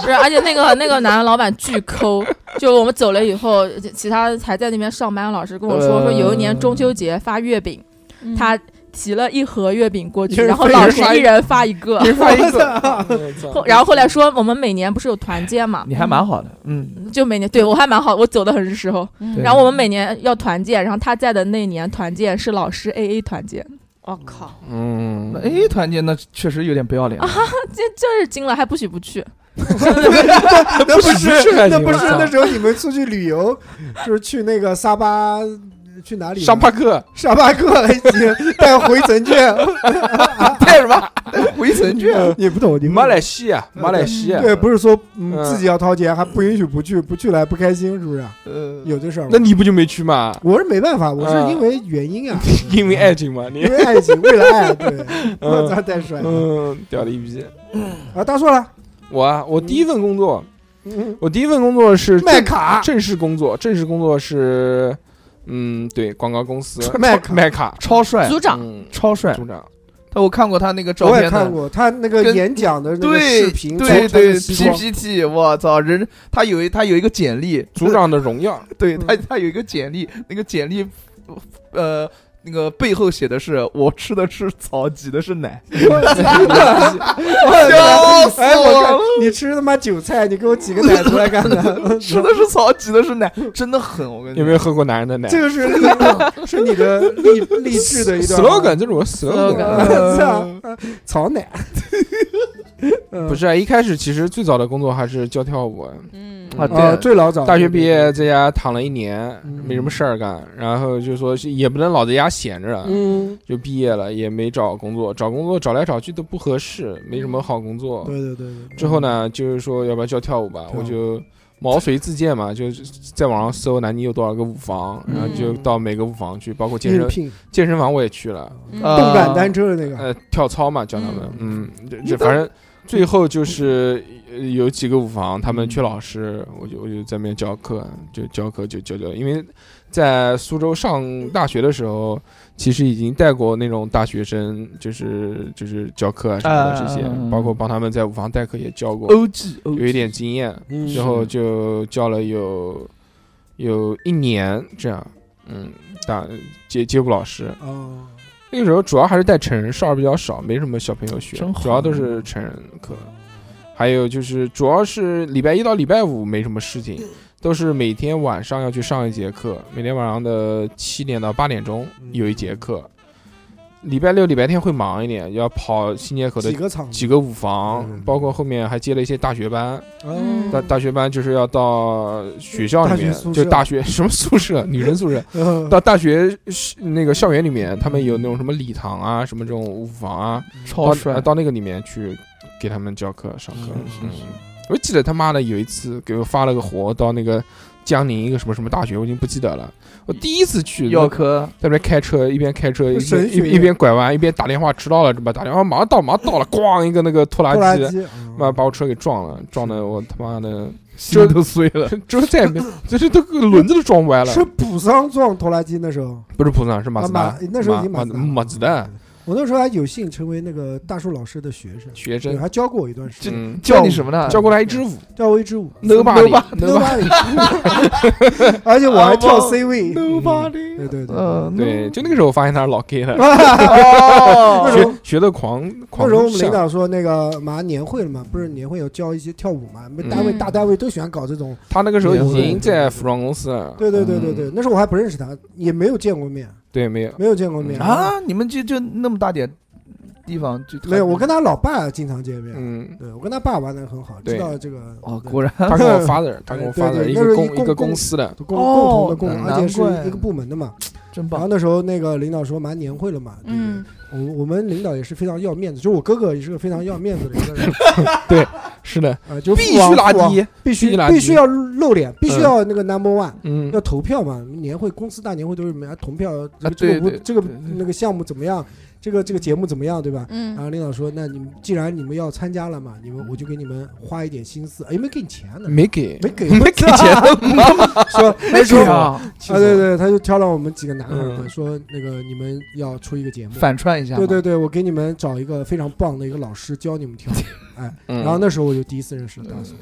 Speaker 5: 不是，而且那个那个男老板巨抠，就我们走了以后，其他还在那边上班的老师跟我说，
Speaker 2: 呃
Speaker 5: 说有一年中秋节发月饼，
Speaker 4: 嗯
Speaker 5: 他提了一盒月饼过
Speaker 2: 一
Speaker 5: 去，
Speaker 2: 人
Speaker 5: 然后
Speaker 2: 分一
Speaker 5: 老
Speaker 2: 人
Speaker 5: 师
Speaker 2: 发一
Speaker 5: 一人发一个。
Speaker 2: 发一个，
Speaker 1: 嗯
Speaker 5: 后 然后后来说我们每年不是有团建嘛，
Speaker 2: 你还蛮好的，嗯，
Speaker 5: 就每年对我还蛮好，我走的很时候。
Speaker 4: 嗯
Speaker 2: 对
Speaker 5: 然后我们每年要团建，然后他在的那年团建是老师 A A 团建，
Speaker 4: 我靠，
Speaker 1: 嗯
Speaker 2: 那，A 哎团建那确实有点不要 脸了，
Speaker 5: 这这是惊了，还不许不去。
Speaker 3: 那不是
Speaker 1: 是还行
Speaker 3: 那不是
Speaker 1: 我操
Speaker 3: 那时候你们出去旅游，就是去那个沙巴，去哪里？
Speaker 1: 上帕克，
Speaker 3: 沙巴克还行，带回程券，
Speaker 2: 带什么回啊程券？
Speaker 3: 你不懂，你不懂
Speaker 1: 马嗯来西亚，马来西亚，
Speaker 3: 对，不是说嗯
Speaker 1: 嗯
Speaker 3: 自己要掏钱，还不允许不去，不去了还不开心，是不是？
Speaker 2: 呃，
Speaker 3: 有这事儿吗
Speaker 1: 嗯那？你不就没去吗？
Speaker 3: 我是没办法，我
Speaker 1: 嗯
Speaker 3: 是因为原因啊，
Speaker 1: 因为爱情嘛，你
Speaker 3: 因，为爱情，为了爱， 对，我操，太帅了
Speaker 1: 嗯，屌了一逼。
Speaker 3: 啊！大硕了，
Speaker 1: 我啊，我第一份工作，
Speaker 3: 嗯
Speaker 1: 我第一份工作是
Speaker 3: 卖卡
Speaker 1: 正式工作，正式工作是，嗯，对，广告公 司
Speaker 3: 卖卡
Speaker 1: 卖卡，
Speaker 2: 超帅，
Speaker 4: 组长，
Speaker 1: 嗯，
Speaker 2: 超帅，
Speaker 1: 组长，
Speaker 2: 他我看过他那个照
Speaker 3: 我
Speaker 2: 片
Speaker 3: 也
Speaker 2: 的，
Speaker 3: 看过他那个
Speaker 2: 跟
Speaker 3: 演讲的那个
Speaker 2: 对
Speaker 3: 视频，
Speaker 2: 对对
Speaker 3: 从从
Speaker 2: ，PPT，我操，人他有一他有一个简历，
Speaker 1: 组长的荣耀，
Speaker 2: 对他
Speaker 3: 嗯
Speaker 2: 他有一个简历，那个简历，呃。那个背后写的是我吃的是草，挤的是 奶， 笑死
Speaker 3: 哎，我看
Speaker 2: 了！，
Speaker 3: 你吃他妈韭菜，你给我挤个奶出来干 的
Speaker 2: 吃的是草，挤的是奶，真的狠！我跟你
Speaker 1: 有没有喝过男人的奶
Speaker 3: 这个是励，是你的励励志的一段吗
Speaker 1: ？slogan，这是我 slogan。
Speaker 3: 我操，草奶，
Speaker 1: 不是啊，一开始其实最早的工作还是教跳舞，
Speaker 4: 嗯
Speaker 2: 啊
Speaker 1: 嗯
Speaker 2: 对
Speaker 3: 啊，最老早
Speaker 1: 大学毕业，在家躺了一年，
Speaker 3: 嗯
Speaker 1: 没什么事儿干，然后就说是也不能老在家闲着，
Speaker 3: 嗯，
Speaker 1: 就毕业了，也没找工作，找工作找来找去都不合适，没什么好工作。
Speaker 3: 嗯对对对对对，
Speaker 1: 之后呢，就是说要不要教跳舞吧，
Speaker 3: 跳舞
Speaker 1: 我就毛遂自荐嘛，就是在网上搜南京有多少个舞房，
Speaker 3: 嗯
Speaker 1: 然后就到每个舞房去，包括健
Speaker 3: 应
Speaker 1: 身
Speaker 3: 聘
Speaker 1: 健身房我也去了，
Speaker 4: 嗯
Speaker 2: 啊
Speaker 3: 动感单车的那个，
Speaker 1: 呃，跳操嘛教他们，嗯，这这反正最后就是呃有几个舞房他们缺老师，我就我就在那边教课，就教课就教教，因为在苏州上大学的时候，其实已经带过那种大学生，就是就是教课啊什么的这些
Speaker 2: 啊啊啊啊，
Speaker 1: 包括帮他们在舞房代课也教过，
Speaker 2: O G
Speaker 1: 有一点经验，
Speaker 3: 嗯
Speaker 1: 之后就教了有有一年这样，嗯，打接接舞老师。
Speaker 3: 哦，
Speaker 1: 那个时候主要还是带成人，少儿比较少，没什么小朋友学
Speaker 2: 真，好
Speaker 1: 主要都是成人课。还有就是主要是礼拜一到礼拜五没什么事情，都是每天晚上要去上一节课，每天晚上的七点到八点钟
Speaker 3: 嗯
Speaker 1: 有一节课。礼拜六、礼拜天会忙一点，要跑新街口的
Speaker 3: 几个厂
Speaker 1: 几个舞房
Speaker 3: 嗯，
Speaker 1: 包括后面还接了一些大学班。
Speaker 3: 嗯
Speaker 1: 大大学班就是要到学校里面
Speaker 3: 大学宿，舍
Speaker 1: 就大学什么宿舍，女生 宿舍，
Speaker 3: 嗯
Speaker 1: 到大学是那个校园里面，他们有那种什么礼堂啊，什么这种舞房啊，
Speaker 2: 超
Speaker 1: 到
Speaker 2: 帅
Speaker 1: 呃！到那个里面去给他们教课上课。
Speaker 3: 是
Speaker 1: 嗯
Speaker 3: 是是，
Speaker 1: 我记得他妈的有一次给我发了个活到那个江宁一个什么什么大学，我已经不记得了。我第一次去，
Speaker 2: 药科
Speaker 1: 在那边开车，一边开车一
Speaker 3: 神
Speaker 1: 边
Speaker 3: 学
Speaker 1: 一一边拐弯，一边打电话，迟到了，这么打电话，马上到，马上到了，咣一个那个拖拉
Speaker 3: 拖拉
Speaker 1: 机，
Speaker 3: 机，嗯
Speaker 1: 妈啊把我车给撞了，撞的我他妈的，
Speaker 2: 心都碎了，
Speaker 1: 之后再也没，就是都轮子都撞歪了
Speaker 3: 是。普桑撞拖拉机那时候，
Speaker 1: 不是普桑，是马自达
Speaker 3: 啊马，那时候已经
Speaker 1: 马
Speaker 3: 马自达了
Speaker 1: 马自达
Speaker 3: 我那时候还有幸成为那个大树老师的学生，
Speaker 1: 学
Speaker 3: 对，
Speaker 1: 生，
Speaker 3: 还教过我一段时间，
Speaker 1: 嗯，
Speaker 2: 教你什么呢？
Speaker 1: 教过来一支舞
Speaker 3: 教我一支舞
Speaker 1: ，Nobody，
Speaker 3: ，nobody，而且我还
Speaker 1: 啊
Speaker 3: 跳 C 位，对
Speaker 2: Nobody，
Speaker 3: 对对，
Speaker 2: 嗯，
Speaker 1: 对，就那个时候啊我发现他是老 gay 了，
Speaker 2: 哦，
Speaker 1: 学学的狂
Speaker 3: 那
Speaker 1: 狂
Speaker 3: 时候我们领
Speaker 1: 像
Speaker 3: 导说，那个马上年会了嘛，不是年会有教一些跳舞嘛，我们单位
Speaker 5: 嗯
Speaker 3: 大单位都喜欢搞这种。
Speaker 1: 他那个时候已经
Speaker 3: 对对
Speaker 1: 在
Speaker 3: 对
Speaker 1: 服装公司了，
Speaker 3: 对对对对
Speaker 1: 嗯
Speaker 3: 对，那时候我还不认识他，也没有见过面，
Speaker 1: 对，没有，
Speaker 3: 没有见过 面
Speaker 2: 啊，你们就就那么大点地方就
Speaker 3: 没有，我跟他老爸经常见面，
Speaker 1: 嗯，
Speaker 3: 对我跟他爸玩的很好，
Speaker 1: 对
Speaker 3: 知道这个
Speaker 2: 哦，
Speaker 3: 对
Speaker 2: 果然
Speaker 1: 他跟我 father，他跟我
Speaker 3: 对对
Speaker 1: father
Speaker 3: 那
Speaker 1: 一
Speaker 3: 时
Speaker 1: 个
Speaker 3: 候
Speaker 1: 公
Speaker 3: 一
Speaker 1: 一个
Speaker 3: 共
Speaker 1: 公司的，
Speaker 3: 共
Speaker 2: 哦
Speaker 3: 共同的共同，
Speaker 2: 难
Speaker 3: 而且是
Speaker 2: 怪
Speaker 3: 一个部门的嘛。
Speaker 2: 真
Speaker 3: 然后
Speaker 2: 棒，
Speaker 3: 那时候那个领导说马上年会了嘛，对不对
Speaker 4: 嗯，
Speaker 3: 我我们领导也是非常要面子，就我哥哥也是个非常要面子的一个人，
Speaker 1: 是的，
Speaker 3: 啊，就
Speaker 1: 必
Speaker 3: 父王
Speaker 1: 须拉
Speaker 3: 父王
Speaker 1: 低，
Speaker 3: 必
Speaker 1: 必须
Speaker 3: 须
Speaker 1: 拉低
Speaker 3: 必须要露脸，必须要那个 number one。
Speaker 1: 嗯
Speaker 3: 要投票嘛，年会公司大年会都是每同票，这
Speaker 2: 啊
Speaker 3: 个这个
Speaker 2: 对对
Speaker 3: 不这个
Speaker 2: 对对
Speaker 3: 那个项目怎么样，这个这个节目怎么样，对吧？然
Speaker 4: 嗯，
Speaker 3: 后领导说，那你们既然你们要参加了嘛，你
Speaker 2: 嗯
Speaker 3: 们我就给你们花一点心思，哎，没给你钱呢，
Speaker 1: 没给
Speaker 3: 没给，
Speaker 1: 没给钱，
Speaker 3: 说没
Speaker 2: 这
Speaker 3: 说啊，
Speaker 2: 样
Speaker 3: 对对，他就挑了我们几个男孩
Speaker 1: 嗯
Speaker 3: 子，说那个你们要出一个节目，
Speaker 2: 反串一下，
Speaker 3: 对对对，我给你们找一个非常棒的一个老师教你们跳舞，哎，
Speaker 6: 嗯
Speaker 3: 然后那时候我就第一次认识了大
Speaker 2: 嗯
Speaker 3: 锁。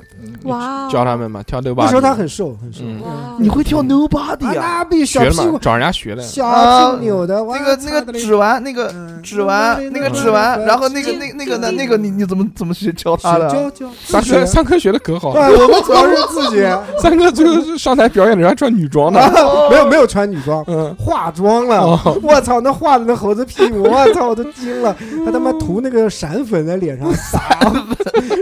Speaker 4: 哇，哦
Speaker 6: 教他们嘛，跳豆瓣。
Speaker 3: 那时候他很瘦，很瘦，
Speaker 6: 嗯
Speaker 3: 嗯啊
Speaker 2: 你会跳 Nobody 呀？
Speaker 3: 那比小
Speaker 6: 学
Speaker 3: 屁
Speaker 6: 了嘛
Speaker 3: 股，
Speaker 6: 找人家学的。
Speaker 3: 小屁扭的，哇
Speaker 2: 啊那个
Speaker 3: 擦
Speaker 2: 那
Speaker 3: 的
Speaker 2: 个指环，那个
Speaker 3: 嗯
Speaker 2: 指环，那个指环，然后那个那那个呢，那个你你怎么怎么去教他啊的？
Speaker 3: 教教
Speaker 1: 三
Speaker 3: 自学啊
Speaker 1: 哥，三哥学的可好了，
Speaker 3: 对，我们主要是自学，
Speaker 1: 三哥最后上台表演的时候还穿女装呢，
Speaker 3: 没有没有穿女装，
Speaker 1: 嗯，
Speaker 3: 化妆了。
Speaker 1: 哦，
Speaker 3: 我操，那画的那猴子屁股，我操，我都惊了。他他妈涂那个闪粉在脸上撒，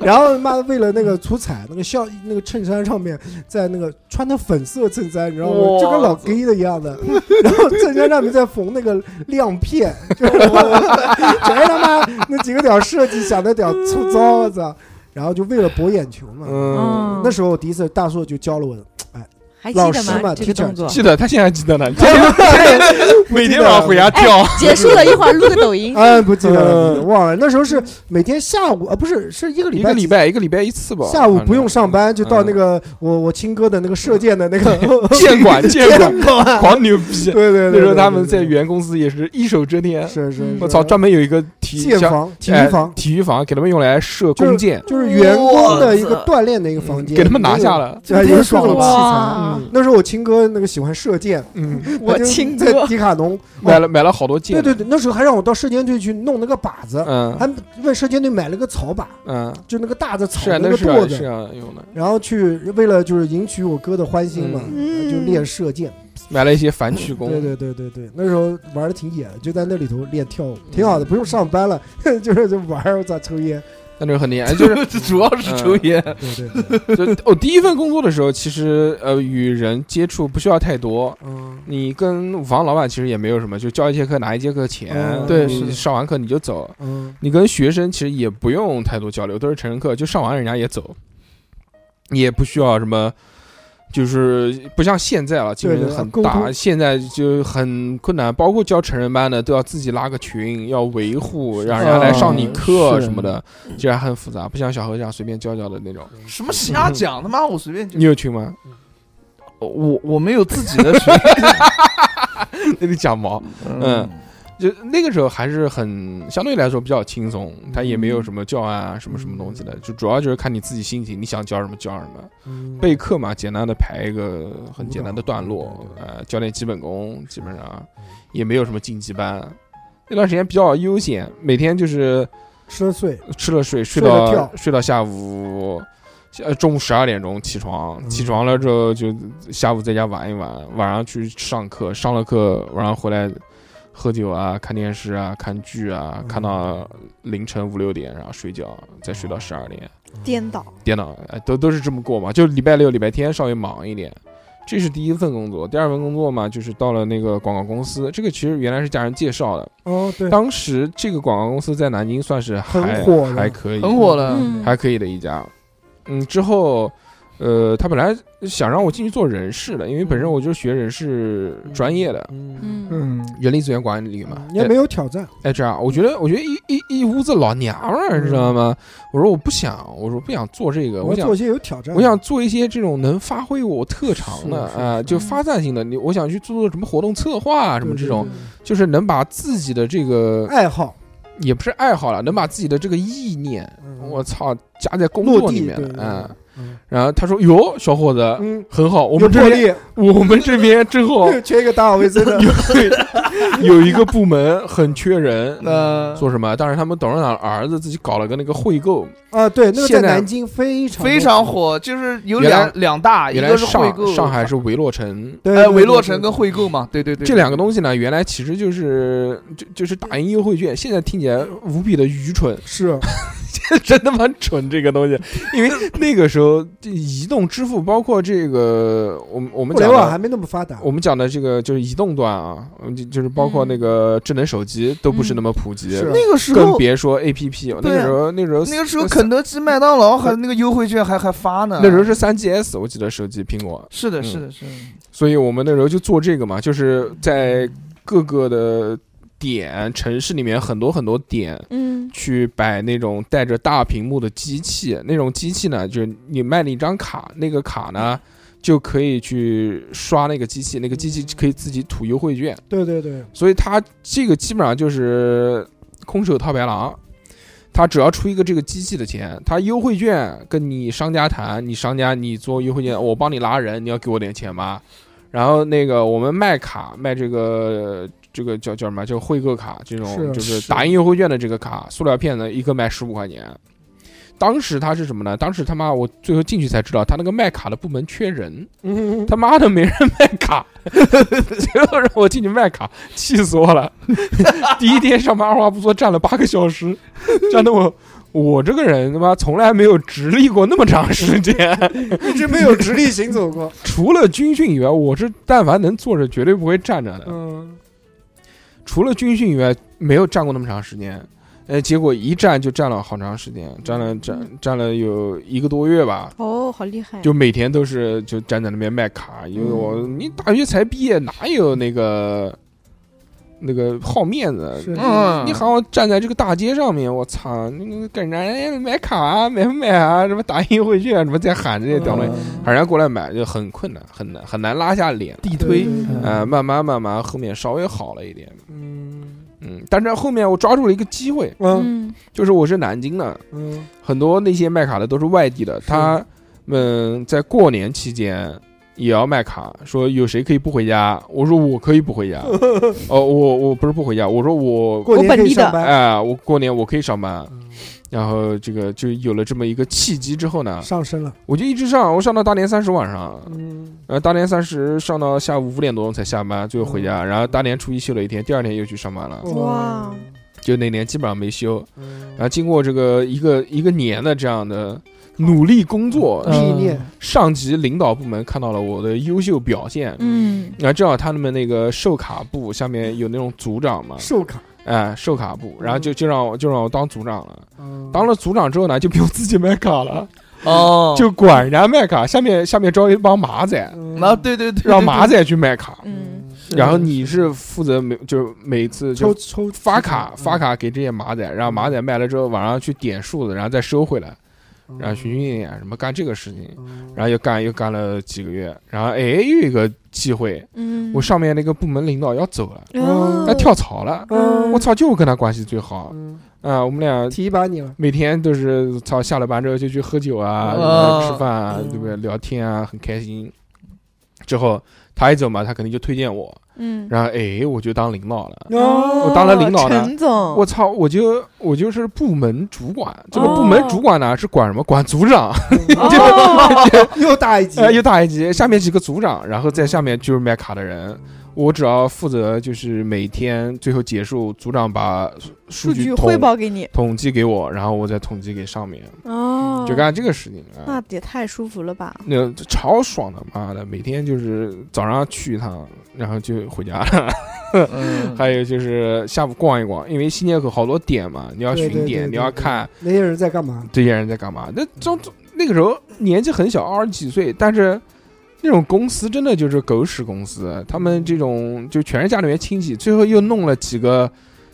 Speaker 3: 然后他妈为了那个出彩，那个校那个衬衫上面在那个穿的粉色衬衫，你知道吗？
Speaker 2: 哇
Speaker 3: 就跟老 gay 的一样的。 然后衬衫上面再缝那个亮片，就全是 他妈那几个屌设计想的屌粗糙，我操。然后就为了博眼球嘛。
Speaker 1: 嗯，
Speaker 4: 嗯
Speaker 3: 那时候我第一次大硕就教了我
Speaker 4: 还记
Speaker 3: 老
Speaker 4: 得
Speaker 3: 师
Speaker 4: 吗？
Speaker 3: 嘛，
Speaker 4: 这个动作。
Speaker 1: 记得他现在还记得呢，天天 每天晚上回家
Speaker 4: 哎
Speaker 1: 跳，，
Speaker 4: 结束了一会儿录个抖音
Speaker 3: 哎，不记得了，忘了。那时候是每天下午，呃，不是，是一个礼
Speaker 1: 一
Speaker 3: 拜
Speaker 1: 个
Speaker 3: 几，
Speaker 1: 礼拜一个礼拜一次吧，
Speaker 3: 下午
Speaker 1: 反正
Speaker 3: 不用上班，就到那个我我亲哥的那个射箭的那 个
Speaker 1: 监 管监管
Speaker 3: 馆
Speaker 1: 狂牛逼
Speaker 3: 对，对对，
Speaker 1: 那时候
Speaker 3: 对
Speaker 1: 他们在
Speaker 3: 对对
Speaker 1: 原公司也是一手遮天，
Speaker 3: 是是，
Speaker 1: 我操，专门有一个体
Speaker 3: 建
Speaker 1: 像
Speaker 3: 房、体
Speaker 1: 哎
Speaker 3: 育房，
Speaker 1: 体育房给他们用来射弓箭，嗯
Speaker 3: 就是员工的一个锻炼的一个房间，哎
Speaker 1: 给他们拿下。了，
Speaker 3: 对，有各种器材。
Speaker 4: 哇，
Speaker 3: 那时候我亲哥那个喜欢射箭，
Speaker 1: 嗯，
Speaker 4: 我
Speaker 3: 他就
Speaker 4: 亲
Speaker 3: 在
Speaker 4: 哥
Speaker 3: 迪卡侬
Speaker 1: 买了买了好多
Speaker 3: 哦对
Speaker 1: 箭，
Speaker 3: 对对，那时候还让我到射箭队去弄那个靶子，
Speaker 1: 嗯
Speaker 3: 还为射箭队买了个草靶，
Speaker 1: 嗯，
Speaker 3: 就那个大的草
Speaker 1: 是啊，
Speaker 3: 那
Speaker 1: 那
Speaker 3: 个
Speaker 1: 是
Speaker 3: 垛
Speaker 1: 啊是
Speaker 3: 子，
Speaker 1: 啊用的，
Speaker 3: 然后去为了就是迎娶我哥的欢心嘛，啊
Speaker 4: 嗯
Speaker 3: 就练射箭。
Speaker 1: 买了一些反曲弓，
Speaker 3: 对对对对对，那时候玩的挺野的，就在那里头练跳舞，挺好的，不用上班了， 就是就玩儿，我操，抽烟。
Speaker 1: 那时候很厉害，哎就是嗯
Speaker 2: 这 主要是抽烟，
Speaker 3: 对对对，
Speaker 1: 就我 第一份工作的时候，其实呃与人接触不需要太多，
Speaker 3: 嗯，
Speaker 1: 你跟舞房老板其实也没有什么，就教一节课拿一节课钱，
Speaker 3: 嗯对
Speaker 1: 你
Speaker 3: 是的
Speaker 1: 上完课你就走。
Speaker 3: 嗯，
Speaker 1: 你跟学生其实也不用太多交流，都是成人课，就上完人家也走，你也不需要什么，就是不像现在啊，竞争
Speaker 3: 对
Speaker 1: 很
Speaker 3: 沟
Speaker 1: 大，
Speaker 3: 通
Speaker 1: 现在就很困难，包括教成人班的都要自己拉个群，要维护，让人家来上
Speaker 3: 啊
Speaker 1: 你课
Speaker 6: 是
Speaker 1: 什么的，这还很复杂，不像小何这样随便教教的那种。
Speaker 2: 什么瞎讲他妈，我随便就
Speaker 1: 你有群吗？
Speaker 2: 我我没有自己的学，
Speaker 1: 那你讲毛。嗯，就那个时候还是很相对来说比较轻松，他也
Speaker 3: 嗯
Speaker 1: 没有什么教案啊，什么什么东西的，就主要就是看你自己心情，你想教什么教什么。
Speaker 3: 嗯
Speaker 1: 备课嘛，简单的排一个很简单的段落
Speaker 3: 舞，蹈
Speaker 1: 呃，教点基本功，基本上也没有什么晋级班。那段时间比较悠闲，每天就是
Speaker 3: 吃了睡，
Speaker 1: 吃了睡，睡
Speaker 3: 睡了
Speaker 1: 到
Speaker 3: 觉
Speaker 1: 睡到下午，呃，中午十二点钟起床，
Speaker 3: 嗯
Speaker 1: 起床了之后就下午在家玩一玩，晚上去上课，上了课晚上回来喝酒啊，看电视啊，看剧啊，
Speaker 3: 嗯哦
Speaker 1: 看到凌晨五六点，然后睡觉，再睡到十二点，
Speaker 4: 颠倒，
Speaker 1: 颠倒，哎都都是这么过嘛，就礼拜六、礼拜天稍微忙一点。这是第一份工作，第二份工作嘛，就是到了那个广告公司。这个其实原来是家人介绍的，
Speaker 3: 哦，对，
Speaker 1: 当时这个广告公司在南京算是还
Speaker 3: 很火的
Speaker 1: 还可以，
Speaker 2: 很火了。
Speaker 4: 嗯，
Speaker 1: 还可以的一家。嗯，之后，呃，他本来想让我进去做人事的，因为本身我就是学人事专业的，
Speaker 3: 嗯，
Speaker 4: 嗯，
Speaker 2: 嗯，
Speaker 1: 人力资源管理嘛。
Speaker 3: 也没有挑战，
Speaker 1: 哎，这样，我觉得，我觉得一一一屋子老娘们儿，你知道吗？我说我不想，我说不想做这个，
Speaker 3: 我
Speaker 1: 我想
Speaker 3: 要做一些有挑战的。
Speaker 1: 我想做一些这种能发挥我特长的
Speaker 3: 嗯是是
Speaker 1: 啊、
Speaker 3: 是
Speaker 1: 就发散性的。你我想去做做什么活动策划啊，什么
Speaker 3: 对
Speaker 1: 这
Speaker 3: 对
Speaker 1: 种，呃
Speaker 3: 对
Speaker 1: 就是能把自己的这个
Speaker 3: 爱好，
Speaker 1: 也不是爱好了，能把自己的这个意念，
Speaker 3: 嗯
Speaker 1: 我操，加在工
Speaker 3: 落
Speaker 1: 作
Speaker 3: 地
Speaker 1: 里面
Speaker 3: 对对
Speaker 1: 了啊。
Speaker 3: 嗯
Speaker 1: 然后他说：“哟，小伙子，
Speaker 3: 嗯，
Speaker 1: 很好，呃我
Speaker 3: 有
Speaker 1: 们
Speaker 3: 魄
Speaker 1: 这边哦
Speaker 3: 力，
Speaker 1: 我们这边正 好
Speaker 3: 缺一个打扫卫生的，
Speaker 1: 有有一个部门很缺人，
Speaker 3: 嗯
Speaker 2: 那
Speaker 1: 做什么？当时他们董事长的儿子自己搞了个那个会购，
Speaker 3: 啊，对，那个在
Speaker 1: 现在
Speaker 3: 南京非常
Speaker 2: 非常，火，就是有两两
Speaker 3: 啊
Speaker 2: 大，一
Speaker 1: 原来
Speaker 2: 个是汇
Speaker 1: 上
Speaker 2: 购，
Speaker 1: 上海是维洛城。”
Speaker 3: 对，
Speaker 2: 呃
Speaker 3: 对
Speaker 2: 维洛城。
Speaker 3: 对
Speaker 2: 跟
Speaker 3: 对
Speaker 2: 汇购嘛，对对对，
Speaker 1: 这两个东西呢，原来其实就是就就是打印优惠券，现在听起来无比的愚蠢，
Speaker 3: 是，
Speaker 1: 真他妈蠢这个东西。因为那个时候，这移动支付包括这个，我们我们
Speaker 3: 互联
Speaker 1: 讲
Speaker 3: 网
Speaker 1: 的
Speaker 3: 还没那么发达，
Speaker 1: 我们讲的这个就是移动端啊，嗯就就是包括那个智能手机都不是那么普及，
Speaker 3: 是啊
Speaker 2: 那个时
Speaker 1: 更
Speaker 2: 候，
Speaker 1: 别说 A P P。那
Speaker 2: 嗯对
Speaker 1: 个
Speaker 2: 啊
Speaker 1: 时候，那时候
Speaker 2: 那个时候肯德基、麦当劳还那个优惠券还还发呢，
Speaker 1: 那时候是三 G S，我记得手机苹果，
Speaker 2: 是的，
Speaker 1: 嗯
Speaker 2: 是的，是的，
Speaker 1: 所以我们那时候就做这个嘛，就是在各个的点城市里面很多很多点。
Speaker 4: 嗯，
Speaker 1: 去摆那种带着大屏幕的机器，那种机器呢，就是你卖了一张卡，那个卡呢就可以去刷那个机器，那个机器可以自己吐优惠券。
Speaker 3: 对对对，
Speaker 1: 所以他这个基本上就是空手套白狼。他只要出一个这个机器的钱，他优惠券跟你商家谈，你商家你做优惠券，我帮你拉人，你要给我点钱吗？然后那个我们卖卡卖这个这个叫叫什么？叫汇购卡这
Speaker 3: 是
Speaker 1: 种，就是
Speaker 3: 是
Speaker 1: 打印优惠券的这个卡，塑料片的一个卖十五块钱。当时他是什么呢？当时他妈我最后进去才知道，他那个卖卡的部门缺人，
Speaker 3: 嗯，
Speaker 1: 他妈的没人卖卡，最后让我进去卖卡，气死我了！第一天上班二话不说站了八个小时，站的我我这个人他妈从来没有直立过那么长时间。
Speaker 3: 一直没有直立行 走过。
Speaker 1: 除了军训以外，我是但凡能坐着绝对不会站着的。
Speaker 3: 嗯，
Speaker 1: 除了军训以外，没有站过那么长时间。呃，结果一站就站了好长时间，站了
Speaker 3: 嗯
Speaker 1: 站站了有一个多月吧。
Speaker 4: 哦，好厉害！
Speaker 1: 就每天都是就站在那边卖卡，因为我你大学才毕业，哪有那个那个好面
Speaker 3: 是
Speaker 1: 子？
Speaker 2: 嗯，
Speaker 1: 你好，站在这个大街上面，我操，那个跟人家哎买卡啊，买不买啊？什么打印优惠券，什么在喊这些屌东
Speaker 3: 嗯
Speaker 1: 西，喊人家过来买就很困难，很难很难拉下脸。
Speaker 2: 地推，
Speaker 1: 呃，慢慢慢慢，后面稍微好了一点，
Speaker 3: 嗯
Speaker 1: 嗯，但是后面我抓住了一个机会，
Speaker 3: 嗯
Speaker 4: 嗯，
Speaker 1: 就是我是南京的，
Speaker 3: 嗯
Speaker 1: 很多那些卖卡的都是外地的，他们在过年期间也要卖卡，说有谁可以不回家？我说我可以不 回家。哦，我我不是不回家，我说我
Speaker 3: 过年可以上班，
Speaker 1: 哎、我过年我可以上班。然后这个就有了这么一个契机之后呢，
Speaker 3: 上升了。
Speaker 1: 我就一直上，我上到大年三十晚上，
Speaker 3: 嗯，
Speaker 1: 呃，大年三十上到下午五点多钟才下班，最后回
Speaker 3: 嗯
Speaker 1: 家，然后大年初一休了一天，第二天又去上班了，
Speaker 4: 哇
Speaker 1: 就那年基本上没休。然后经过这个一个一个年的这样的努力工作，
Speaker 3: 嗯历练
Speaker 1: 上级领导部门看到了我的优秀表现，
Speaker 4: 嗯，
Speaker 1: 然后正好他们那个售卡部下面有那种组长嘛，
Speaker 3: 售卡，
Speaker 1: 哎，售卡部，然后就
Speaker 3: 嗯
Speaker 1: 就让我就让我当组长了。
Speaker 3: 嗯
Speaker 1: 当了组长之后呢，就不用自己卖卡了，
Speaker 2: 哦
Speaker 1: 就管人家卖卡，下面下面招一帮马仔，
Speaker 3: 嗯
Speaker 2: 那啊对对对，对
Speaker 1: 让马，仔去卖卡，
Speaker 4: 嗯，
Speaker 1: 然后你是负责每就是每次
Speaker 3: 抽
Speaker 1: 就。
Speaker 3: 抽嗯
Speaker 1: 发卡发
Speaker 3: 卡，
Speaker 1: 卡给这些马仔，让马仔卖了之后晚上去点数子，然后再收回来，
Speaker 3: 嗯
Speaker 1: 然后巡巡演演什么干这个事情，
Speaker 3: 嗯
Speaker 1: 然后又干又干了几个月，然后哎又有一个机会，
Speaker 4: 嗯，
Speaker 1: 我上面那个部门领导要走了，
Speaker 4: 哦
Speaker 1: 他跳槽了，
Speaker 3: 嗯
Speaker 1: 我操，就我跟他关系最好
Speaker 3: 嗯
Speaker 1: 啊，我们俩
Speaker 3: 提拔你了，
Speaker 1: 每天都是操下了班之后就去喝酒啊，
Speaker 2: 哦
Speaker 1: 然后吃饭啊，
Speaker 3: 嗯
Speaker 1: 对不对？聊天啊，很开心。之后他一走嘛，他肯定就推荐我，
Speaker 4: 嗯，
Speaker 1: 然后哎我就当领导了。
Speaker 3: 哦
Speaker 1: 我当了领导呢
Speaker 4: 陈总，
Speaker 1: 我操！我就我就是部门主管，这个
Speaker 4: 哦
Speaker 1: 部门主管呢是管什么？管组长，
Speaker 4: 哦
Speaker 3: 又大一级，
Speaker 1: 哎，又大一级，下面几个组长，然后在下面就是卖卡的人，我只要负责就是每天最后结束，组长把数
Speaker 4: 数
Speaker 1: 据
Speaker 4: 据
Speaker 1: 统
Speaker 4: 汇报给你
Speaker 1: 统计给我，然后我再统计给上面，
Speaker 5: 嗯
Speaker 4: 哦，
Speaker 1: 就干这个事情啊。
Speaker 4: 那也太舒服了吧？
Speaker 1: 那超爽的，妈的！每天就是早上去一趟，然后就回家了。
Speaker 2: 嗯
Speaker 1: 还有就是下午逛一逛，因为新街口好多点嘛，你要
Speaker 3: 对对
Speaker 1: 巡
Speaker 3: 对
Speaker 1: 点，
Speaker 3: 对
Speaker 1: 你要
Speaker 3: 对
Speaker 1: 看
Speaker 3: 那些人在干嘛？
Speaker 1: 这些人在干嘛。那中那个时候年纪很小，二十几岁，但是那种公司真的就是狗屎公司。他们这种就全是家里面亲戚，最后又弄了几个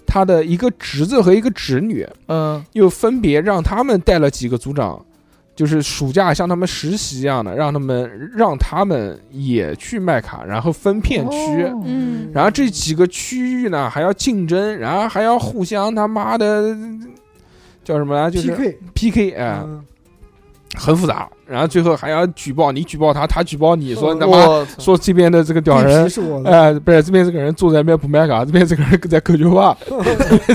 Speaker 1: 他的一个侄子和一个侄女，
Speaker 2: 嗯，
Speaker 1: 又分别让他们带了几个组长。就是暑假像他们实习一样的，让他们让他们也去卖卡，然后分片区，
Speaker 5: 哦
Speaker 4: 嗯
Speaker 1: 然后这几个区域呢还要竞争，然后还要互相他妈的叫什么啊来，就是
Speaker 3: PK，
Speaker 1: PK 哎、
Speaker 3: 嗯
Speaker 1: 很复杂，然后最后还要举报，你举报他，他举报你，说
Speaker 3: 哦
Speaker 1: 你他妈
Speaker 2: 我操
Speaker 1: 说这边的这个屌
Speaker 3: 地皮
Speaker 1: 人，
Speaker 3: 是我的，
Speaker 1: 哎、不是这边这个人坐在那边不卖卡，这边这个人在扣球 吧，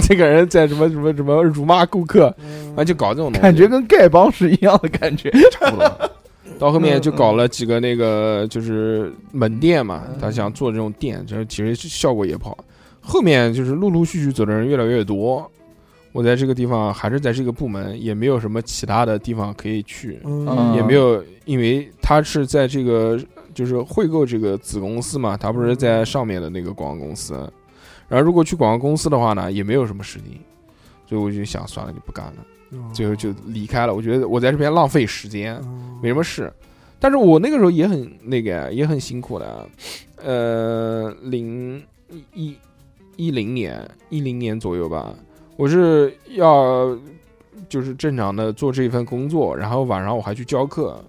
Speaker 1: 这个人在什么什么什么辱骂顾客，
Speaker 3: 嗯
Speaker 1: 反正就搞这种东西，
Speaker 2: 感觉跟丐帮是一样的感觉，
Speaker 1: 差不多。到后面就
Speaker 3: 嗯
Speaker 1: 搞了几个那个就是门店嘛，他想做这种店，就是其实效果也不好。后面就是陆陆续续走的人越来越多，我在这个地方还是在这个部门，也没有什么其他的地方可以去。
Speaker 3: 嗯
Speaker 1: 也
Speaker 2: 嗯
Speaker 1: 没有，因为他是在这个就是汇购这个子公司嘛，他不是在上面的那个广告公司。然后如果去广告公司的话呢，也没有什么事情，所以我就想算了，就不干了，
Speaker 3: 哦
Speaker 1: 最后就离开了。我觉得我在这边浪费时间，
Speaker 3: 哦
Speaker 1: 没什么事。但是我那个时候也很那个，也很辛苦的，呃，零一一零年一零年左右吧，我是要就是正常的做这一份工作，然后晚上我还去教课，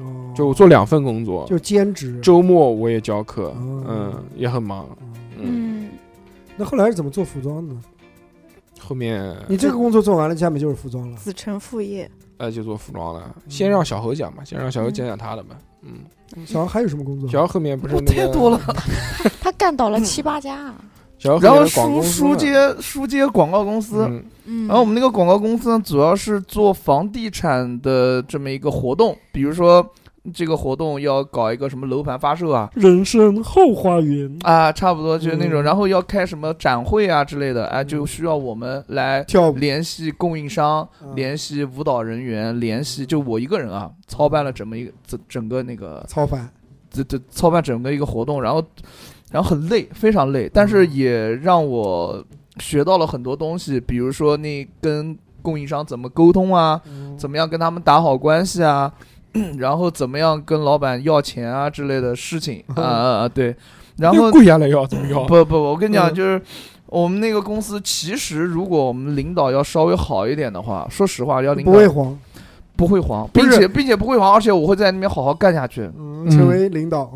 Speaker 3: 哦
Speaker 1: 就我做两份工作，
Speaker 3: 就兼职，
Speaker 1: 周末我也教课，
Speaker 3: 哦
Speaker 1: 嗯，也很忙，嗯，
Speaker 3: 嗯
Speaker 4: 嗯，
Speaker 3: 那后来是怎么做服装的？
Speaker 1: 后面
Speaker 3: 你这个工作做完了，下面就是服装了。
Speaker 6: 子承父业，
Speaker 1: 呃就做服装了，先让小何讲吧，先让小何讲讲他的吧。嗯，
Speaker 3: 小王还有什么工作？
Speaker 1: 小何后面不是
Speaker 2: 嗯 我
Speaker 1: 那
Speaker 2: 太
Speaker 1: 个
Speaker 2: 多了。
Speaker 6: 他干倒了七八家，
Speaker 4: 啊
Speaker 1: 小何
Speaker 2: 然
Speaker 1: 后
Speaker 2: 后
Speaker 1: 面广告公
Speaker 2: 书
Speaker 1: 司
Speaker 2: 书
Speaker 1: 嘛
Speaker 2: 接书接广告公司，
Speaker 1: 嗯
Speaker 6: 嗯，
Speaker 2: 哦然后我们那个广告公司呢，主要是做房地产的这么一个活动，比如说这个活动要搞一个什么楼盘发售啊，
Speaker 3: 人生后花园，
Speaker 2: 啊，差不多就是那种，
Speaker 3: 嗯
Speaker 2: 然后要开什么展会啊之类的，哎、就需要我们来
Speaker 3: 跳舞
Speaker 2: 联系供应商、
Speaker 3: 嗯
Speaker 2: 联系舞蹈人员、联系就我一个人啊，操办了整么一个整整个那个
Speaker 3: 超凡，
Speaker 2: 这这操办整个一个活动，然后然后很累，非常累，但
Speaker 3: 嗯
Speaker 2: 是也让我学到了很多东西，比如说那跟供应商怎么沟通啊，
Speaker 3: 哦
Speaker 2: 怎么样跟他们打好关系啊，然后怎么样跟老板要钱啊之类的事 情啊啊啊，对，然后
Speaker 1: 又跪下来要怎么要？
Speaker 2: 不不，我跟你讲，
Speaker 3: 嗯
Speaker 2: 就是我们那个公司，其实如果我们领导要稍微好一点的话，说实话，要领
Speaker 3: 不
Speaker 2: 导
Speaker 3: 会黄，
Speaker 2: 不会黄，
Speaker 3: 不
Speaker 2: 并
Speaker 3: 是
Speaker 2: 且并且不会黄，而且我会在那边好好干下去。
Speaker 3: 嗯成为领导，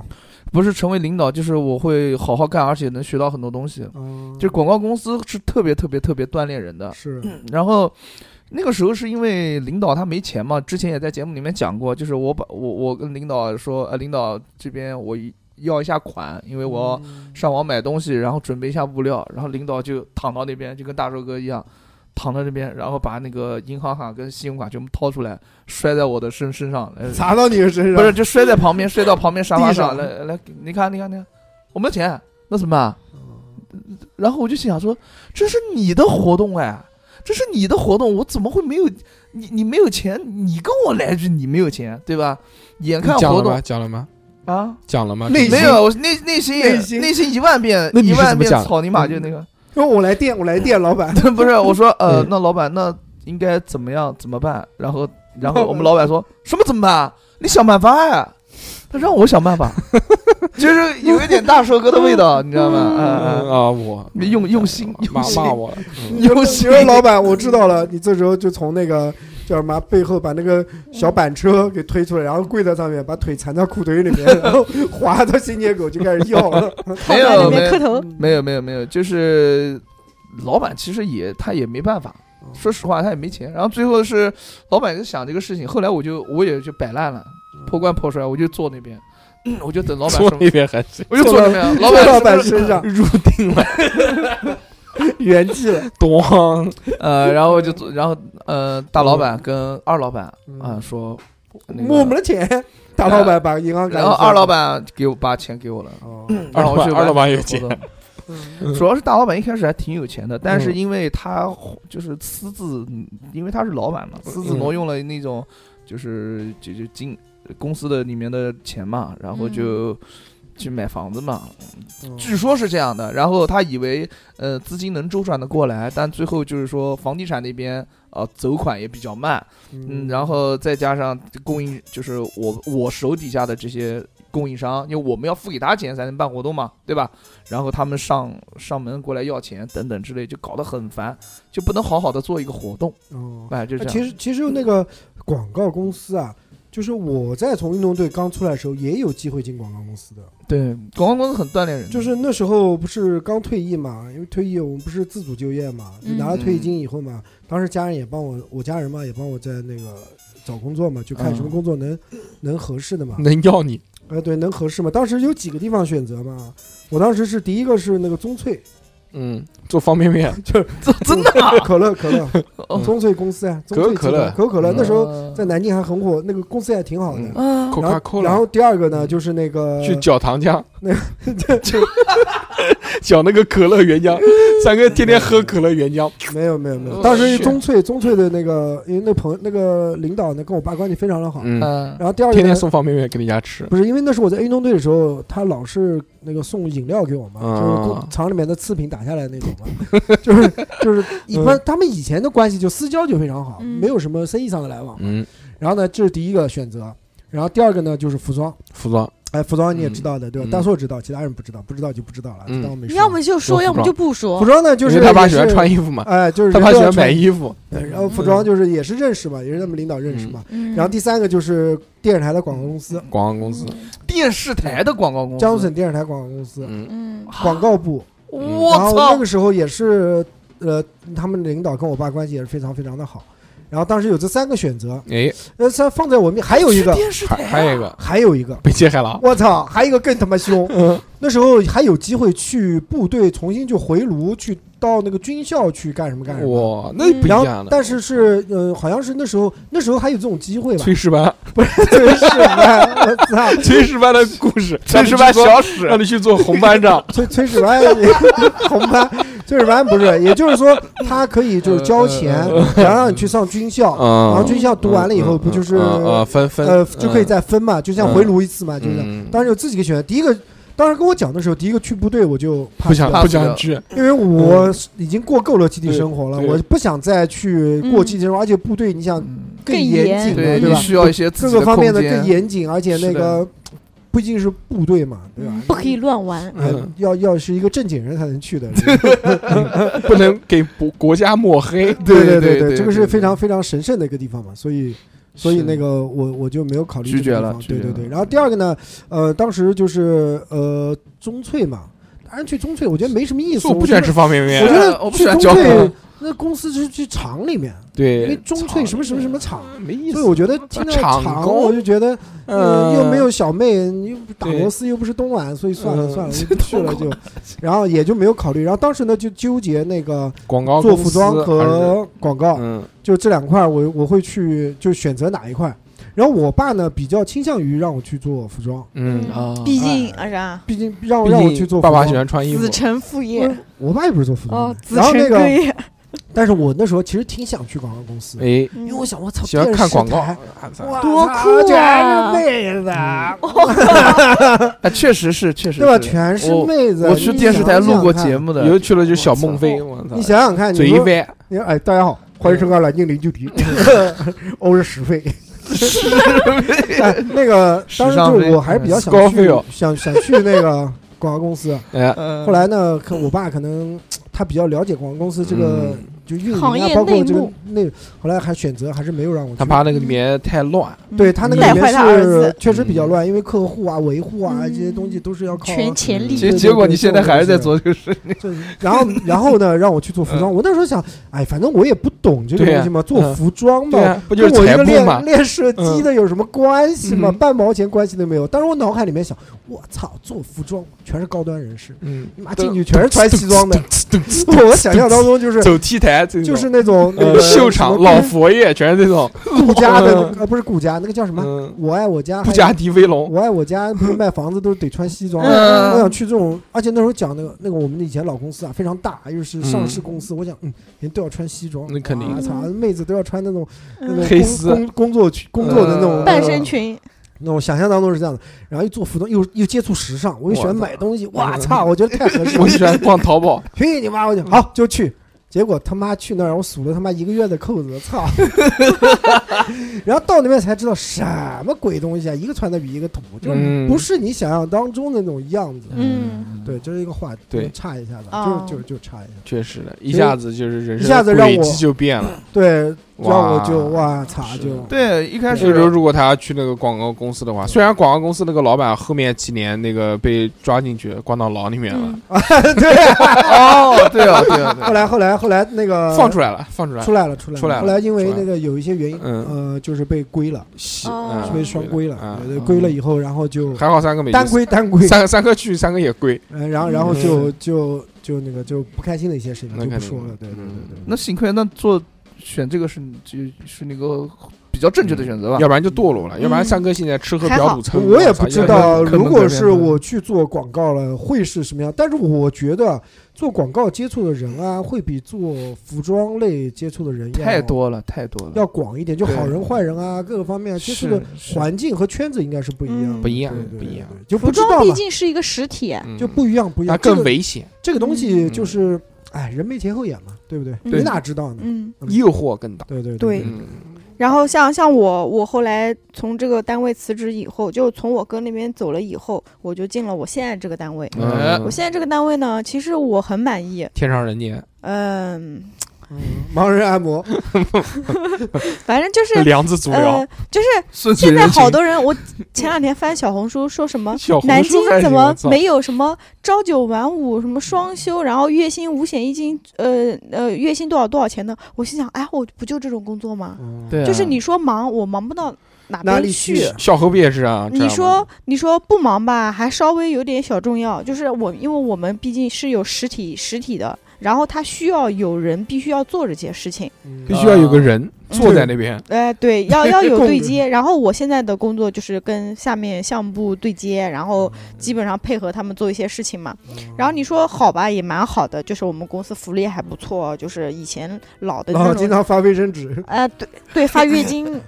Speaker 2: 不是成为领导，就是我会好好干，而且能学到很多东西。
Speaker 3: 嗯，
Speaker 2: 就广告公司是特别特别特别锻炼人的。
Speaker 3: 哦是
Speaker 2: 然后那个时候是因为领导他没钱嘛，之前也在节目里面讲过，就是我把我我跟领导说，呃，领导这边我一要一下款，因为我
Speaker 3: 嗯
Speaker 2: 要上网买东西，然后准备一下物料，然后领导就躺到那边，就跟大寿哥一样，躺到那边，然后把那个银行卡跟信用卡全部掏出来，摔在我的身身上，呃来
Speaker 3: 砸到你的身上，
Speaker 2: 不是就摔在旁边，摔到旁边沙发上，
Speaker 3: 地上
Speaker 2: 来来，来你看你看你看，我没钱，那怎么办？然后我就心想说，这是你的活动哎，这是你的活动，我怎么会没有你？你没有钱，你跟我来一句你没有钱，对吧？眼看
Speaker 1: 你讲
Speaker 2: 活
Speaker 1: 了
Speaker 2: 动
Speaker 1: 吗？讲了吗？
Speaker 2: 啊，
Speaker 1: 讲了吗？
Speaker 3: 内心
Speaker 2: 没有，我内内心也
Speaker 3: 内心
Speaker 2: 内心一万遍，
Speaker 1: 那你
Speaker 2: 一
Speaker 1: 是
Speaker 2: 万
Speaker 1: 怎么嗯
Speaker 2: 遍
Speaker 1: 讲的
Speaker 2: 草泥马就那个，
Speaker 3: 说我来电，我来电，老板，
Speaker 2: 不是我说呃
Speaker 1: 嗯，
Speaker 2: 那老板那应该怎么样怎么办？然后然
Speaker 3: 老
Speaker 2: 后
Speaker 3: 板
Speaker 2: 我 们老板说什么怎么办？啊你想办法呀。他让我想办 法，就是有一点大寿哥的味道，你知道吗？
Speaker 1: 嗯
Speaker 2: 嗯
Speaker 1: 啊，我
Speaker 2: 嗯，用用心
Speaker 1: 骂
Speaker 2: 用心
Speaker 1: 骂我了， 嗯
Speaker 2: 用
Speaker 3: 你
Speaker 2: 心
Speaker 3: 说，老板，我知道了，你这时候就从那个 叫什么背后把那个小板车 给推出来，然后跪在上面，把腿缠到裤腿里面， 然后滑到新街口就开始要了。
Speaker 2: 没
Speaker 4: 在
Speaker 2: 有没
Speaker 4: 那啊边磕
Speaker 2: 有
Speaker 4: 头，
Speaker 2: 没有没有没有，就是老板其实也他也没办法，
Speaker 1: 哦
Speaker 3: 嗯
Speaker 2: 说实话他也没钱。然后最后是老板就想这个事情，后来我就我也就摆烂了，破罐破摔，我就坐那边，嗯我就等老板
Speaker 1: 坐
Speaker 2: 什么
Speaker 1: 那边还是
Speaker 2: 我就坐那边，老
Speaker 3: 坐
Speaker 2: 板
Speaker 3: 老板
Speaker 2: 是不是
Speaker 3: 身 上
Speaker 1: 入定了，
Speaker 3: 圆寂了，
Speaker 1: 咣，
Speaker 2: 呃，然后就坐然后呃，大老板跟二老板啊、说，那
Speaker 3: 摸我们
Speaker 2: 个，
Speaker 3: 的钱。大老板把银行卡，
Speaker 2: 然后二老，板给我把钱给我了。
Speaker 3: 哦，
Speaker 1: 二
Speaker 2: 然后
Speaker 1: 老
Speaker 2: 我去
Speaker 1: 板
Speaker 2: 玩
Speaker 1: 二老板有
Speaker 2: 活
Speaker 1: 钱，
Speaker 2: 动 主要是大老板一开始还挺有钱的，但是
Speaker 1: 嗯
Speaker 2: 因为他就是私自，因为他是老板嘛，私自
Speaker 1: 嗯
Speaker 2: 挪用了那种就是就就经公司的里面的钱嘛，然后就。去买房子嘛，据说是这样的。然后他以为，呃，资金能周转的过来，但最后就是说，房地产那边啊、呃走款也比较慢，嗯，然后再加上供应，就是我我手底下的这些供应商，因为我们要付给他钱才能办活动嘛，对吧？然后他们上上门过来要钱等等之类，就搞得很烦，就不能好好的做一个活动，
Speaker 3: 后
Speaker 2: 哎，就这样。
Speaker 3: 哦啊其实其实那个广告公司啊，就是我在从运动队刚出来的时候，也有机会进广告公司的。
Speaker 2: 对广告公司很锻炼人的，
Speaker 3: 就是那时候不是刚退役嘛，因为退役我们不是自主就业嘛，就
Speaker 4: 嗯
Speaker 3: 拿了退役金以后嘛，当时家人也帮我，我家人嘛也帮我在那个找工作嘛，就看
Speaker 1: 嗯
Speaker 3: 什么工作能、能合适的嘛。
Speaker 1: 能要你
Speaker 3: 哎，对，能合适嘛？当时有几个地方选择嘛，我当时是第一个是那个宗萃，
Speaker 1: 嗯做方便面，
Speaker 3: 就是
Speaker 2: 真真的啊
Speaker 3: 可乐可乐，
Speaker 2: 哦
Speaker 3: 宗萃公司啊，宗
Speaker 1: 可
Speaker 3: 萃
Speaker 1: 口可
Speaker 3: 集团
Speaker 1: 乐
Speaker 3: 可口可乐
Speaker 1: 嗯
Speaker 3: 那时候
Speaker 2: 呃
Speaker 3: 在南京还很火，那个公司也挺好的。
Speaker 1: 嗯
Speaker 6: 嗯，
Speaker 1: 扣
Speaker 3: 然
Speaker 1: 卡
Speaker 3: 后，
Speaker 1: 扣
Speaker 3: 然
Speaker 1: 了，
Speaker 3: 后第二个呢，
Speaker 1: 嗯
Speaker 3: 就是那个
Speaker 1: 去搅糖浆，
Speaker 3: 那
Speaker 1: 就搅那个可乐原浆，三个天天喝可乐原浆，
Speaker 3: 没有没有没有，
Speaker 1: 哦
Speaker 3: 当时
Speaker 1: 是
Speaker 3: 中粹中粹的那个，因为那朋友那个领导呢跟我爸关系非常的好。
Speaker 1: 嗯，
Speaker 2: 嗯
Speaker 3: 然后第二个
Speaker 1: 天
Speaker 3: 呢
Speaker 1: 天，送方便面给你家吃，
Speaker 3: 不是因为那时候我在运动队的时候，他老是那个送饮料给我嘛，
Speaker 1: 啊
Speaker 3: 就是工厂里面的次品打下来那种 嘛，就是就是一
Speaker 1: 嗯
Speaker 3: 般他们以前的关系就私交就非常好，
Speaker 4: 嗯
Speaker 3: 没有什么生意上的来往。
Speaker 1: 嗯，
Speaker 3: 然后呢，这是第一个选择，然后第二个呢就是服装，
Speaker 1: 服装
Speaker 3: 哎，服装你也知道的对吧
Speaker 1: 嗯？
Speaker 3: 大硕知道，其他人不知道，不知道就不知道了，
Speaker 1: 嗯
Speaker 3: 就当我没说。
Speaker 4: 要么就说，
Speaker 1: 有
Speaker 4: 要
Speaker 1: 服
Speaker 4: 么就不说
Speaker 3: 服。装呢就是
Speaker 1: 因为他爸喜欢
Speaker 3: 也是
Speaker 1: 穿衣服嘛，
Speaker 3: 哎，就是
Speaker 1: 他爸
Speaker 3: 人都
Speaker 1: 喜
Speaker 3: 要
Speaker 1: 欢买
Speaker 3: 穿
Speaker 1: 衣服，
Speaker 3: 对，然后服装就是也是认识嘛，也是他们领导认识嘛。
Speaker 4: 嗯
Speaker 3: 然后第三个就是电视台的广告公司，
Speaker 1: 广告公司，
Speaker 2: 电视台的广告公司，
Speaker 3: 江苏省电视台广告公司
Speaker 1: 嗯，
Speaker 6: 嗯，
Speaker 3: 广告部。
Speaker 2: 我
Speaker 3: 然后那
Speaker 2: 操
Speaker 3: 个，时候也是呃，他们领导跟我爸关系也是非常非常的好。然后当时有这三个选择，
Speaker 1: 哎，
Speaker 3: 呃，三放在我面，还有一个，
Speaker 2: 电视哦
Speaker 1: 还还有一个
Speaker 3: 还有一个，
Speaker 1: 被揭开了啊，
Speaker 3: 我操，还有一个更他妈凶。
Speaker 1: 嗯
Speaker 3: 那时候还有机会去部队重新就回炉，去到那个军校去干什么干什么。
Speaker 1: 哇，那不一
Speaker 3: 然
Speaker 1: 样
Speaker 3: 后，
Speaker 1: 的，
Speaker 3: 但是是呃，好像是那时候，那时候还有这种机会吧？
Speaker 1: 炊事 班，
Speaker 3: 对，是吧？我操，
Speaker 1: 炊事班的故 事，
Speaker 2: 炊事班
Speaker 1: 让你去做
Speaker 2: 小史
Speaker 1: 让你去做红班长，
Speaker 3: 崔崔始班红班，崔始班不是，也就是说他可以就是交钱，然后让你去上军校，
Speaker 1: 嗯，
Speaker 3: 然后军校读完了以后不就是
Speaker 1: 呃分分
Speaker 3: 呃就可以再分嘛，就像回炉一次嘛，就是。
Speaker 1: 嗯
Speaker 3: 当时有自己个选择，第一个当时跟我讲的时候，第一个去部队我就怕
Speaker 1: 不想
Speaker 3: 掉
Speaker 1: 不想去，
Speaker 3: 因为我已经过够了集体生活了，
Speaker 1: 对对
Speaker 3: 我不想再去过集体生活，而且部队你想
Speaker 2: 嗯
Speaker 3: 更
Speaker 4: 更
Speaker 3: 严
Speaker 4: 严
Speaker 3: 谨
Speaker 2: 对
Speaker 3: 了，对
Speaker 2: 你
Speaker 3: 吧？
Speaker 2: 需要一些自
Speaker 3: 各
Speaker 2: 己的
Speaker 3: 个方面
Speaker 2: 空
Speaker 3: 的更
Speaker 2: 间，
Speaker 3: 严谨，而且那
Speaker 2: 是
Speaker 3: 个不仅是部队嘛，对吧？
Speaker 4: 不可以乱玩。
Speaker 3: 哎
Speaker 1: 嗯
Speaker 3: 要要是一个正经人才能去的，
Speaker 1: 不能给国国家抹黑。
Speaker 3: 对
Speaker 2: 对对
Speaker 3: 对
Speaker 2: 对
Speaker 3: 这个
Speaker 2: 对
Speaker 3: 是非
Speaker 2: 对
Speaker 3: 常非常神圣的一个地方嘛，所以所以
Speaker 2: 是
Speaker 3: 那个我我就没有考虑
Speaker 2: 拒
Speaker 3: 这个
Speaker 2: 绝了
Speaker 3: 地方
Speaker 2: 拒
Speaker 3: 对
Speaker 2: 绝
Speaker 3: 对
Speaker 2: 了
Speaker 3: 对。然后第二个呢，呃，当时就是呃中粹嘛，当然去中粹我觉得没什么意思，
Speaker 1: 我不喜欢吃方便面
Speaker 3: 我觉，
Speaker 2: 呃我
Speaker 3: 得
Speaker 2: 不
Speaker 3: 去
Speaker 2: 喜欢
Speaker 3: 中
Speaker 2: 嚼
Speaker 3: 粹那公司是去厂里面，因为
Speaker 1: 对，
Speaker 3: 中粹什么什么什么厂。
Speaker 1: 没意
Speaker 3: 所以我觉得听到
Speaker 1: 厂
Speaker 3: 厂，
Speaker 1: 工
Speaker 3: 我就觉得，呃，
Speaker 1: 嗯
Speaker 3: 又没有小妹，又打
Speaker 1: 对
Speaker 3: 螺丝又不是东莞，所以算了
Speaker 1: 嗯
Speaker 3: 算了，就不去了就，然后也就没有考虑。然后当时呢就纠结那个
Speaker 1: 广告
Speaker 3: 做
Speaker 1: 公
Speaker 3: 服
Speaker 1: 司
Speaker 3: 装
Speaker 1: 还是
Speaker 3: 和广告，
Speaker 1: 嗯
Speaker 3: 就这两块儿我，我会去就选择哪一块。然后我爸呢比较倾向于让我去做服装，哎
Speaker 1: 嗯，
Speaker 2: 啊
Speaker 4: 毕竟啊啥，
Speaker 3: 毕竟让
Speaker 1: 毕
Speaker 3: 让我
Speaker 1: 竟
Speaker 3: 去做服
Speaker 1: 爸
Speaker 3: 装。
Speaker 1: 爸喜欢穿
Speaker 5: 哎
Speaker 1: 衣服
Speaker 6: 子，承父业
Speaker 3: 我我爸也不是做服装
Speaker 6: 哦
Speaker 3: 的，，
Speaker 6: 子
Speaker 3: 然后
Speaker 6: 承
Speaker 3: 那
Speaker 6: 哥
Speaker 3: 个，
Speaker 6: 业。
Speaker 3: 但是我那时候其实挺想去广告公司，
Speaker 1: 哎，
Speaker 5: 嗯
Speaker 3: 因为我想我操，
Speaker 1: 喜欢看广告，
Speaker 3: 电视台
Speaker 1: 啊操
Speaker 3: 哇
Speaker 6: 多
Speaker 3: 操
Speaker 6: 酷啊
Speaker 3: 全是妹子，
Speaker 1: 嗯
Speaker 2: 哎，确实是，确实
Speaker 3: 对吧？
Speaker 2: 是。
Speaker 3: 全是
Speaker 2: 我
Speaker 3: 妹子。
Speaker 2: 我去电视台录过节
Speaker 3: 目，
Speaker 2: 目
Speaker 1: 以后
Speaker 2: 的，
Speaker 1: 去了就小孟非，我操
Speaker 3: 你，想想看，
Speaker 1: 嘴
Speaker 3: 你
Speaker 1: 一
Speaker 3: 说
Speaker 1: 歪，
Speaker 3: 你说哎，大家好，欢迎收看《南京零距离》， 欧是十费。哎，那个
Speaker 2: 时
Speaker 3: 当时
Speaker 2: 尚
Speaker 3: 就是
Speaker 2: 飞
Speaker 3: 我还是比较想
Speaker 1: 高
Speaker 3: 去
Speaker 1: 飞哦
Speaker 3: 想想去 那个广告公司。
Speaker 1: 哎，
Speaker 2: 嗯
Speaker 3: 后来呢，可我爸可能他比较了解广告公司这个
Speaker 1: 嗯
Speaker 3: 就运营
Speaker 4: 行
Speaker 3: 啊，
Speaker 4: 业
Speaker 3: 包括
Speaker 4: 内
Speaker 3: 这个
Speaker 4: 幕
Speaker 3: 那后来还选择还是没有让我去
Speaker 1: 他。怕那个里面太乱，
Speaker 3: 对他那个
Speaker 4: 带
Speaker 3: 里
Speaker 4: 坏
Speaker 3: 面
Speaker 4: 他儿
Speaker 3: 是
Speaker 4: 子
Speaker 3: 确实比较
Speaker 1: 嗯
Speaker 3: 乱，因为客户啊、维护啊
Speaker 4: 嗯
Speaker 3: 这些东西都是要靠。啊
Speaker 4: 全潜 力。
Speaker 2: 结
Speaker 3: 对
Speaker 2: 结果
Speaker 3: 对
Speaker 2: 你现在还是在做这个事，
Speaker 3: 就然后，然后呢，让我去做服装。我那时候想，哎，反正我也不懂这个
Speaker 1: 嗯对呀
Speaker 3: 东西嘛，做
Speaker 1: 嗯
Speaker 3: 服装嘛
Speaker 1: 对，啊，不就
Speaker 3: 跟
Speaker 1: 是
Speaker 3: 我一
Speaker 1: 财
Speaker 3: 个
Speaker 1: 布嘛
Speaker 3: 练？练射击的有什么关系吗？
Speaker 1: 嗯
Speaker 3: 半毛钱关系都没有。当时我脑海里面想，我操，做服装全是高端人士，
Speaker 1: 嗯，
Speaker 3: 妈进去全是穿西 装的。我想象当中就是
Speaker 1: 走 T 台，这种
Speaker 3: 就是那种那
Speaker 1: 呃
Speaker 3: 个
Speaker 1: 秀场老佛爷，全是这种，
Speaker 3: 顾家的，呃，不是顾家，那个叫什么？
Speaker 1: 嗯，
Speaker 3: 我爱我家，
Speaker 1: 布加迪威龙，
Speaker 3: 我爱我家，不是卖房子都得穿西 装。
Speaker 1: 嗯
Speaker 3: 我想去这种，而且那时候讲那个那个我们的以前老公司啊，非常大，又是上市公司，我想嗯，人都要穿西装，
Speaker 1: 那肯定
Speaker 3: 我操，妹子都要穿那种那种
Speaker 1: 黑
Speaker 3: 工
Speaker 1: 丝
Speaker 3: 工工作去工作的那种
Speaker 2: 嗯
Speaker 4: 嗯半身裙，
Speaker 3: 那我想象当中是这样的，然后又做服装，又又接触时尚，我又喜欢买东西，哇操，我觉得太合适了
Speaker 1: 我喜欢逛淘宝，
Speaker 3: 去你妈！我就好就去，结果他妈去那儿，我数了他妈一个月的扣子，操！ 然后到那边才知道什么鬼东西啊，一个穿的比一个土，就是
Speaker 1: 嗯
Speaker 3: 不是你想象当中的那种样子。
Speaker 4: 嗯，
Speaker 3: 对，这是一个话，
Speaker 1: 对
Speaker 3: 差一下子，
Speaker 4: 哦
Speaker 3: 就是就是就差一下，
Speaker 1: 确实的，一下子就是人生
Speaker 3: 一下子
Speaker 1: 的
Speaker 3: 让
Speaker 1: 轨
Speaker 3: 我
Speaker 1: 迹就变了。
Speaker 3: 对，然后我就
Speaker 1: 哇
Speaker 3: 哇操
Speaker 1: 是
Speaker 3: 就。
Speaker 2: 对，一开
Speaker 1: 这时候
Speaker 2: 始
Speaker 1: 如果他要去那个广告公司的话，虽然广告公司那个老板后面几年那个被抓进去关到牢里面了，
Speaker 4: 嗯
Speaker 3: 对啊，
Speaker 2: 哦，对啊，对啊，对啊
Speaker 3: 后来后来后来那个
Speaker 1: 放出来了，放出来
Speaker 3: 出
Speaker 1: 了，
Speaker 3: 来了，出来了，
Speaker 1: 出来了
Speaker 3: 后来因为
Speaker 1: 出来了
Speaker 3: 那个有一些原因，
Speaker 1: 嗯
Speaker 3: 呃，就是被归了，
Speaker 1: 洗
Speaker 6: 哦
Speaker 1: 嗯
Speaker 3: 被双规了
Speaker 1: 啊，，
Speaker 3: 对归了以后，然后就
Speaker 1: 还好三个没去
Speaker 3: 单归单归，
Speaker 1: 三三个去，三个也归，
Speaker 3: 嗯，然后然后
Speaker 1: 嗯
Speaker 3: 就就就那个就不开心的一些事情
Speaker 1: 那
Speaker 3: 就不
Speaker 1: 肯定
Speaker 3: 说了，对对
Speaker 1: 嗯
Speaker 3: 对对。
Speaker 2: 那幸亏那做选这个是就是那个比较正确的选择吧
Speaker 1: 要。不然就堕落了，要不然三哥现在吃喝
Speaker 4: 嗯还
Speaker 1: 嫖
Speaker 4: 好
Speaker 1: 赌成瘾
Speaker 3: 我也
Speaker 1: 了
Speaker 3: 不
Speaker 1: 啥
Speaker 3: 知
Speaker 1: 也
Speaker 3: 道，
Speaker 2: 可能
Speaker 3: 如
Speaker 2: 可
Speaker 3: 果
Speaker 2: 能
Speaker 3: 是我去做广告了，会是什么样？但是我觉得做广告接触的人啊，会比做服装类接触的人要
Speaker 2: 太多了，太多了，
Speaker 3: 要广一点，就好人坏人啊，各个方面啊接触的
Speaker 2: 是
Speaker 3: 环境和圈子应该是不一样的，
Speaker 4: 嗯
Speaker 1: 不一样
Speaker 3: 对，对
Speaker 1: 不一样
Speaker 3: 对，对就不
Speaker 4: 服
Speaker 3: 知道
Speaker 4: 装毕
Speaker 3: 嘛，
Speaker 4: 竟是一个实体，
Speaker 1: 嗯
Speaker 3: 就不一样，不一
Speaker 1: 那
Speaker 3: 样。这
Speaker 1: 更
Speaker 3: 个
Speaker 1: 危险，
Speaker 3: 这个东西就
Speaker 1: 嗯
Speaker 3: 是，哎，人没前后眼嘛，对不对？
Speaker 4: 对
Speaker 3: 你哪知道呢？
Speaker 4: 嗯，
Speaker 1: 诱惑更大。
Speaker 3: 对对对
Speaker 6: 对
Speaker 1: 嗯，
Speaker 6: 然后像像我，我后来从这个单位辞职以后，就从我哥那边走了以后，我就进了我现在这个单位。
Speaker 2: 哎
Speaker 1: 嗯
Speaker 6: 我现在这个单位呢，其实我很满意。
Speaker 1: 天上人间，
Speaker 6: 嗯，
Speaker 3: 盲人按摩，
Speaker 4: 反正 就是
Speaker 1: 梁子足疗
Speaker 4: 呃，就是
Speaker 2: 顺其
Speaker 4: 现在
Speaker 2: 人情
Speaker 4: 好多 人，我前两天翻小红书说什么
Speaker 1: 小红
Speaker 4: 呃南
Speaker 1: 书
Speaker 4: 京
Speaker 1: 还
Speaker 4: 怎
Speaker 1: 行
Speaker 4: 么
Speaker 1: 我操
Speaker 4: 没有什么朝九晚五、什么双
Speaker 1: 嗯
Speaker 4: 休，然后月薪五险一金，呃呃，月薪多少多少钱的？我心想，哎，我不就这种工作吗？
Speaker 3: 嗯
Speaker 2: 对啊
Speaker 4: 就是你说忙，我忙不到哪
Speaker 3: 哪
Speaker 4: 边
Speaker 3: 里去
Speaker 4: 去。
Speaker 1: 小何不也是啊？这
Speaker 4: 你
Speaker 1: 样吗
Speaker 4: 说，你说不忙吧，还稍微有点小重要。就是我，因为我们毕竟是有实体实体的，然后他需要有人必须要做这些事情。
Speaker 1: 必须要有个人
Speaker 4: 嗯
Speaker 1: 坐在那边，
Speaker 4: 哎，对，要要有
Speaker 3: 共
Speaker 4: 对
Speaker 3: 鸣
Speaker 4: 接。然后我现在的工作就是跟下面项目对接，然后基本上配合他们做一些事情嘛。然
Speaker 1: 嗯
Speaker 4: 后你说好吧，也蛮好的，就是我们公司福利还不错，就是以前老的
Speaker 3: 然后
Speaker 4: 那
Speaker 3: 哦经
Speaker 4: 种，
Speaker 3: 常发卫生纸，
Speaker 4: 呃，对对，发 月经。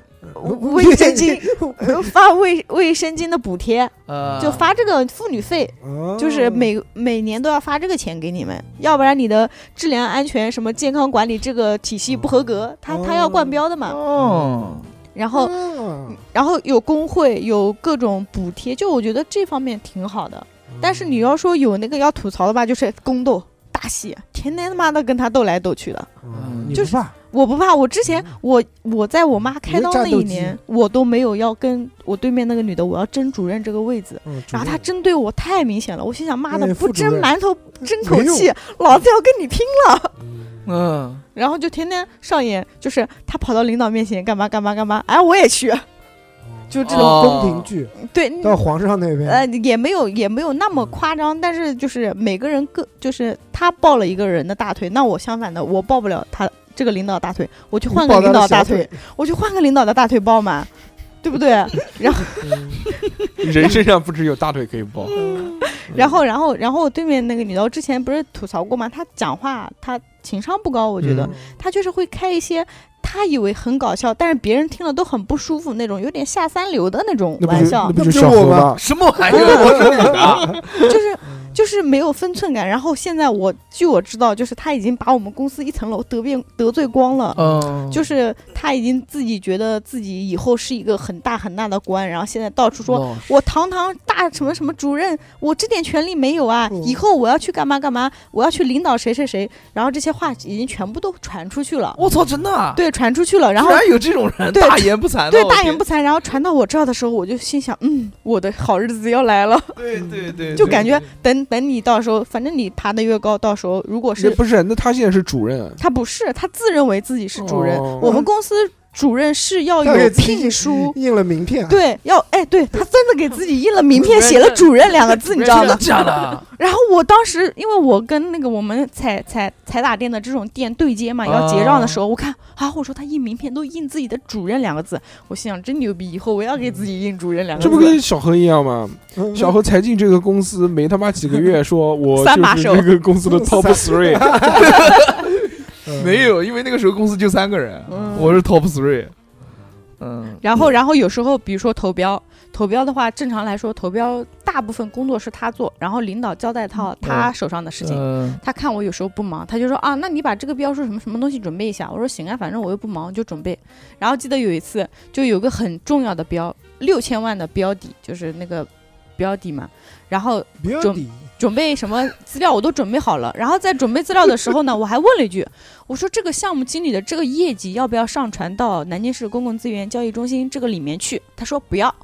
Speaker 4: 卫
Speaker 3: 月
Speaker 4: 生
Speaker 3: 经啊
Speaker 4: 巾， 呃发卫卫生巾的补贴，
Speaker 2: 呃
Speaker 4: 就发这个妇女费，
Speaker 3: 哦
Speaker 4: 就是每每年都要发这个钱给你们，要不然你的质量安全什么健康管理这个体系不合
Speaker 3: 哦
Speaker 4: 格，他他要冠标的嘛。
Speaker 2: 哦，
Speaker 4: 然后
Speaker 3: 啊
Speaker 4: 然后有工会，有各种补贴，就我觉得这方面挺好
Speaker 3: 哦
Speaker 4: 的。但是你要说有那个要吐槽的吧，就是宫斗大戏，天天他妈的跟他斗来斗去的。
Speaker 3: 嗯你
Speaker 4: 就是
Speaker 3: 不怕
Speaker 4: 我不怕，我之前
Speaker 3: 嗯
Speaker 4: 我我在我妈开刀那一年，我都没有要跟我对面那个女的，我要争主任这个位置。
Speaker 3: 嗯
Speaker 4: 然后
Speaker 3: 主
Speaker 4: 她
Speaker 3: 任
Speaker 4: 针对我太明显了，我心想妈的
Speaker 3: 哎
Speaker 4: 不
Speaker 3: 副主任
Speaker 4: 争馒头不争口
Speaker 3: 没用
Speaker 4: 气，老子要跟你拼
Speaker 2: 嗯，
Speaker 4: 然后就天天上演，就是他跑到领导面前干嘛干嘛干嘛，哎，我 也去，嗯就这种、
Speaker 2: 哦
Speaker 3: 宫廷剧
Speaker 4: 对，
Speaker 3: 到皇上那边，
Speaker 4: 呃，也没有也没有那么夸张，但是就是每个人各就是他抱了一个人的大腿，那我相反的，我抱不了他这个领导大腿，我去
Speaker 3: 你
Speaker 4: 换
Speaker 3: 抱
Speaker 4: 个
Speaker 3: 他
Speaker 4: 领导
Speaker 3: 的
Speaker 4: 大
Speaker 3: 小
Speaker 4: 腿，我去换个领导的大腿抱嘛，对不对？
Speaker 3: 嗯
Speaker 4: 嗯
Speaker 1: 人身上不只有大腿可以抱，
Speaker 4: 然后，然后，然后对面那个女的，我之前不是吐槽过吗？她讲话她情商不高，我觉得、
Speaker 3: 嗯
Speaker 4: 她就是会开一些她以为很搞笑，但是别人听了都很不舒服那种，有点下三流的那种
Speaker 1: 那不
Speaker 4: 玩
Speaker 1: 就
Speaker 4: 笑
Speaker 1: 那，不就
Speaker 3: 那不就是
Speaker 1: 小何
Speaker 3: 我吗
Speaker 1: 吗？
Speaker 2: 嗯什么玩意儿？我说你的，
Speaker 4: 就是就是没有分寸感。然后现在我据我知道，就是她已经把我们公司一层楼得遍得罪光了。
Speaker 2: 嗯，
Speaker 4: 就是她已经自己觉得自己以后是一个很大很大的官，然后现在到处说
Speaker 2: 老师
Speaker 4: 我堂堂大什么什么主任，我这点权利没有啊！
Speaker 3: 嗯
Speaker 4: 以后我要去干嘛干嘛，我要去领导谁谁谁，然后这些话已经全部都传出去了，
Speaker 2: 我操，真的啊，
Speaker 4: 对，传出去了，然
Speaker 2: 居
Speaker 4: 后
Speaker 2: 然有这种人，
Speaker 4: 对
Speaker 2: 大言不惭的，
Speaker 4: 对
Speaker 2: 我
Speaker 4: 大
Speaker 2: 天
Speaker 4: 言不惭，然后传到我这儿的时候，我就心想，嗯，我的好日子要来了，
Speaker 2: 对对对，
Speaker 4: 就
Speaker 2: 对
Speaker 4: 感觉等等你到时候，反正你爬得越高，到时候如果
Speaker 1: 那
Speaker 4: 是
Speaker 1: 不是，那他现在是主任，
Speaker 4: 他不是，他自认为自己是主任，
Speaker 1: 哦
Speaker 4: 我们公司主任是要
Speaker 3: 他给
Speaker 4: 有
Speaker 3: 自己
Speaker 4: 聘书。
Speaker 3: 印了名片，
Speaker 4: 对，要哎，对他真的给自己印了名片，
Speaker 7: 主任
Speaker 4: 写了“主任”两个字，你知道
Speaker 2: 真
Speaker 4: 吗
Speaker 2: 的？啊假的？
Speaker 4: 然后我当时，因为我跟那个我们彩彩彩打店的这种店对接嘛，要结账的时候，我看啊，我说他印名片都印自己的“主任”两个字，我心想真牛逼，以后我要给自己印“主任”两个
Speaker 1: 这
Speaker 4: 字。
Speaker 1: 不跟小何一样吗？
Speaker 3: 嗯
Speaker 1: 小何才进这个公司没他妈几个 月，说我
Speaker 4: 三把
Speaker 1: 就是
Speaker 4: 手
Speaker 1: 这个公司的 top three，
Speaker 3: 嗯
Speaker 2: 没有，因为那个时候公司就三个人，
Speaker 4: 嗯
Speaker 2: 我是 top three，嗯，
Speaker 4: 然后，然后有时候，比如说投标，投标的话，正常来说，投标大部分工作是他做，然后领导交代
Speaker 1: 嗯
Speaker 4: 到他手上的事情。
Speaker 2: 嗯
Speaker 4: 他看我有时候不忙，他就说啊，那你把这个标是什么什么东西准备一下。我说行啊，反正我又不忙，就准备。然后记得有一次，就有个很重要的标， 六千万的标的，就是那个标的嘛。然后
Speaker 3: 标
Speaker 4: 准
Speaker 3: 底，
Speaker 4: 准备什么资料我都准备好了。然后在准备资料的时候呢，我还问了一句，我说这个项目经理的这个业绩要不要上传到南京市公共资源交易中心这个里面去？他说不要。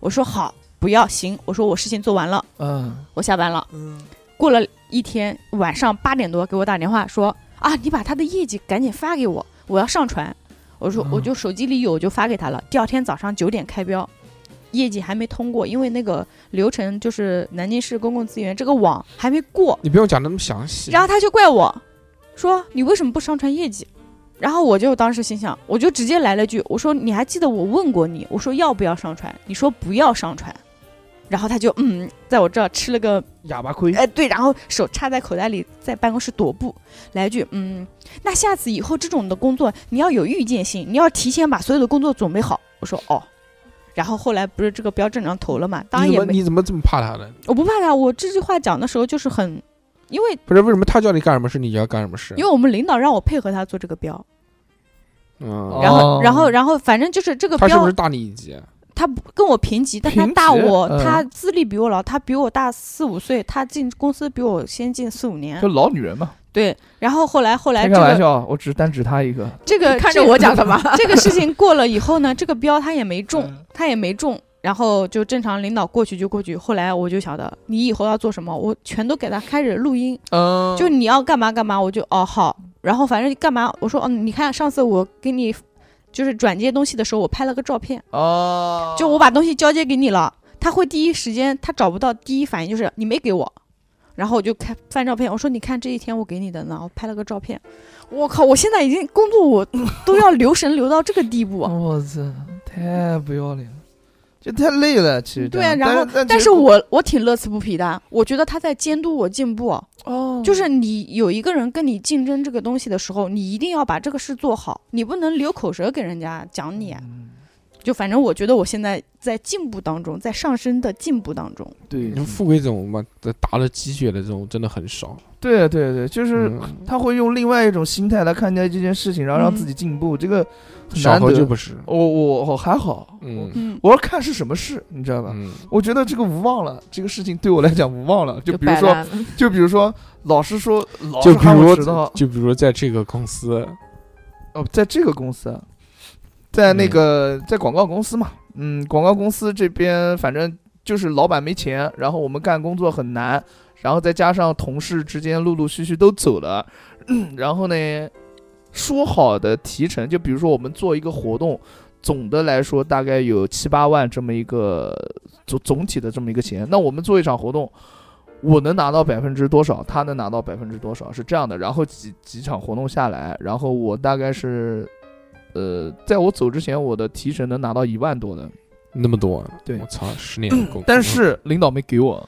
Speaker 4: 我说好，不要行。我说我事情做完了，
Speaker 2: 嗯，
Speaker 4: 我下班了。
Speaker 3: 嗯，
Speaker 4: 过了一天，晚上八点多给我打电话说啊，你把他的业绩赶紧发给我，我要上传。我说
Speaker 2: 嗯
Speaker 4: 我就手机里有，我就发给他了。第二天早上九点开标，业绩还没通过，因为那个流程就是南京市公共资源这个网还没过。
Speaker 1: 你不用讲那么详细。
Speaker 4: 然后他就怪我说你为什么不上传业绩？然后我就当时心想，我就直接来了句，我说你还记得我问过你，我说要不要上传？你说不要上传。然后他就嗯，在我这儿吃了个
Speaker 2: 哑巴亏，
Speaker 4: 哎，对，然后手插在口袋里，在办公室踱步，来一句，嗯，那下次以后这种的工作，你要有预见性，你要提前把所有的工作准备好。我说哦，然后后来不是这个标正常投了嘛，当然
Speaker 1: 你
Speaker 4: 也
Speaker 1: 怎么
Speaker 4: 没，
Speaker 1: 你怎么这么怕他呢？
Speaker 4: 我不怕他，我这句话讲的时候就是很，因为
Speaker 1: 不是为什么他叫你干什么事，你就要干什么事
Speaker 4: 因？为我们领导让我配合他做这个标，
Speaker 1: 嗯，
Speaker 4: 然后、
Speaker 2: 哦
Speaker 4: 然后然后反正就是这个
Speaker 1: 他是
Speaker 4: 标，
Speaker 1: 不是大你一级？啊
Speaker 4: 他不跟我平级，但他
Speaker 2: 平
Speaker 4: 大
Speaker 2: 级
Speaker 4: 我，
Speaker 2: 嗯
Speaker 4: 他资历比我老，他比我大四五岁，他进公司比我先进四五年
Speaker 2: 就，老女人嘛，
Speaker 4: 对，然后后来后来
Speaker 2: 开
Speaker 4: 这
Speaker 2: 开玩
Speaker 4: 个
Speaker 2: 笑，我只单指他一个。
Speaker 4: 这个
Speaker 5: 看
Speaker 4: 这
Speaker 5: 着我讲 干嘛？
Speaker 4: 这个事情过了以后呢，这个标他也没中，他也没中，然后就正常领导过去就过去。后来我就晓得你以后要做什么，我全都给他开始录音，
Speaker 2: 嗯
Speaker 4: 就你要干嘛干嘛，我就哦好，然后反正干嘛，我说嗯，你看上次我给你就是转接东西的时候，我拍了个照片，
Speaker 2: 哦，
Speaker 4: 就我把东西交接给你了，他会第一时间他找不到，第一反应就是你没给我。然后我就看翻照片，我说你看这一天我给你的呢，我拍了个照片。我靠，我现在已经工作我都要留神留到这个地步，
Speaker 2: 我操，太不要脸了，这太累了，其实这
Speaker 4: 对啊
Speaker 2: 样。
Speaker 4: 然后
Speaker 2: 但但
Speaker 4: 但
Speaker 2: 其
Speaker 4: 是
Speaker 2: 实
Speaker 4: 我我挺乐此不疲的，我觉得他在监督我进步。
Speaker 5: 嗯
Speaker 2: 哦，
Speaker 4: 就是你有一个人跟你竞争这个东西的时候，你一定要把这个事做好，你不能留口舌给人家讲你。
Speaker 2: 嗯
Speaker 4: 就反正我觉得我现在在进步当中，在上升的进步当中。
Speaker 2: 对
Speaker 1: 你富贵这种嘛，打了鸡血的这种真的很少。
Speaker 2: 对啊对对，就是
Speaker 1: 嗯
Speaker 2: 他会用另外一种心态来看待这件事情，然后让自己进步，这个很
Speaker 1: 小
Speaker 2: 难
Speaker 1: 何
Speaker 2: 得。
Speaker 1: 就不是，
Speaker 2: 我我我还好，我
Speaker 1: 嗯
Speaker 4: 嗯，
Speaker 2: 我要看是什么事，你知道吧？
Speaker 1: 嗯，
Speaker 2: 我觉得这个无望了，这个事情对我来讲无望了。就比如
Speaker 5: 摆
Speaker 2: 说，
Speaker 5: 烂了，
Speaker 2: 就比如说，老师说，老
Speaker 1: 就
Speaker 2: 师
Speaker 1: 比
Speaker 2: 喊我
Speaker 1: 如
Speaker 2: 迟到，
Speaker 1: 就比如在这个公司，
Speaker 2: 哦，在这个公司啊，在那
Speaker 1: 嗯
Speaker 2: 个在广告公司嘛，嗯，广告公司这边反正就是老板没钱，然后我们干工作很难，然后再加上同事之间陆陆续续都走了， 然后呢，说好的提成，就比如说我们做一个活动，总的来说大概有七八万这么一个总总体的这么一个钱，那我们做一场活动。我能拿到百分之多少，他能拿到百分之多少是这样的。然后几几场活动下来，然后我大概是，呃，在我走之前，我的提成能拿到一万多的，
Speaker 1: 那么多，
Speaker 2: 对
Speaker 1: 我操，十年工，
Speaker 2: 嗯但是领导没给我，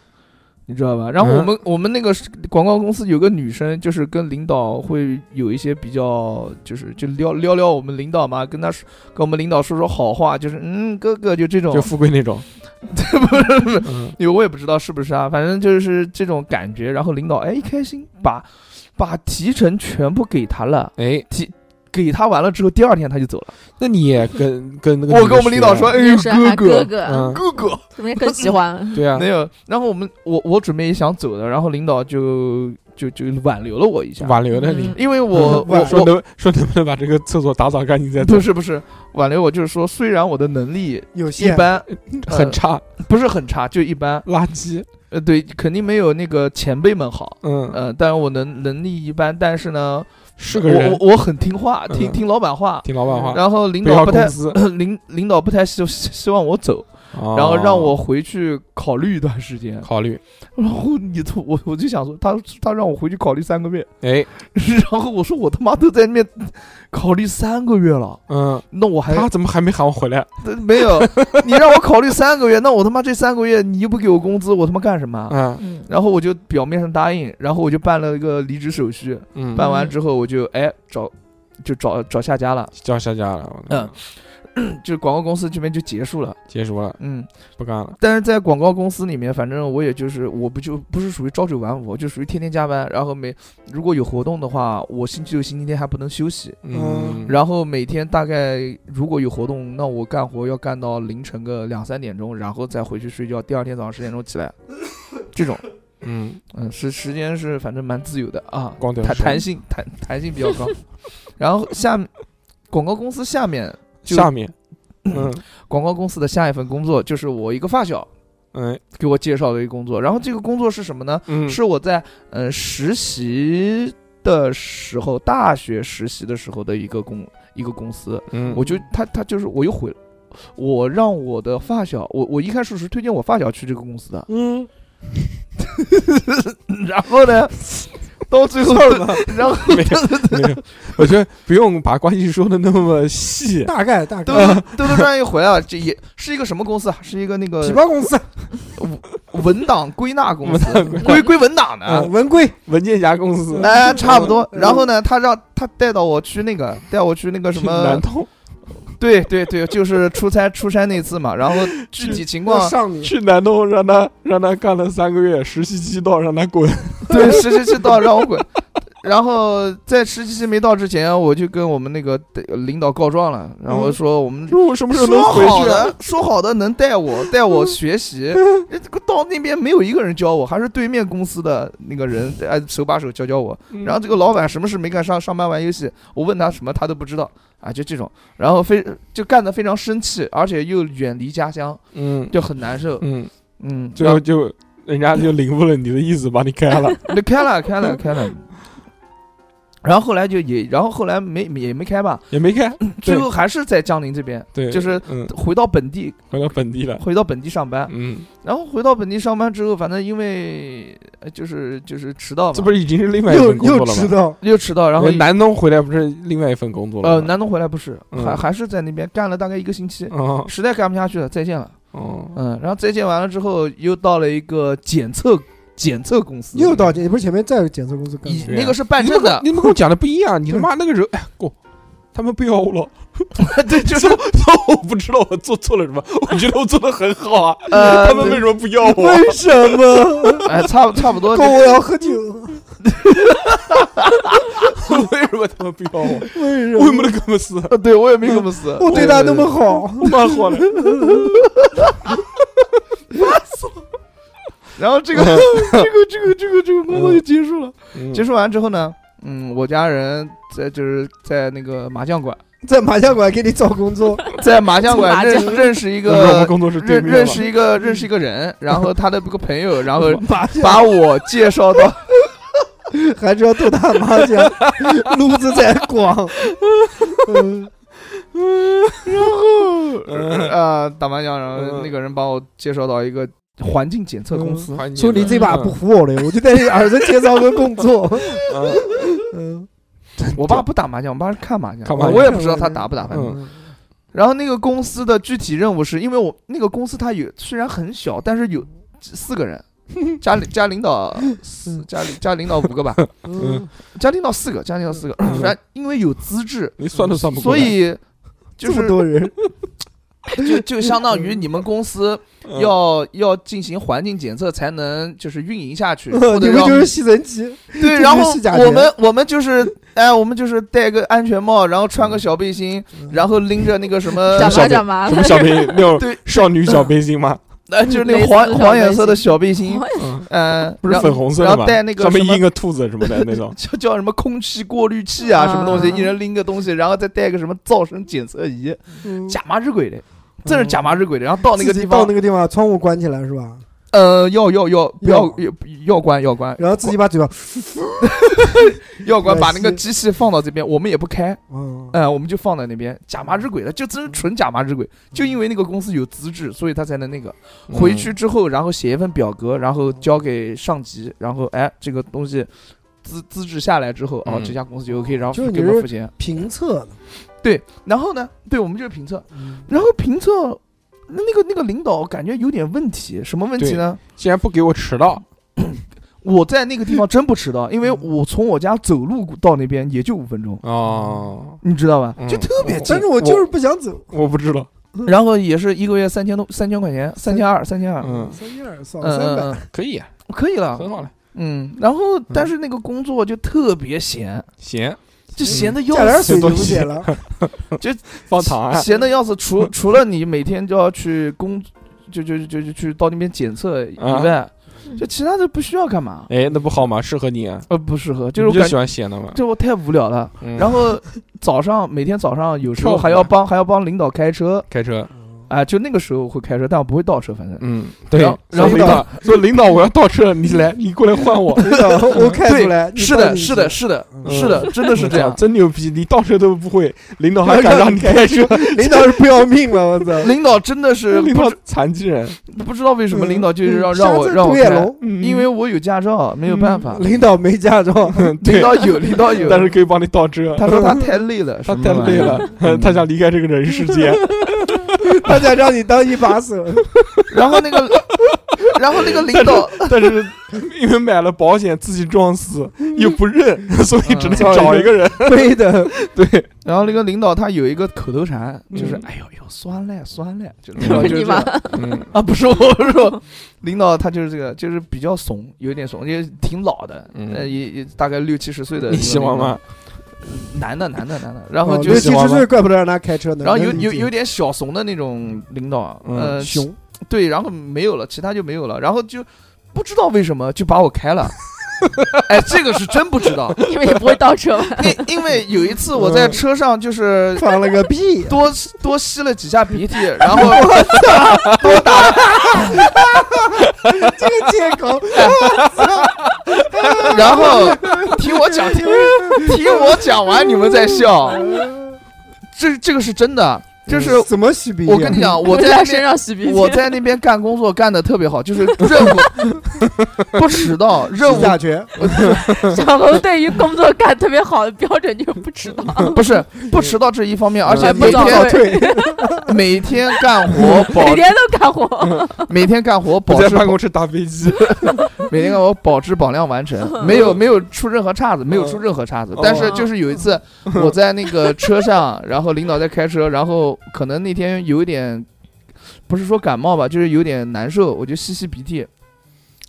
Speaker 2: 你知道吧？然后我们、我们那个是广告公司有个女生，就是跟领导会有一些比较，就是就撩撩撩我们领导嘛，跟他说跟我们领导说说好话，就是嗯哥哥就这种
Speaker 1: 就，富贵那种，
Speaker 2: 不是不是
Speaker 1: 嗯，
Speaker 2: 因为我也不知道是不是啊，反正就是这种感觉。然后领导哎一开心，
Speaker 1: 嗯
Speaker 2: 把把提成全部给他了，
Speaker 1: 哎，
Speaker 2: 给他完了之后，第二天他就走了。
Speaker 1: 那你也跟跟那个
Speaker 2: 我
Speaker 1: 女的
Speaker 2: 跟我们领导说，
Speaker 1: 学，啊
Speaker 2: 哎
Speaker 5: 女生还
Speaker 2: 哥
Speaker 5: 啊哥
Speaker 2: 哥
Speaker 5: 哥，
Speaker 1: 嗯，
Speaker 2: 哥哥，
Speaker 5: 怎么也更喜欢了？
Speaker 1: 对啊，
Speaker 2: 没有。然后我们我我准备也想走的，然后领导就就就挽留了我一下，
Speaker 1: 挽留了你
Speaker 5: 嗯。
Speaker 2: 因 为我我
Speaker 1: 说
Speaker 2: 我
Speaker 1: 能说能不能把这个厕所打扫干净再走
Speaker 2: 不，是不是挽留我就是说，虽然我的能力
Speaker 3: 有
Speaker 2: 一
Speaker 3: 限，
Speaker 2: 般，
Speaker 1: 很差，
Speaker 2: 不是很差，就一般，
Speaker 1: 垃圾。
Speaker 2: 呃，对，肯定没有那个前辈们好。
Speaker 1: 嗯，
Speaker 2: 呃，但我能能力一般，但是呢，
Speaker 1: 是个人，
Speaker 2: 我我我很听话，听
Speaker 1: 嗯
Speaker 2: 听老板话，
Speaker 1: 听老板话，
Speaker 2: 然后领
Speaker 1: 不要
Speaker 2: 导不太
Speaker 1: 工资，
Speaker 2: 领领导不太希希望我走，然
Speaker 1: 然
Speaker 2: 后让我回去考虑一段时间。
Speaker 1: 哦考虑。
Speaker 2: 然后你从我我就想说，他他让我回去考虑三个月，
Speaker 1: 哎，
Speaker 2: 然后我说我他妈都在那边考虑三个月了，
Speaker 1: 嗯，
Speaker 2: 那我还啊
Speaker 1: 他怎么还没喊我回来？
Speaker 2: 没有，你让我考虑三个月，那我他妈这三个月你又不给我工资，我他妈干什么？
Speaker 1: 嗯
Speaker 5: 嗯，
Speaker 2: 然后我就表面上答应，然后我就办了一个离职手续，
Speaker 1: 嗯，
Speaker 2: 办完之后我就哎找就找找下家了，
Speaker 1: 叫下架了，
Speaker 2: 嗯，就广告公司这边就结束了，
Speaker 1: 结束了，
Speaker 2: 嗯，
Speaker 1: 不干了。
Speaker 2: 但是在广告公司里面，反正我也就是我不就不是属于朝九晚五，就属于天天加班，然后每如果有活动的话，我星期六、星期天还不能休息，
Speaker 1: 嗯，
Speaker 2: 然后每天大概如果有活动，那我干活要干到凌晨个两三点钟，然后再回去睡觉，第二天早上十点钟起来，这 种，
Speaker 1: 嗯，
Speaker 2: 嗯，是时间是反正蛮自由的啊，
Speaker 1: 光头
Speaker 2: 弹
Speaker 1: 是
Speaker 2: 弹性弹弹性比较高， 然后下广告公司下面就
Speaker 1: 下 面，嗯
Speaker 2: 广告公司的下一份工作就是我一个发小。
Speaker 1: 嗯
Speaker 2: 给我介绍了一个工作，然后这个工作是什么呢？
Speaker 1: 嗯，
Speaker 2: 是我在呃实习的时候，大学实习的时候的一个公一个公司，
Speaker 1: 嗯，
Speaker 2: 我就他他就是我又回，我让我的发小，我我一开始是推荐我发小去这个公 司的，
Speaker 3: 嗯，
Speaker 2: 然后呢，到最后，然后
Speaker 1: 没有没有，我觉得不用把关系说的那么细。
Speaker 3: 大概大
Speaker 2: 兜
Speaker 3: 概。
Speaker 2: 兜兜转一回啊，这也是一个什么公司啊？是一个那
Speaker 3: 皮
Speaker 2: 个
Speaker 3: 包公司
Speaker 2: 文档归纳公司，
Speaker 1: 文档
Speaker 2: 归归文档的
Speaker 3: 啊，
Speaker 2: 啊。
Speaker 3: 文归
Speaker 1: 文件夹公司
Speaker 2: 哎，差不多。然后呢，他让他带到我去那个，带我去那个什么
Speaker 1: 南通，
Speaker 2: 对对对，就是出差出差那次嘛，然后具体情
Speaker 3: 要
Speaker 2: 况，
Speaker 3: 上你，
Speaker 1: 去南通让他让他干了三个月实习期到，让他滚。
Speaker 2: 对实习期到让我滚，然后在实习期没到之前，我就跟我们那个呃领导告状了，然后说我们
Speaker 3: 嗯说我什么时候
Speaker 2: 说
Speaker 3: 能回
Speaker 2: 好
Speaker 3: 去啊？
Speaker 2: 的，说好的能带我带我学 习，哎这个到那边没有一个人教我，还是对面公司的那个人哎手把手教教我。
Speaker 1: 嗯
Speaker 3: 嗯
Speaker 2: 然后这个老板什么事没干，上上班玩游戏，我问他什么他都不知道啊，就这种，然后非就干得非常生气，而且又远离家乡，
Speaker 1: 嗯
Speaker 2: 就很难受。
Speaker 1: 嗯，
Speaker 2: 嗯，
Speaker 1: 最后就人家就领悟了你的意思，把你开 了。
Speaker 2: 那开了开了开了。然后后来就也，然后后来没也没开吧，
Speaker 1: 也没 开，
Speaker 2: 最后还是在江宁这边，
Speaker 1: 对，
Speaker 2: 就是
Speaker 1: 嗯，
Speaker 2: 回到本地，
Speaker 1: 回到本地 了，
Speaker 2: 回到本地上班。
Speaker 1: 嗯，
Speaker 2: 然后回到本地上班之后，反正因为呃就是就是迟到嘛，
Speaker 1: 这不是已经是另外一
Speaker 3: 又
Speaker 1: 份工
Speaker 3: 又
Speaker 1: 作了
Speaker 3: 知
Speaker 1: 吗？
Speaker 3: 道，
Speaker 2: 又迟到，然后
Speaker 1: 人南东回来不是另外一份工作了
Speaker 2: 呃
Speaker 1: 吗？
Speaker 2: 南东回来不是，
Speaker 1: 嗯
Speaker 2: 还还是在那边干了大概一个星期，
Speaker 1: 哦
Speaker 2: 实在干不下去了，再见了。
Speaker 1: 哦，
Speaker 2: 嗯，然后再见完了之后，又到了一个检测检测公司，
Speaker 3: 又到这，你不是前面再有检测公司干
Speaker 2: 以
Speaker 3: 过？
Speaker 1: 对啊
Speaker 2: 那个是办
Speaker 1: 你
Speaker 2: 证
Speaker 1: 们跟
Speaker 2: 的， 嗯
Speaker 1: 你们跟我讲的不一样，你他妈那个人，哎，过，他们不要我了，
Speaker 2: 对，就是
Speaker 1: 我不知道我做错了什么，我觉得我做的很好啊，
Speaker 2: 呃，
Speaker 1: 他们为什么不要我？
Speaker 3: 为什么？
Speaker 2: 哎，差不差不多
Speaker 3: 跟我要喝酒，
Speaker 1: 为什么他们不要我？
Speaker 3: 为什
Speaker 1: 为什
Speaker 3: 么？
Speaker 1: 么他们死？
Speaker 2: 呃，对我也没这么死，
Speaker 3: 我对他那么好，
Speaker 1: 蛮好的，
Speaker 2: 然后 这个这个这个这个这个工作就结束了。结
Speaker 1: 实
Speaker 2: 束完之后呢，嗯，我家人在就是在那个麻将馆，
Speaker 3: 在麻将馆给你找工作，
Speaker 2: 在麻将馆
Speaker 4: 麻
Speaker 2: 认
Speaker 4: 将
Speaker 2: 认识一
Speaker 1: 我们
Speaker 2: 个
Speaker 1: 工作室对
Speaker 2: 认
Speaker 1: 面了
Speaker 2: 认识一个认识一个人，然后他的一个朋友，然后
Speaker 3: 麻
Speaker 1: 啊
Speaker 3: 将
Speaker 2: 把我介绍到
Speaker 3: 还是要多打麻 将，路子在广。嗯，
Speaker 1: 嗯
Speaker 2: 呃打麻将，然后
Speaker 1: 嗯
Speaker 2: 那个人把我介绍到一个环境检测公司，
Speaker 1: 环节
Speaker 3: 说你这把不服我了，我就带你儿子介绍个工作。
Speaker 1: 嗯
Speaker 3: 嗯，
Speaker 2: 我爸不打麻将，我爸是看麻将，
Speaker 1: 看麻将
Speaker 2: 啊我也不知道他打不打，反正。
Speaker 3: 嗯
Speaker 2: 然后那个公司的具体任务是因为我那个公司它有虽然很小，但是有四个人，加领加领导四加领加领导五个吧，
Speaker 3: 嗯，
Speaker 2: 加领导四个，加领导四个。
Speaker 1: 嗯
Speaker 2: 然后因为有资质，
Speaker 1: 你算都算不过
Speaker 2: 所
Speaker 1: 来，
Speaker 2: 以就
Speaker 3: 这么
Speaker 2: 是
Speaker 3: 多人，
Speaker 2: 就就相当于你们公司
Speaker 1: 嗯
Speaker 2: 要要进行环境检测才能就是运营下去，
Speaker 3: 嗯你
Speaker 2: 或
Speaker 3: 们
Speaker 2: 者让
Speaker 3: 就是吸尘器，
Speaker 2: 对，然后
Speaker 3: 是假
Speaker 2: 我
Speaker 3: 人
Speaker 2: 们我们就是哎，我们就是戴个安全帽，然后穿个小背心，然后拎着那个什么
Speaker 5: 讲
Speaker 1: 小
Speaker 5: 吧
Speaker 1: 兵
Speaker 5: 讲吧
Speaker 1: 什，么小兵那种
Speaker 2: 对
Speaker 1: 少女小背心吗？
Speaker 2: 呃，就是那
Speaker 5: 蕾
Speaker 2: 个
Speaker 5: 丝
Speaker 2: 黄
Speaker 5: 小
Speaker 2: 黄颜
Speaker 5: 背
Speaker 2: 色的
Speaker 5: 心
Speaker 2: 小背心，
Speaker 1: 嗯，
Speaker 2: 嗯，
Speaker 1: 不是
Speaker 2: 然
Speaker 1: 粉红色
Speaker 2: 然
Speaker 1: 的
Speaker 2: 后
Speaker 1: 吗？
Speaker 2: 带那个
Speaker 1: 上面
Speaker 2: 什么，
Speaker 1: 印个兔子什么的那种
Speaker 2: 叫叫什么空气过滤器啊，什么东西，
Speaker 5: 啊
Speaker 2: 一人拎个东西，然后再带个什么噪声检测仪，
Speaker 3: 嗯
Speaker 2: 假麻日鬼的，真是假麻日鬼的。然后到那个地
Speaker 3: 自己到
Speaker 2: 方
Speaker 3: 那，个地方，窗户关起来是吧？
Speaker 2: 呃，要要要不要要要关要关
Speaker 3: 然后自己把嘴巴，
Speaker 2: 要
Speaker 1: 呃
Speaker 2: 关，把那个
Speaker 3: 关
Speaker 2: 机器放到这边，我们也不开，
Speaker 3: 嗯，
Speaker 2: 嗯，我们就放在那边。假麻日鬼的，就真是纯假麻日鬼，就因为那个公司有资质，所以他才能那个。 回
Speaker 1: 嗯
Speaker 2: 去之后，然后写一份表格，然后交给上级，然后哎，这个东西资资质下来之后，哦，
Speaker 1: 嗯
Speaker 2: 这家公司就 OK，然
Speaker 3: 就
Speaker 2: 后
Speaker 3: 是
Speaker 2: 给
Speaker 3: 你
Speaker 2: 我们
Speaker 3: 是
Speaker 2: 付钱。
Speaker 3: 评测的，
Speaker 2: 对，然后呢，对我们就是评测，
Speaker 3: 嗯
Speaker 2: 然后评测那那个那个领导感觉有点问题，什么问题呢？
Speaker 1: 竟然不给我迟到，
Speaker 2: 我在那个地方真不迟到，因为我从我家走路到那边也就五分钟，
Speaker 1: 哦，
Speaker 2: 你知道吧？
Speaker 1: 嗯
Speaker 2: 就特别近
Speaker 3: 但。是我就是不想走。
Speaker 1: 我不知道，
Speaker 2: 然后也是一个月三千多，三千块钱，三千二，三千二，
Speaker 1: 嗯，
Speaker 3: 三千二少
Speaker 2: 嗯
Speaker 3: 三
Speaker 2: 嗯
Speaker 3: 百，
Speaker 2: 嗯，
Speaker 1: 可以啊，
Speaker 2: 可以了
Speaker 1: 很，好了，
Speaker 2: 嗯。然后但是那个工作就特别闲，
Speaker 1: 行，
Speaker 3: 嗯
Speaker 2: 就闲的
Speaker 3: 加
Speaker 2: 要
Speaker 3: 点
Speaker 2: 死，
Speaker 3: 水就不写了。
Speaker 1: 放糖啊，
Speaker 2: 闲的要死。除除了你每天就要去工，就就就就去到那边检测以
Speaker 1: 啊
Speaker 2: 外，就其他的不需要干嘛。
Speaker 1: 哎，那不好吗？适合你啊，
Speaker 2: 呃，不适合，就
Speaker 1: 你
Speaker 2: 是
Speaker 1: 就
Speaker 2: 我感
Speaker 1: 喜
Speaker 2: 觉，
Speaker 1: 欢咸的嘛，
Speaker 2: 就我太无聊了。
Speaker 1: 嗯
Speaker 2: 然后早上每天早上有时候
Speaker 1: 跳舞
Speaker 2: 还要
Speaker 1: 啊
Speaker 2: 帮还要帮领导开车
Speaker 1: 开车，
Speaker 3: 嗯
Speaker 2: 啊，就那个时候会开车，但我不会倒车，反正。
Speaker 1: 嗯，对
Speaker 2: 然后，然后嗯
Speaker 1: 领导说领导我要倒车，你来，你过来换我，
Speaker 3: 真的，我看出来，
Speaker 2: 是
Speaker 3: 你
Speaker 2: 的，
Speaker 3: 帮你
Speaker 2: 是的，
Speaker 3: 写，
Speaker 2: 是的，
Speaker 3: 嗯
Speaker 2: 是的，真的 是这
Speaker 1: 我
Speaker 2: 样
Speaker 1: 操。真牛逼，你倒车都不会，领导还敢让你开 车，
Speaker 3: 领导是不要命了，我操！
Speaker 2: 领导真的是
Speaker 1: 领
Speaker 2: 不
Speaker 1: 导
Speaker 2: 知
Speaker 1: 残疾人，
Speaker 2: 不知道为什么
Speaker 3: 嗯
Speaker 2: 领导就是让
Speaker 3: 嗯
Speaker 2: 让我
Speaker 3: 下次
Speaker 2: 让我
Speaker 3: 独眼
Speaker 2: 开，啊
Speaker 3: 龙，
Speaker 1: 嗯
Speaker 2: 因为我有驾照，没有办法。
Speaker 3: 领导没 驾照，
Speaker 2: 领
Speaker 1: 对，
Speaker 2: 导有，领导有，
Speaker 1: 嗯 但是可以帮你倒车，
Speaker 2: 他说他太累了，
Speaker 1: 嗯他
Speaker 2: 什么
Speaker 1: 太
Speaker 2: 玩意
Speaker 1: 累
Speaker 2: 儿
Speaker 1: 了， 他想离开这个人世间。
Speaker 3: 他想让你当一把手，
Speaker 2: 然后那个然后那个领导
Speaker 1: 但是因为买了保险自己撞死又不认，所以只能
Speaker 2: 嗯
Speaker 1: 找一个人。
Speaker 3: 非的，
Speaker 1: 对，
Speaker 2: 然后那个领导他有一个口头禅，就是
Speaker 1: 嗯
Speaker 2: 哎呦呦酸嘞酸嘞， 就是
Speaker 1: 嗯
Speaker 2: 就是
Speaker 5: 你
Speaker 2: 这样
Speaker 5: 妈
Speaker 1: 嗯
Speaker 2: 啊不是我不是我，领导他就是这个就是比较怂，有点怂，也挺老的，
Speaker 1: 嗯
Speaker 2: 呃也也大概六七十岁的。
Speaker 1: 你喜欢吗？？
Speaker 2: 男的男的男的，然后
Speaker 3: 哦
Speaker 2: 就
Speaker 3: 六
Speaker 2: 是
Speaker 1: 喜
Speaker 3: 七
Speaker 1: 欢
Speaker 3: 十
Speaker 1: 吗
Speaker 3: 岁，怪不得让他开车呢。
Speaker 2: 然后有
Speaker 3: 能理
Speaker 2: 有
Speaker 3: 解
Speaker 2: 有点小怂的那种领导，
Speaker 1: 嗯
Speaker 2: 呃
Speaker 3: 熊，
Speaker 2: 对，然后没有了，其他就没有了，然后就不知道为什么就把我开了。 哎，这个是真不知道，
Speaker 5: 因为 你不会倒车吧？
Speaker 2: 因因为有一次我在车上就是
Speaker 3: 放了个屁，
Speaker 2: 多多吸了几下鼻涕，然后
Speaker 3: 这个借 口，
Speaker 2: 然后听我讲，听听我讲完你们再笑，这这个是真的，嗯就是
Speaker 3: 怎嗯么啊洗鼻？
Speaker 2: 我跟 你，讲，我
Speaker 5: 嗯在
Speaker 2: 在那
Speaker 5: 他
Speaker 2: 边
Speaker 5: 身上洗鼻涕，
Speaker 2: 我在那边干工作干的特别好，就是任 务不迟到，任务
Speaker 3: 下权，
Speaker 5: 小猴对于工作干特别好的标准就是不迟到，
Speaker 2: 不是不迟到这一方面，而且
Speaker 3: 嗯
Speaker 5: 还不
Speaker 2: 每
Speaker 5: 早
Speaker 2: 天
Speaker 5: 退
Speaker 3: 退，
Speaker 2: 每天干活
Speaker 5: 每
Speaker 2: 保
Speaker 5: 天都干活。
Speaker 2: 每天干活
Speaker 1: 不
Speaker 2: 保
Speaker 1: 在
Speaker 2: 质
Speaker 1: 办公室打飞 机，
Speaker 2: 每天干活保质保量完成，没有没有出任何岔子，没
Speaker 1: 嗯
Speaker 2: 有出任何岔子
Speaker 1: 哦。
Speaker 2: 但是就是有一次
Speaker 5: 哦
Speaker 2: 我在那个车上， 然后领导在开车，然后可能那天有一点不是说感冒吧，就是有点难受，我就吸吸鼻涕，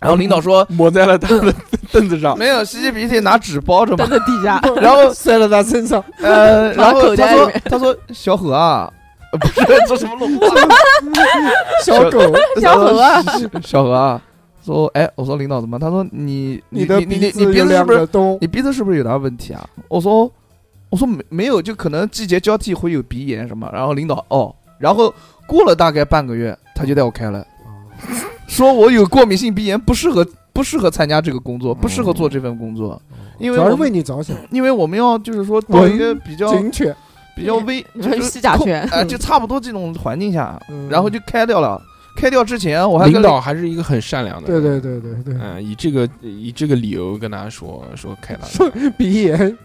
Speaker 2: 然后领导说。
Speaker 1: 抹在了他的凳子上。
Speaker 2: 没有吸吸鼻涕，拿纸包着嘛
Speaker 4: 蹲。在地下，
Speaker 2: 然后
Speaker 3: 摔到他 身上，
Speaker 2: 呃，然
Speaker 5: 把
Speaker 2: 后
Speaker 5: 口
Speaker 2: 他
Speaker 5: 袋里
Speaker 2: 说
Speaker 5: 面
Speaker 2: 他说小 何啊，呃不是做什么啊龙话，
Speaker 3: 小狗，
Speaker 5: 小何啊，
Speaker 2: 小何啊，说哎，我说领导怎么？他说你
Speaker 3: 你的
Speaker 2: 你你
Speaker 3: 鼻
Speaker 2: 你
Speaker 3: 子
Speaker 2: 鼻
Speaker 3: 有
Speaker 2: 子是
Speaker 3: 两
Speaker 2: 不是
Speaker 3: 个洞，
Speaker 2: 你鼻子是不是有点问题啊？我说我说没没有，就可能季节交替会有鼻炎什么。然后领导哦，然后过了大概半个月，他就带我开了，说我有过敏性鼻炎，不适合不适合参加这个工作，不适合做这份工作，因
Speaker 3: 主
Speaker 2: 为
Speaker 3: 要
Speaker 2: 我
Speaker 3: 是为
Speaker 2: 们
Speaker 3: 你着想，
Speaker 2: 因为我们要就是说到一个比较
Speaker 3: 警犬，
Speaker 2: 比较危，
Speaker 5: 你
Speaker 2: 就
Speaker 5: 们
Speaker 2: 是
Speaker 5: 吸甲
Speaker 2: 控
Speaker 5: 醛
Speaker 2: 啊，就差不多这种环境下，
Speaker 3: 嗯
Speaker 2: 然后就开掉了。开掉之前，我还跟
Speaker 1: 领导还是一个很善良的，
Speaker 3: 对对。对对对，
Speaker 1: 嗯，以这个以这个理由跟他说说开了，
Speaker 3: 鼻炎，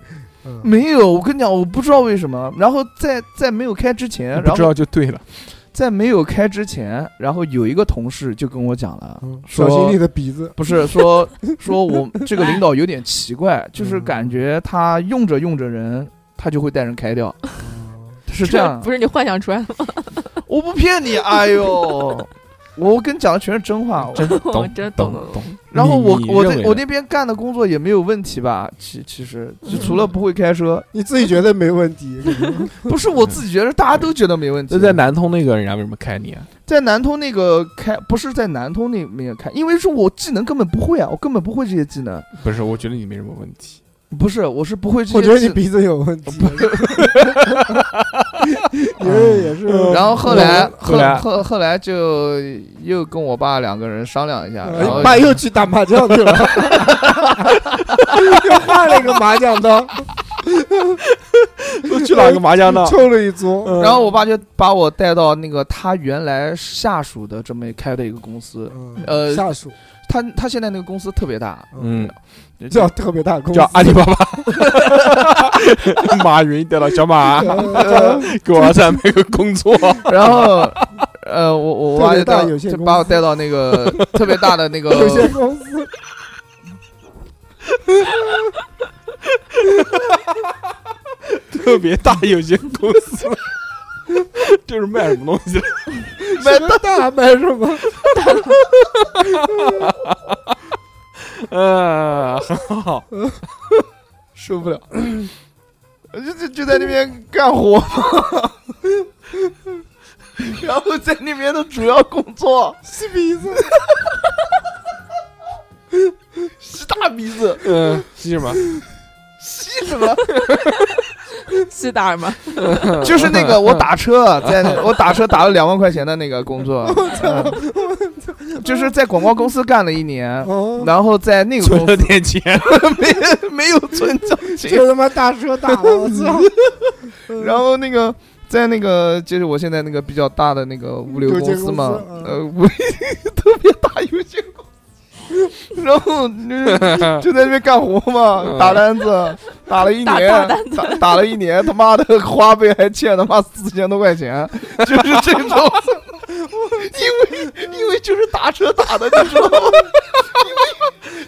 Speaker 3: 嗯
Speaker 2: 没有，我跟你讲，我不知道为什么。然后在在没有开之前，
Speaker 1: 不
Speaker 2: 然
Speaker 1: 知
Speaker 2: 后
Speaker 1: 道就对了。
Speaker 2: 在没有开之前，然后有一个同事就跟我讲了，
Speaker 3: 嗯小
Speaker 2: 说
Speaker 3: 心你的鼻子，
Speaker 2: 不是 说说我这个领导有点奇怪，就是
Speaker 3: 嗯
Speaker 2: 感觉他用着用着人，他就会带人开 掉，是这
Speaker 5: 这
Speaker 2: 样
Speaker 5: 不。是你幻想出来的吗？
Speaker 2: 我不骗你，哎 呦，我跟你讲的全是真话。
Speaker 1: 真
Speaker 5: 我
Speaker 1: 懂
Speaker 5: 真
Speaker 1: 懂
Speaker 5: 懂
Speaker 1: 懂。
Speaker 2: 然后我
Speaker 1: 你
Speaker 2: 我
Speaker 1: 认
Speaker 2: 那
Speaker 1: 为
Speaker 2: 我
Speaker 1: 呢
Speaker 2: 那边干的工作也没有问题吧？其其实就除了不会开车，
Speaker 3: 你自己觉得没问 题，
Speaker 2: 不是我自己觉得，大家都觉得没问题。
Speaker 1: 那嗯在南通那个人家为什么开你啊？
Speaker 2: 在南通那个开，不是在南通那边开，因为是我技能根本不会啊，我根本不会这些技能。
Speaker 1: 不是，我觉得你没什么问题。
Speaker 2: 不是，我是不哦会这些
Speaker 3: 我
Speaker 2: 技
Speaker 3: 觉得你鼻子有问题， 你这也是，
Speaker 2: 嗯然后后来，
Speaker 1: 嗯后
Speaker 2: 后
Speaker 1: 来
Speaker 2: 后后来就又跟我爸两个人商量一下，然后
Speaker 3: 呃爸又去打麻将去了， 又换了一个麻将 刀，
Speaker 1: 都去哪个麻将呢？
Speaker 3: 凑了一
Speaker 1: 嗯
Speaker 3: 桌。
Speaker 2: 然后我爸就把我带到那个他原来下属的这么开的一个公司，
Speaker 3: 嗯
Speaker 2: 呃
Speaker 3: 下属
Speaker 2: 他他现在那个公司特别大，
Speaker 1: 嗯，
Speaker 3: 叫特别大公司
Speaker 1: 叫阿里巴巴。 马云带了小马，
Speaker 3: 呃
Speaker 1: 给我儿子安排个工作。
Speaker 2: 然后呃我我
Speaker 3: 特
Speaker 2: 爸
Speaker 3: 别
Speaker 2: 就
Speaker 3: 大
Speaker 2: 带
Speaker 3: 有限
Speaker 2: 就
Speaker 3: 公
Speaker 2: 把我
Speaker 3: 司
Speaker 2: 带到那 个特别大的那个
Speaker 3: 有限公司，
Speaker 1: 特别大有限公司。 这是卖什么东西？
Speaker 3: 什么大卖什么，
Speaker 1: 呃，很好，
Speaker 2: 受不了，就就就在那边干活嘛， 然后在那边的主要工作
Speaker 3: 吸鼻子，
Speaker 2: 吸大鼻子，
Speaker 1: 嗯，是什么？
Speaker 2: 吸什么？
Speaker 5: 吸大耳吗？
Speaker 2: 就是那个我打车，在那我打车打了两万块钱的那个工作，嗯就是在广告公司干了一年，
Speaker 3: 哦，
Speaker 2: 然后在那个
Speaker 1: 存
Speaker 2: 公
Speaker 1: 了
Speaker 2: 司
Speaker 1: 点钱，
Speaker 2: 没 没有存交钱，
Speaker 3: 这他妈大车大了，我 操！
Speaker 2: 然后那个在那个就是我现在那个比较大的那个物流公司嘛
Speaker 3: 有限公，司嗯
Speaker 2: 呃，物 特别大有限公司，然 后就是就在那边干活嘛，
Speaker 1: 嗯
Speaker 2: 打单子，打了一
Speaker 5: 打
Speaker 2: 年
Speaker 5: 大单，
Speaker 2: 打打了一年，他妈的花呗还欠他妈四千多块钱，就是这种。因为因为就是打车打的，你知道吗？因为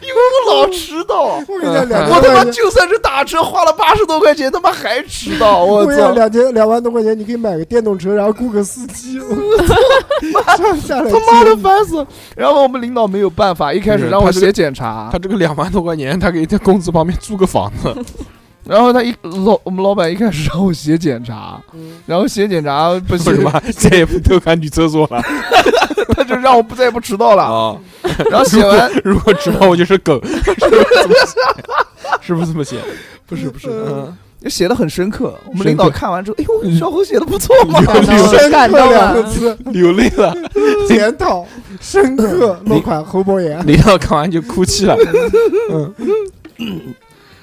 Speaker 2: 因为我老迟到。
Speaker 3: 我跟你讲，两
Speaker 2: 我
Speaker 3: 千
Speaker 2: 他妈
Speaker 3: 块钱，
Speaker 2: 就算是打车花了八十多块钱，他妈还迟到！
Speaker 1: 哦
Speaker 3: 我
Speaker 2: 我
Speaker 3: 跟你
Speaker 2: 操
Speaker 3: 讲，！两千两万多块钱，你可以买个电动车，然后雇个司机，我操， 上下来
Speaker 2: 他妈
Speaker 3: 接
Speaker 2: 的
Speaker 3: 你
Speaker 2: 烦死了！然后我们领导没有办法，一开始让我写检查
Speaker 1: 啊他，这个两万多块钱，他可以在公司旁边租个房 子，
Speaker 2: 然后他一老我们老板一开始让我写检查，然后写检查不
Speaker 1: 为什
Speaker 2: 行，
Speaker 1: 么再也不偷看女厕所了
Speaker 2: 他就让我不再也不迟到 了。
Speaker 1: 啊？
Speaker 2: 然后写完
Speaker 1: 如果知道我 就是狗，是不是这么写？
Speaker 2: 不是不是，
Speaker 1: 嗯
Speaker 2: 就写的很深刻。我们
Speaker 1: 深
Speaker 2: 领导
Speaker 1: 刻
Speaker 2: 看完之后，哎呦，小伙写的不错嘛。
Speaker 5: 感动了
Speaker 3: 深
Speaker 5: 感
Speaker 3: 刻
Speaker 5: 动
Speaker 3: 两个
Speaker 5: 了，
Speaker 3: 字，
Speaker 1: 流泪了，
Speaker 3: 检讨，深刻，落款侯博言，
Speaker 1: 领导看完就哭泣了。
Speaker 3: 嗯，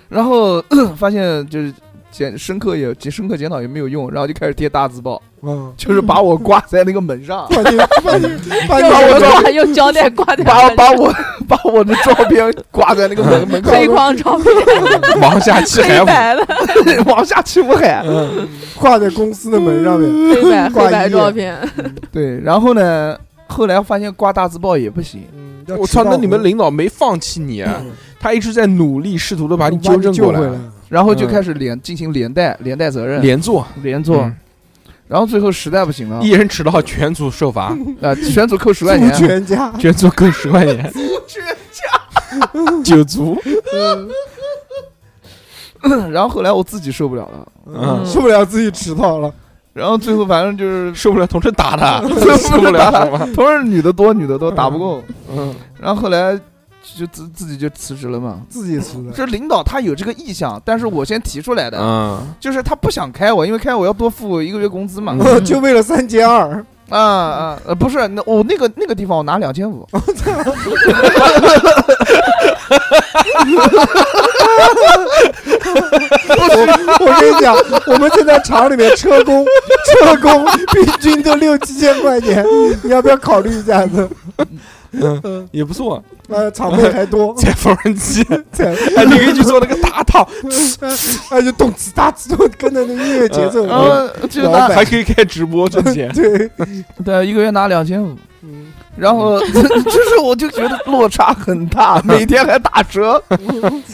Speaker 2: 然后发现就是检深刻也检深刻检讨也没有用，然后就开始贴大字报，
Speaker 3: 嗯，
Speaker 2: 就是把我挂在那个门上，
Speaker 3: 把 你把你把
Speaker 5: 用
Speaker 3: 你
Speaker 2: 我
Speaker 5: 手
Speaker 2: 的
Speaker 5: 挂，用胶带挂在
Speaker 2: 把
Speaker 5: 门
Speaker 2: 把我把我的照片挂在那个门门 口，
Speaker 5: 黑框照片，
Speaker 1: 王下七海
Speaker 5: 黑
Speaker 1: 虎，
Speaker 5: 白的
Speaker 2: 往下去不海。
Speaker 1: 嗯，
Speaker 3: 挂在公司的门上面，
Speaker 5: 黑白
Speaker 3: 挂
Speaker 5: 黑白
Speaker 3: 一
Speaker 5: 照
Speaker 3: 页
Speaker 5: 片，
Speaker 2: 对，然后呢，后来发现挂大字报也不行，
Speaker 3: 嗯要
Speaker 1: 我
Speaker 3: 迟到
Speaker 1: 操！那你们
Speaker 3: 红
Speaker 1: 领导没放弃你啊，他一直在努力试图的把你
Speaker 3: 把
Speaker 1: 纠
Speaker 3: 你
Speaker 1: 正
Speaker 3: 救
Speaker 1: 过
Speaker 3: 回来
Speaker 1: 来，
Speaker 3: 了，
Speaker 2: 然后就
Speaker 1: 嗯
Speaker 2: 开始连进行连带连带责任
Speaker 1: 连坐，
Speaker 2: 连坐，然后最后实在不行了
Speaker 1: 一人迟到全组受罚，
Speaker 2: 啊，全组扣 十块
Speaker 3: 住
Speaker 2: 钱，
Speaker 3: 全家，
Speaker 1: 全组扣十块钱，九族，
Speaker 2: 然后后来我自己受不了了，
Speaker 1: 嗯
Speaker 3: 受不了自己迟到了，
Speaker 2: 然后最后反正就是
Speaker 1: 受不了同事打 他，受
Speaker 2: 受
Speaker 1: 不
Speaker 2: 不
Speaker 1: 了
Speaker 2: 了
Speaker 1: 什么？
Speaker 2: 同是女的多，女的多，打不过，
Speaker 1: 嗯，
Speaker 2: 然后后来就自自己就辞职了嘛。
Speaker 3: 自己迟的，
Speaker 2: 这领导他有这个意向，但是我先提出来的，
Speaker 1: 嗯，
Speaker 2: 就是他不想开我，因为开我要多付一个月工资嘛。
Speaker 1: 嗯
Speaker 3: 就为了三千二，
Speaker 2: 啊啊，呃不是，那我那个那个地方我拿两千 五，
Speaker 3: 我我跟你讲，我们现在厂里面车 工车工平均都六七千块钱，你要不要考虑一下子？嗯，
Speaker 1: 也不错，
Speaker 3: 呃，厂费还 多，
Speaker 1: 在缝纫机，
Speaker 3: 才
Speaker 1: 哎，你可以去做那个大套，
Speaker 3: 哎就动次打次动，跟着那音乐节
Speaker 1: 嗯
Speaker 3: 奏
Speaker 2: 然，后就
Speaker 3: 老
Speaker 2: 拿
Speaker 3: 板。
Speaker 1: 还可以开直播挣钱
Speaker 3: 对，
Speaker 2: 对一个月拿两千五，
Speaker 3: 嗯
Speaker 2: 然后 就是我就觉得落差很 大，每天还打折，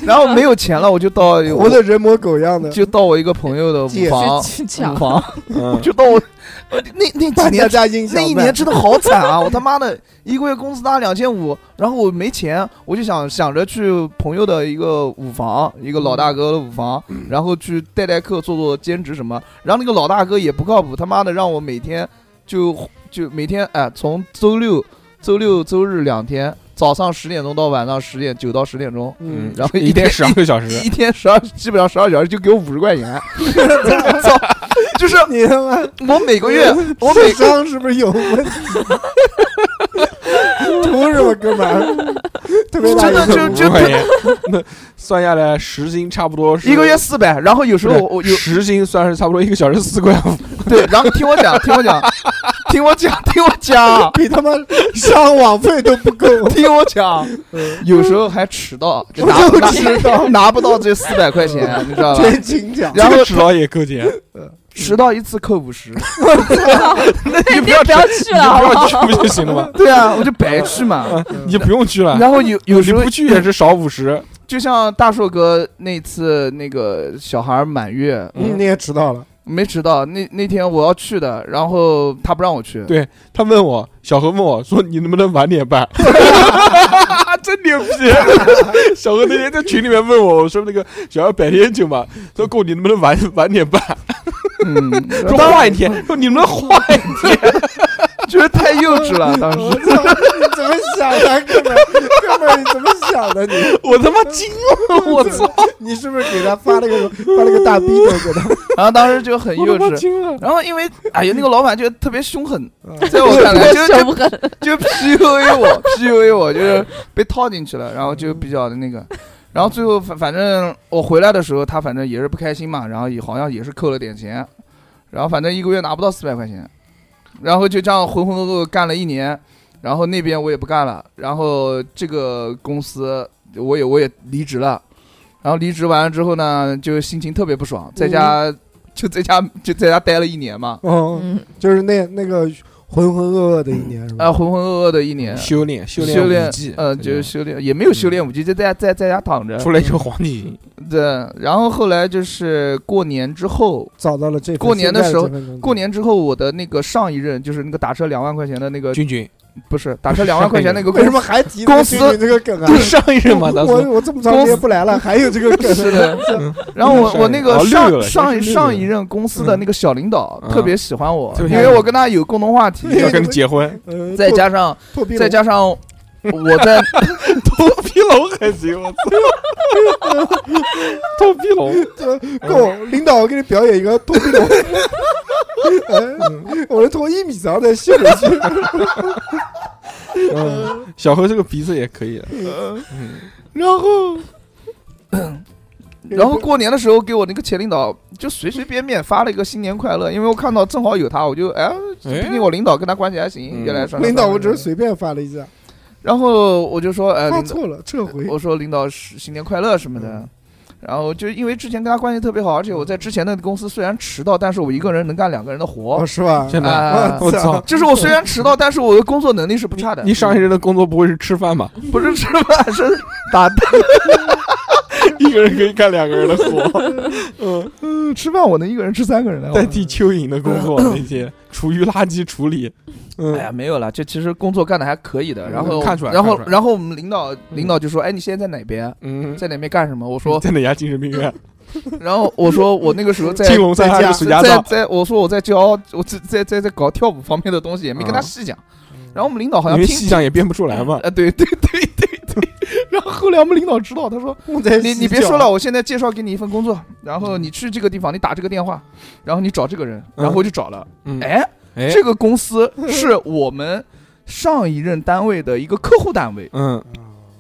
Speaker 2: 然后没有钱了，我就到
Speaker 3: 活
Speaker 2: 我
Speaker 3: 的人模狗样的，
Speaker 2: 就到我一个朋友的
Speaker 3: 借
Speaker 2: 舞房，
Speaker 5: 去去抢
Speaker 2: 舞，房
Speaker 1: 嗯
Speaker 2: 就到我我那那几
Speaker 3: 把大
Speaker 2: 年
Speaker 3: 家影响
Speaker 2: 那一年真的好惨啊！我他妈的一个月工资拿两千五，然后我没钱，我就想想着去朋友的一个舞房，一个老大哥的舞房，然后去带带客、做做兼职什么。然后那个老大哥也不靠谱，他妈的让我每天就就每天哎，从周六、周六、周日两天，早上十点钟到晚上十点九到十点钟，
Speaker 1: 嗯，
Speaker 2: 然后
Speaker 1: 一
Speaker 2: 一
Speaker 1: 天
Speaker 2: 天
Speaker 1: 十二个小时，
Speaker 2: 一天十二基本上十二小时就给我五十块钱，操！就是
Speaker 3: 你他妈
Speaker 2: 我每个月我每
Speaker 3: 智商是不是有问题？ 图什么哥们儿？特别大
Speaker 2: 真的
Speaker 3: 一
Speaker 1: 五
Speaker 2: 就
Speaker 3: 个
Speaker 2: 就
Speaker 1: 十块钱，那算下来时薪差不多是
Speaker 2: 一个月四百，然后有时候我
Speaker 1: 不
Speaker 2: 我
Speaker 1: 是
Speaker 2: 有
Speaker 1: 时薪算是差不多一个小时四块五，
Speaker 2: 对，然后听我讲，听我讲，听我讲，听我讲，
Speaker 3: 比他妈上网费都不够，
Speaker 2: 听我讲，有时候还迟到，就拿
Speaker 3: 嗯我就
Speaker 2: 拿
Speaker 3: 知道
Speaker 2: 拿不到这四百块钱，你知道吧？
Speaker 3: 全勤奖。
Speaker 2: 然后
Speaker 1: 指导也扣 钱，
Speaker 2: 迟到一次扣五十，
Speaker 1: 你不要
Speaker 5: 不要去
Speaker 1: 你
Speaker 5: 了，好不好？
Speaker 1: 就 不要去不就行了 吗？
Speaker 2: 对啊，我就白去嘛。
Speaker 1: 你就不用
Speaker 3: 嗯
Speaker 1: 去了，
Speaker 2: 然后有有
Speaker 1: 你
Speaker 2: 时候
Speaker 1: 不去也是少五十，
Speaker 2: 就像大硕哥那次那个小孩满月
Speaker 3: 嗯，你也迟到了，
Speaker 2: 没迟到，那那天我要去的，然后他不让我去，
Speaker 1: 对他问我，小何问我说：“你能不能晚点 办？”真牛逼！ 小何那天在群里面问我，我说：“那个想要白天酒嘛？”说：“够，你能不能晚晚点办
Speaker 2: 嗯，？”
Speaker 1: 说：“换一天。”说：“你能不能换一天
Speaker 2: 觉得太幼稚了，当时
Speaker 3: 我操！你怎么想的，哥们儿？哥们儿，你怎么 想的？你？”
Speaker 1: 我他妈惊了！我操！！
Speaker 3: 你是不是给他发了个发了个大逼头给 他？
Speaker 2: 然后当时就很
Speaker 1: 我
Speaker 2: 幼
Speaker 1: 他妈
Speaker 2: 稚。
Speaker 1: 惊了！
Speaker 2: 然后因为哎呀，那个老板就特别凶狠，
Speaker 3: 嗯
Speaker 2: 在我看来就
Speaker 5: 手
Speaker 2: 就
Speaker 5: 不狠，
Speaker 2: 就 PUA 我，PUA 我就是被套进去了，然后就比较的那个，然后最后反反正我回来的时候，他反正也是不开心嘛，然后也好像也是扣了点钱，然后反正一个月拿不到四百块钱，然后就这样浑浑噩噩干了一年，然后那边我也不干了，然后这个公司我也我也离职了，然后离职完了之后呢，就心情特别不爽，在家就在家就在家待了一年嘛，
Speaker 3: 哦，
Speaker 5: 嗯，
Speaker 3: 就是那那个浑浑噩噩的一年是吧？
Speaker 2: 啊，浑浑噩噩的一年，
Speaker 1: 修炼修
Speaker 2: 修
Speaker 1: 炼武
Speaker 2: 炼
Speaker 1: 技，，
Speaker 2: 呃，就是修炼，也没有修炼武技，就在在在家躺着。
Speaker 1: 哎嗯出来一身黄体 行，
Speaker 2: 对，然后后来就是过年之后，
Speaker 3: 找到了这份
Speaker 2: 过年的时候
Speaker 3: 现在这份工作
Speaker 2: 过年之后我的那个上一任就是那个打车两万块钱的那个，
Speaker 1: 君君
Speaker 2: 不是打车两万块钱那个
Speaker 3: 为
Speaker 2: 公
Speaker 3: 什么还提
Speaker 2: 公司
Speaker 3: 这个这个梗啊？
Speaker 1: 上一任嘛，咱说
Speaker 3: 我我这么长时间不来了，还有这个梗。
Speaker 2: 是的
Speaker 3: 嗯
Speaker 2: 然后我
Speaker 1: 上一
Speaker 2: 我那
Speaker 1: 哦
Speaker 2: 个
Speaker 1: 六
Speaker 2: 上
Speaker 1: 个了
Speaker 2: 上一
Speaker 1: 真是六
Speaker 2: 上
Speaker 1: 个
Speaker 2: 一任公司的那个小领导
Speaker 1: 嗯
Speaker 2: 特别喜欢我
Speaker 1: 特，别
Speaker 2: 因为我跟他有共 同话题，
Speaker 3: 对
Speaker 1: 要跟你结婚，
Speaker 3: 呃
Speaker 2: 再加上
Speaker 3: 破壁
Speaker 2: 再加上我在
Speaker 1: 头皮龙还行，我操， 头皮龙，
Speaker 3: 够领导，我给你表演一个脱 皮龙。哎我的头一米长再秀 回去，
Speaker 1: 嗯，小何这个鼻子也可以，啊
Speaker 2: 嗯
Speaker 3: 然后，
Speaker 2: 然后过年的时候给我那个前领导就随随便便发了一个新年快乐，因为我看到正好有他，我就哎，毕
Speaker 1: 哎
Speaker 2: 竟，我领导跟他关系还行，
Speaker 1: 嗯
Speaker 2: 原来上
Speaker 3: 领导我只是，随便发了一下，
Speaker 2: 然后我就说哎，
Speaker 3: 发
Speaker 2: 领导，
Speaker 3: 错了，撤回。
Speaker 2: 我说领导是新年快乐什么的
Speaker 3: 嗯。
Speaker 2: 然后就因为之前跟他关系特别好，而且我在之前的公司虽然迟到，但是我一个人能干两个人的活
Speaker 3: 哦，，是吧？
Speaker 1: 真的，
Speaker 2: 啊
Speaker 1: 我 操！
Speaker 2: 就是我虽 然迟到，但是我的工作能力是不差的。
Speaker 1: 你上一任的工作不会是吃饭 吧？
Speaker 2: 不是吃饭是打蛋，
Speaker 1: 一个人可以干两个人的
Speaker 2: 哦
Speaker 1: 活，
Speaker 2: 嗯，吃饭我能一个人吃三个人来。
Speaker 1: 代替蚯蚓的工 作，那些厨余垃圾处理，嗯
Speaker 2: 哎，呀，没有了，这其实工作干的还可以的。然后，
Speaker 1: 嗯看出来
Speaker 2: 然后
Speaker 1: 看出，来
Speaker 2: 然后我们领导领导就说：“哎，你现在在哪边？
Speaker 1: 嗯，
Speaker 2: 在哪边干什么？”我说
Speaker 1: 在哪家精神病院？：“
Speaker 2: 然后我说我那个时候 在
Speaker 1: 金龙山还
Speaker 3: 在家
Speaker 1: 是水家
Speaker 2: 在
Speaker 1: 庄？
Speaker 2: 在我说我在教我在在在在搞跳舞方面的东西，也没跟他
Speaker 1: 嗯
Speaker 2: 细讲。然后我们领导好
Speaker 1: 因
Speaker 2: 像
Speaker 1: 为
Speaker 2: 听
Speaker 1: 细想也编不出来 嘛。
Speaker 2: 啊，对对对对对。 然后后来我们领导知道，他说
Speaker 3: 我
Speaker 1: 哎
Speaker 3: 在：“
Speaker 2: 你
Speaker 3: 洗
Speaker 2: 你别
Speaker 3: 脚
Speaker 1: 啊
Speaker 2: 说了，，我现在介绍给你一份工作，然后你去这个地方，你打这个电话，然后你找这个人，
Speaker 1: 嗯
Speaker 2: 然后我就找了。
Speaker 1: 嗯，
Speaker 2: 哎，
Speaker 1: 哎
Speaker 2: 这个公司是我们上一任单位的一个客户单位
Speaker 1: 嗯，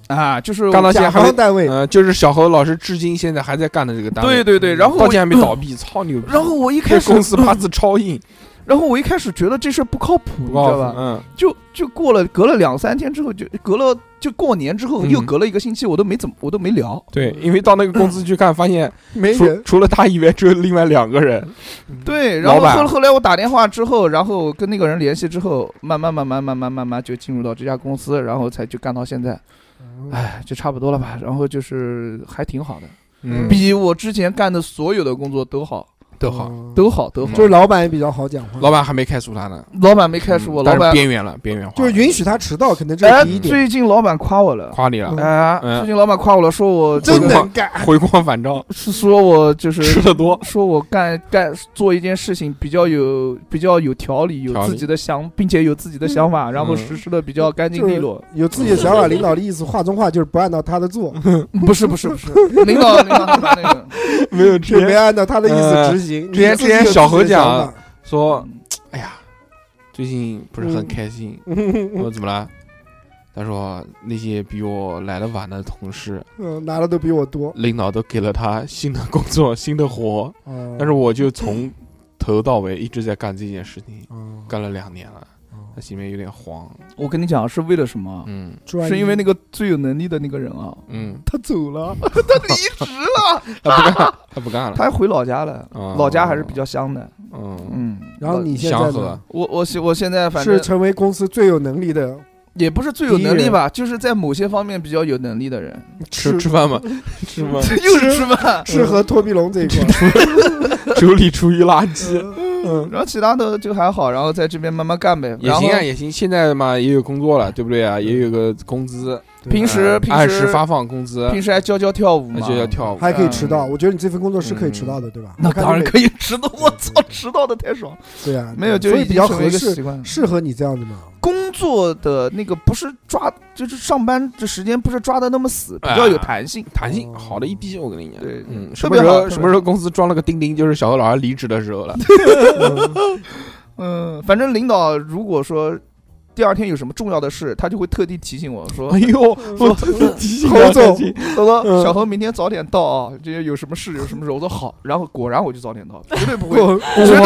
Speaker 2: 啊，就是我
Speaker 1: 干到现在
Speaker 3: 甲
Speaker 1: 还没
Speaker 3: 方单位
Speaker 1: 嗯，就是小何老师至今现在还在干的这个单位，嗯
Speaker 2: 对对对，然后
Speaker 1: 到
Speaker 2: 我嗯
Speaker 1: 现在还没倒闭，操牛逼！
Speaker 2: 然后我一开
Speaker 1: 这
Speaker 2: 始
Speaker 1: 公，司八字超硬，
Speaker 2: 然后我一开始觉得这事儿不靠谱，你
Speaker 1: 不
Speaker 2: 知
Speaker 1: 告
Speaker 2: 道
Speaker 1: 诉
Speaker 2: 吧？
Speaker 1: 嗯，
Speaker 2: 就就过了隔了两三天之后，就隔了就过年之后
Speaker 1: 嗯
Speaker 2: 又隔了一个星期，我都没怎么我都没聊。
Speaker 1: 对，因为到那个公司去看，发现
Speaker 3: 没
Speaker 1: 除
Speaker 2: 哎
Speaker 3: 人，
Speaker 1: 除了他以外，只有另外两个人。
Speaker 2: 对，然后
Speaker 1: 老板
Speaker 2: 后后来我打电话之后，然后跟那个人联系之后，慢慢慢慢慢慢慢慢就进入到这家公司，然后才就干到现在，哎，就差不多了吧。然后就是还挺好的。
Speaker 1: 嗯，
Speaker 2: 比我之前干的所有的工作都好，都好，
Speaker 3: 嗯
Speaker 2: 都好，都好。
Speaker 3: 就是老板也比较好讲话，
Speaker 1: 老板还没开除他呢，
Speaker 2: 老板没开除我，
Speaker 1: 嗯
Speaker 2: 老
Speaker 1: 但是
Speaker 2: 板
Speaker 1: 边缘了，边缘化，
Speaker 3: 就是允许他迟到，可能这
Speaker 2: 哎
Speaker 3: 是第一，点。
Speaker 2: 最近老板夸我了，
Speaker 1: 夸你了，
Speaker 2: 哎
Speaker 1: 嗯，
Speaker 2: 最近老板夸我了，说我
Speaker 1: 真
Speaker 3: 真
Speaker 1: 的
Speaker 3: 能干，
Speaker 1: 回光返照，
Speaker 2: 是说我就是
Speaker 1: 吃的 多，
Speaker 2: 说我干干做一件事情比较有比较有条理，有
Speaker 1: 条理
Speaker 2: 自己的想，并且有自己的想法，然后
Speaker 1: 嗯
Speaker 2: 实施的比较干净利落。
Speaker 3: 有自己的想法，领导的意思，话中话就是不按照他 的做，
Speaker 1: 嗯
Speaker 2: 不是不是 不是，领导领导他那个，
Speaker 1: 没有
Speaker 3: 就没按照他的意
Speaker 2: 呃
Speaker 3: 思执行。
Speaker 1: 之前
Speaker 3: 你自己
Speaker 1: 之前
Speaker 3: 有
Speaker 1: 小何
Speaker 3: 自己的
Speaker 1: 讲
Speaker 3: 想法，
Speaker 1: 说，哎呀，最近不是很开心。
Speaker 3: 嗯
Speaker 1: 我说怎么了？他说那些比我来的晚的同事，
Speaker 3: 嗯，拿的都比我多，
Speaker 1: 领导都给了他新的工作、新的活，
Speaker 3: 但
Speaker 1: 但是我就从头到尾一直在干这件事情，干了两年了
Speaker 3: 嗯，
Speaker 1: 他心里面有点慌。
Speaker 2: 我跟你讲是为了什么？
Speaker 1: 嗯
Speaker 2: 是因为那个最有能力的那个人啊，
Speaker 1: 嗯，
Speaker 3: 他 走了，
Speaker 2: 他离职了，
Speaker 1: 他不干，他不干了。
Speaker 2: 他还回老家了，
Speaker 1: 哦
Speaker 2: 老家还是比较香的。
Speaker 1: 嗯，
Speaker 2: 嗯，
Speaker 3: 然后
Speaker 2: 老
Speaker 3: 你现
Speaker 1: 祥
Speaker 3: 在
Speaker 1: 和
Speaker 3: 呢？
Speaker 2: 我我现我现在反正
Speaker 3: 是成为公司最有能力的，
Speaker 2: 也不是最有能力吧，就是在某些方面比较有能力的 人，
Speaker 1: 吃吃饭吗？吃 吗？
Speaker 2: 又是吃饭，
Speaker 3: 适合脱皮龙这 一块。
Speaker 1: 手里厨余垃圾
Speaker 3: 嗯
Speaker 2: 然后其他的就还好，然后在这边慢慢干呗。
Speaker 1: 也
Speaker 2: 然后
Speaker 1: 行啊，也行。现在嘛也有工作了，对不对啊？也有个工资，
Speaker 2: 平时
Speaker 1: 嗯
Speaker 2: 平时
Speaker 1: 按时发放工资，
Speaker 2: 平时还教啊教跳舞
Speaker 1: 那
Speaker 2: 嘛，
Speaker 1: 就要跳舞。
Speaker 3: 还可以迟到，我觉得你这份工作是可以迟到的，对吧？
Speaker 2: 嗯 那
Speaker 3: 我看
Speaker 2: 当然
Speaker 3: 你每
Speaker 2: 可以迟 到，我操，迟到的太爽。
Speaker 3: 对 啊，
Speaker 2: 没有，就
Speaker 3: 所以
Speaker 2: 已
Speaker 3: 比
Speaker 2: 经
Speaker 3: 较
Speaker 2: 成为
Speaker 3: 合
Speaker 2: 一个
Speaker 3: 适，
Speaker 2: 习惯。
Speaker 3: 适合你这样 的嘛。
Speaker 2: 工作的那个不是抓，就是上班这时间不是抓的那么死，比较有弹性。
Speaker 1: 弹性好的一逼，我跟你讲。
Speaker 2: 对
Speaker 1: 嗯，什么
Speaker 2: 特别
Speaker 1: 时
Speaker 2: 好
Speaker 1: 候
Speaker 2: 特别
Speaker 1: 什么时候
Speaker 2: 好
Speaker 1: 公司装了个钉钉，就是小何老师离职的时 候了。
Speaker 2: 嗯，反正领导如果说第二天有什么重要的事，他就会特地提醒我说
Speaker 1: 哎呦， 我真的提醒
Speaker 3: 侯
Speaker 1: 了
Speaker 3: 总，
Speaker 2: 他
Speaker 3: 嗯
Speaker 2: 说：“小何明天早点到啊，这些有什么事有什么事。”我说：“好。”然后果然我就早 点到，绝对不会，绝对不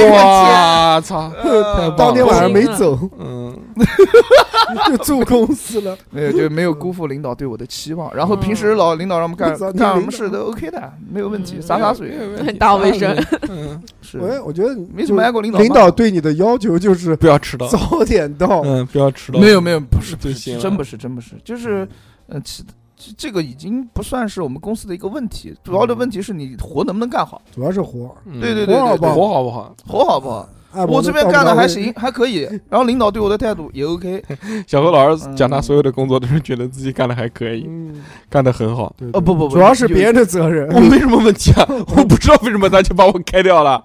Speaker 2: 会。
Speaker 1: 哎哇操！
Speaker 2: 呃
Speaker 1: 棒
Speaker 3: 当
Speaker 1: 了
Speaker 3: 天晚上没走，
Speaker 1: 嗯，
Speaker 2: 嗯
Speaker 3: 就住公司 了。
Speaker 2: 没有就没有辜负领导对我的期望。然后平时老领导让我们干
Speaker 3: 我操你
Speaker 2: 干什
Speaker 3: 领
Speaker 2: 么
Speaker 3: 导
Speaker 2: 事都 OK 的，没有问题，
Speaker 5: 嗯
Speaker 2: 洒洒水
Speaker 1: 没有没有
Speaker 5: 很大卫生，
Speaker 1: 嗯，
Speaker 2: 是。
Speaker 3: 我也我觉得
Speaker 2: 没什么挨过领导骂
Speaker 3: 领导对你的要求就是
Speaker 1: 不要迟到，
Speaker 3: 早点到。
Speaker 1: 嗯，不要迟到，
Speaker 2: 没有没有，不是不，
Speaker 1: 就是行了嗯
Speaker 2: 真不是真不是，就是呃，其这这个已经不算是我们公司的一个问题，主要的问题是你活能不能干好，
Speaker 3: 主要是活，
Speaker 1: 嗯，
Speaker 2: 对对
Speaker 3: 活
Speaker 2: 对
Speaker 3: 好
Speaker 2: 对
Speaker 3: 不好
Speaker 2: 对，
Speaker 1: 活好不好？
Speaker 2: 活好不好？
Speaker 3: 哎，
Speaker 2: 我这边
Speaker 3: 到不
Speaker 2: 干的
Speaker 3: 到
Speaker 2: 还
Speaker 3: 位
Speaker 2: 行，还可以，然后领导对我的态度也 OK，
Speaker 1: 小何老师讲他所有的工作都是觉得自己干的还可以，
Speaker 3: 嗯，
Speaker 1: 干的很好。
Speaker 3: 对
Speaker 2: 哦不，不不，
Speaker 3: 主要是
Speaker 2: 有
Speaker 3: 别人的责任。
Speaker 1: 我没什么问题啊，我不知道为什么他就把我开掉了。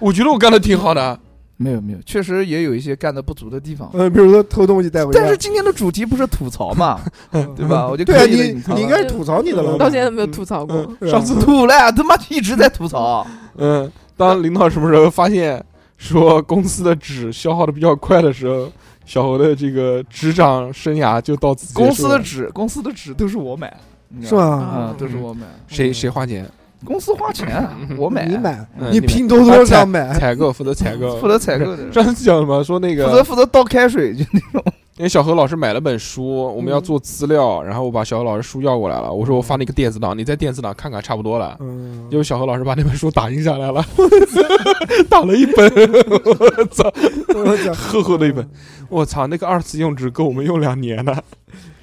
Speaker 1: 我觉得我干的挺好的，
Speaker 2: 没有没有，确实也有一些干的不足的地方。
Speaker 3: 呃，比如说偷东西带回家，
Speaker 2: 但是今天的主题不是吐槽嘛，对 吧？我就
Speaker 3: 对啊，
Speaker 2: 刻意地
Speaker 3: 你
Speaker 2: 隐藏
Speaker 3: 你应
Speaker 2: 了
Speaker 3: 该是吐槽你的老
Speaker 5: 到
Speaker 3: 板。
Speaker 5: 现在都没有吐槽过。
Speaker 3: 嗯，对啊
Speaker 1: 上次
Speaker 2: 吐了，他妈一直在吐槽。
Speaker 1: 嗯，当领导什么时候发现说公司的纸消耗的比较快的时候，小侯的这个职场生涯就到此结束了
Speaker 2: 公司的纸，公司的纸都是我买，你知
Speaker 3: 是
Speaker 2: 道吗？
Speaker 3: 吧？
Speaker 2: 啊，都是我买，
Speaker 1: 谁谁花钱？
Speaker 2: 公司花钱啊，我买，啊
Speaker 3: 你买，
Speaker 1: 嗯
Speaker 3: 你
Speaker 1: 你买
Speaker 3: 拼多多上买，
Speaker 1: 采购负责采购
Speaker 2: 哎负。责采购的，
Speaker 1: 上次讲什么？说那
Speaker 2: 负责
Speaker 1: 个，
Speaker 2: 负责倒开水就那种。
Speaker 1: 因为小何老师买了本书，我
Speaker 2: 嗯
Speaker 1: 们要做资料，然后我把小何老师书要过来了，我说我发那个电子档，你在电子档看看差不多了。
Speaker 3: 嗯，
Speaker 1: 结果小何老师把那本书打印下来了， 打了一本， 我操，
Speaker 3: 我 讲
Speaker 1: 厚厚的一
Speaker 2: 嗯
Speaker 1: 本，我操，那个二次用纸够我们用两年了。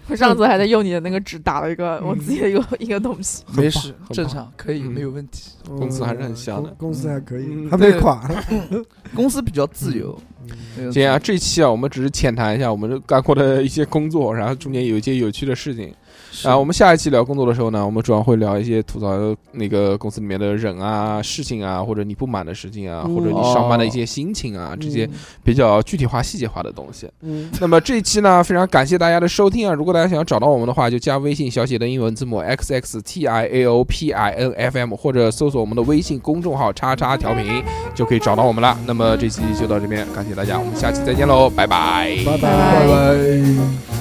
Speaker 5: 我上次还在用你的那个纸打了一个我自己的一个一个东西，
Speaker 1: 很棒
Speaker 2: 没事，正常，可以，
Speaker 1: 嗯
Speaker 2: 没有问题。
Speaker 1: 公司还是很香的
Speaker 3: 公公司还可以，
Speaker 1: 嗯
Speaker 3: 还没垮。
Speaker 2: 公司比较自由。没有
Speaker 1: 行啊，这期啊，我们只是浅谈一下我们干过的一些工作，然后中间有一些有趣的事情。
Speaker 2: 是
Speaker 1: 啊然后我们下一期聊工作的时候呢，我们主要会聊一些吐槽那个公司里面的人啊、事情啊，或者你不满的事情啊，
Speaker 3: 嗯
Speaker 1: 或者你上班的一些心情啊，这些比较具体化、细节化的东西。
Speaker 3: 嗯，
Speaker 1: 那么这一期呢，非常感谢大家的收听啊！如果大家想要找到我们的话，就加微信小写的英文字母 x x t i a o p i n f m，或者搜索我们的微信公众号“叉叉调频”，就可以找到我们了。那么这期就到这边，感谢大家，我们下期再见喽，拜拜。
Speaker 5: 拜
Speaker 3: 拜
Speaker 2: 拜拜。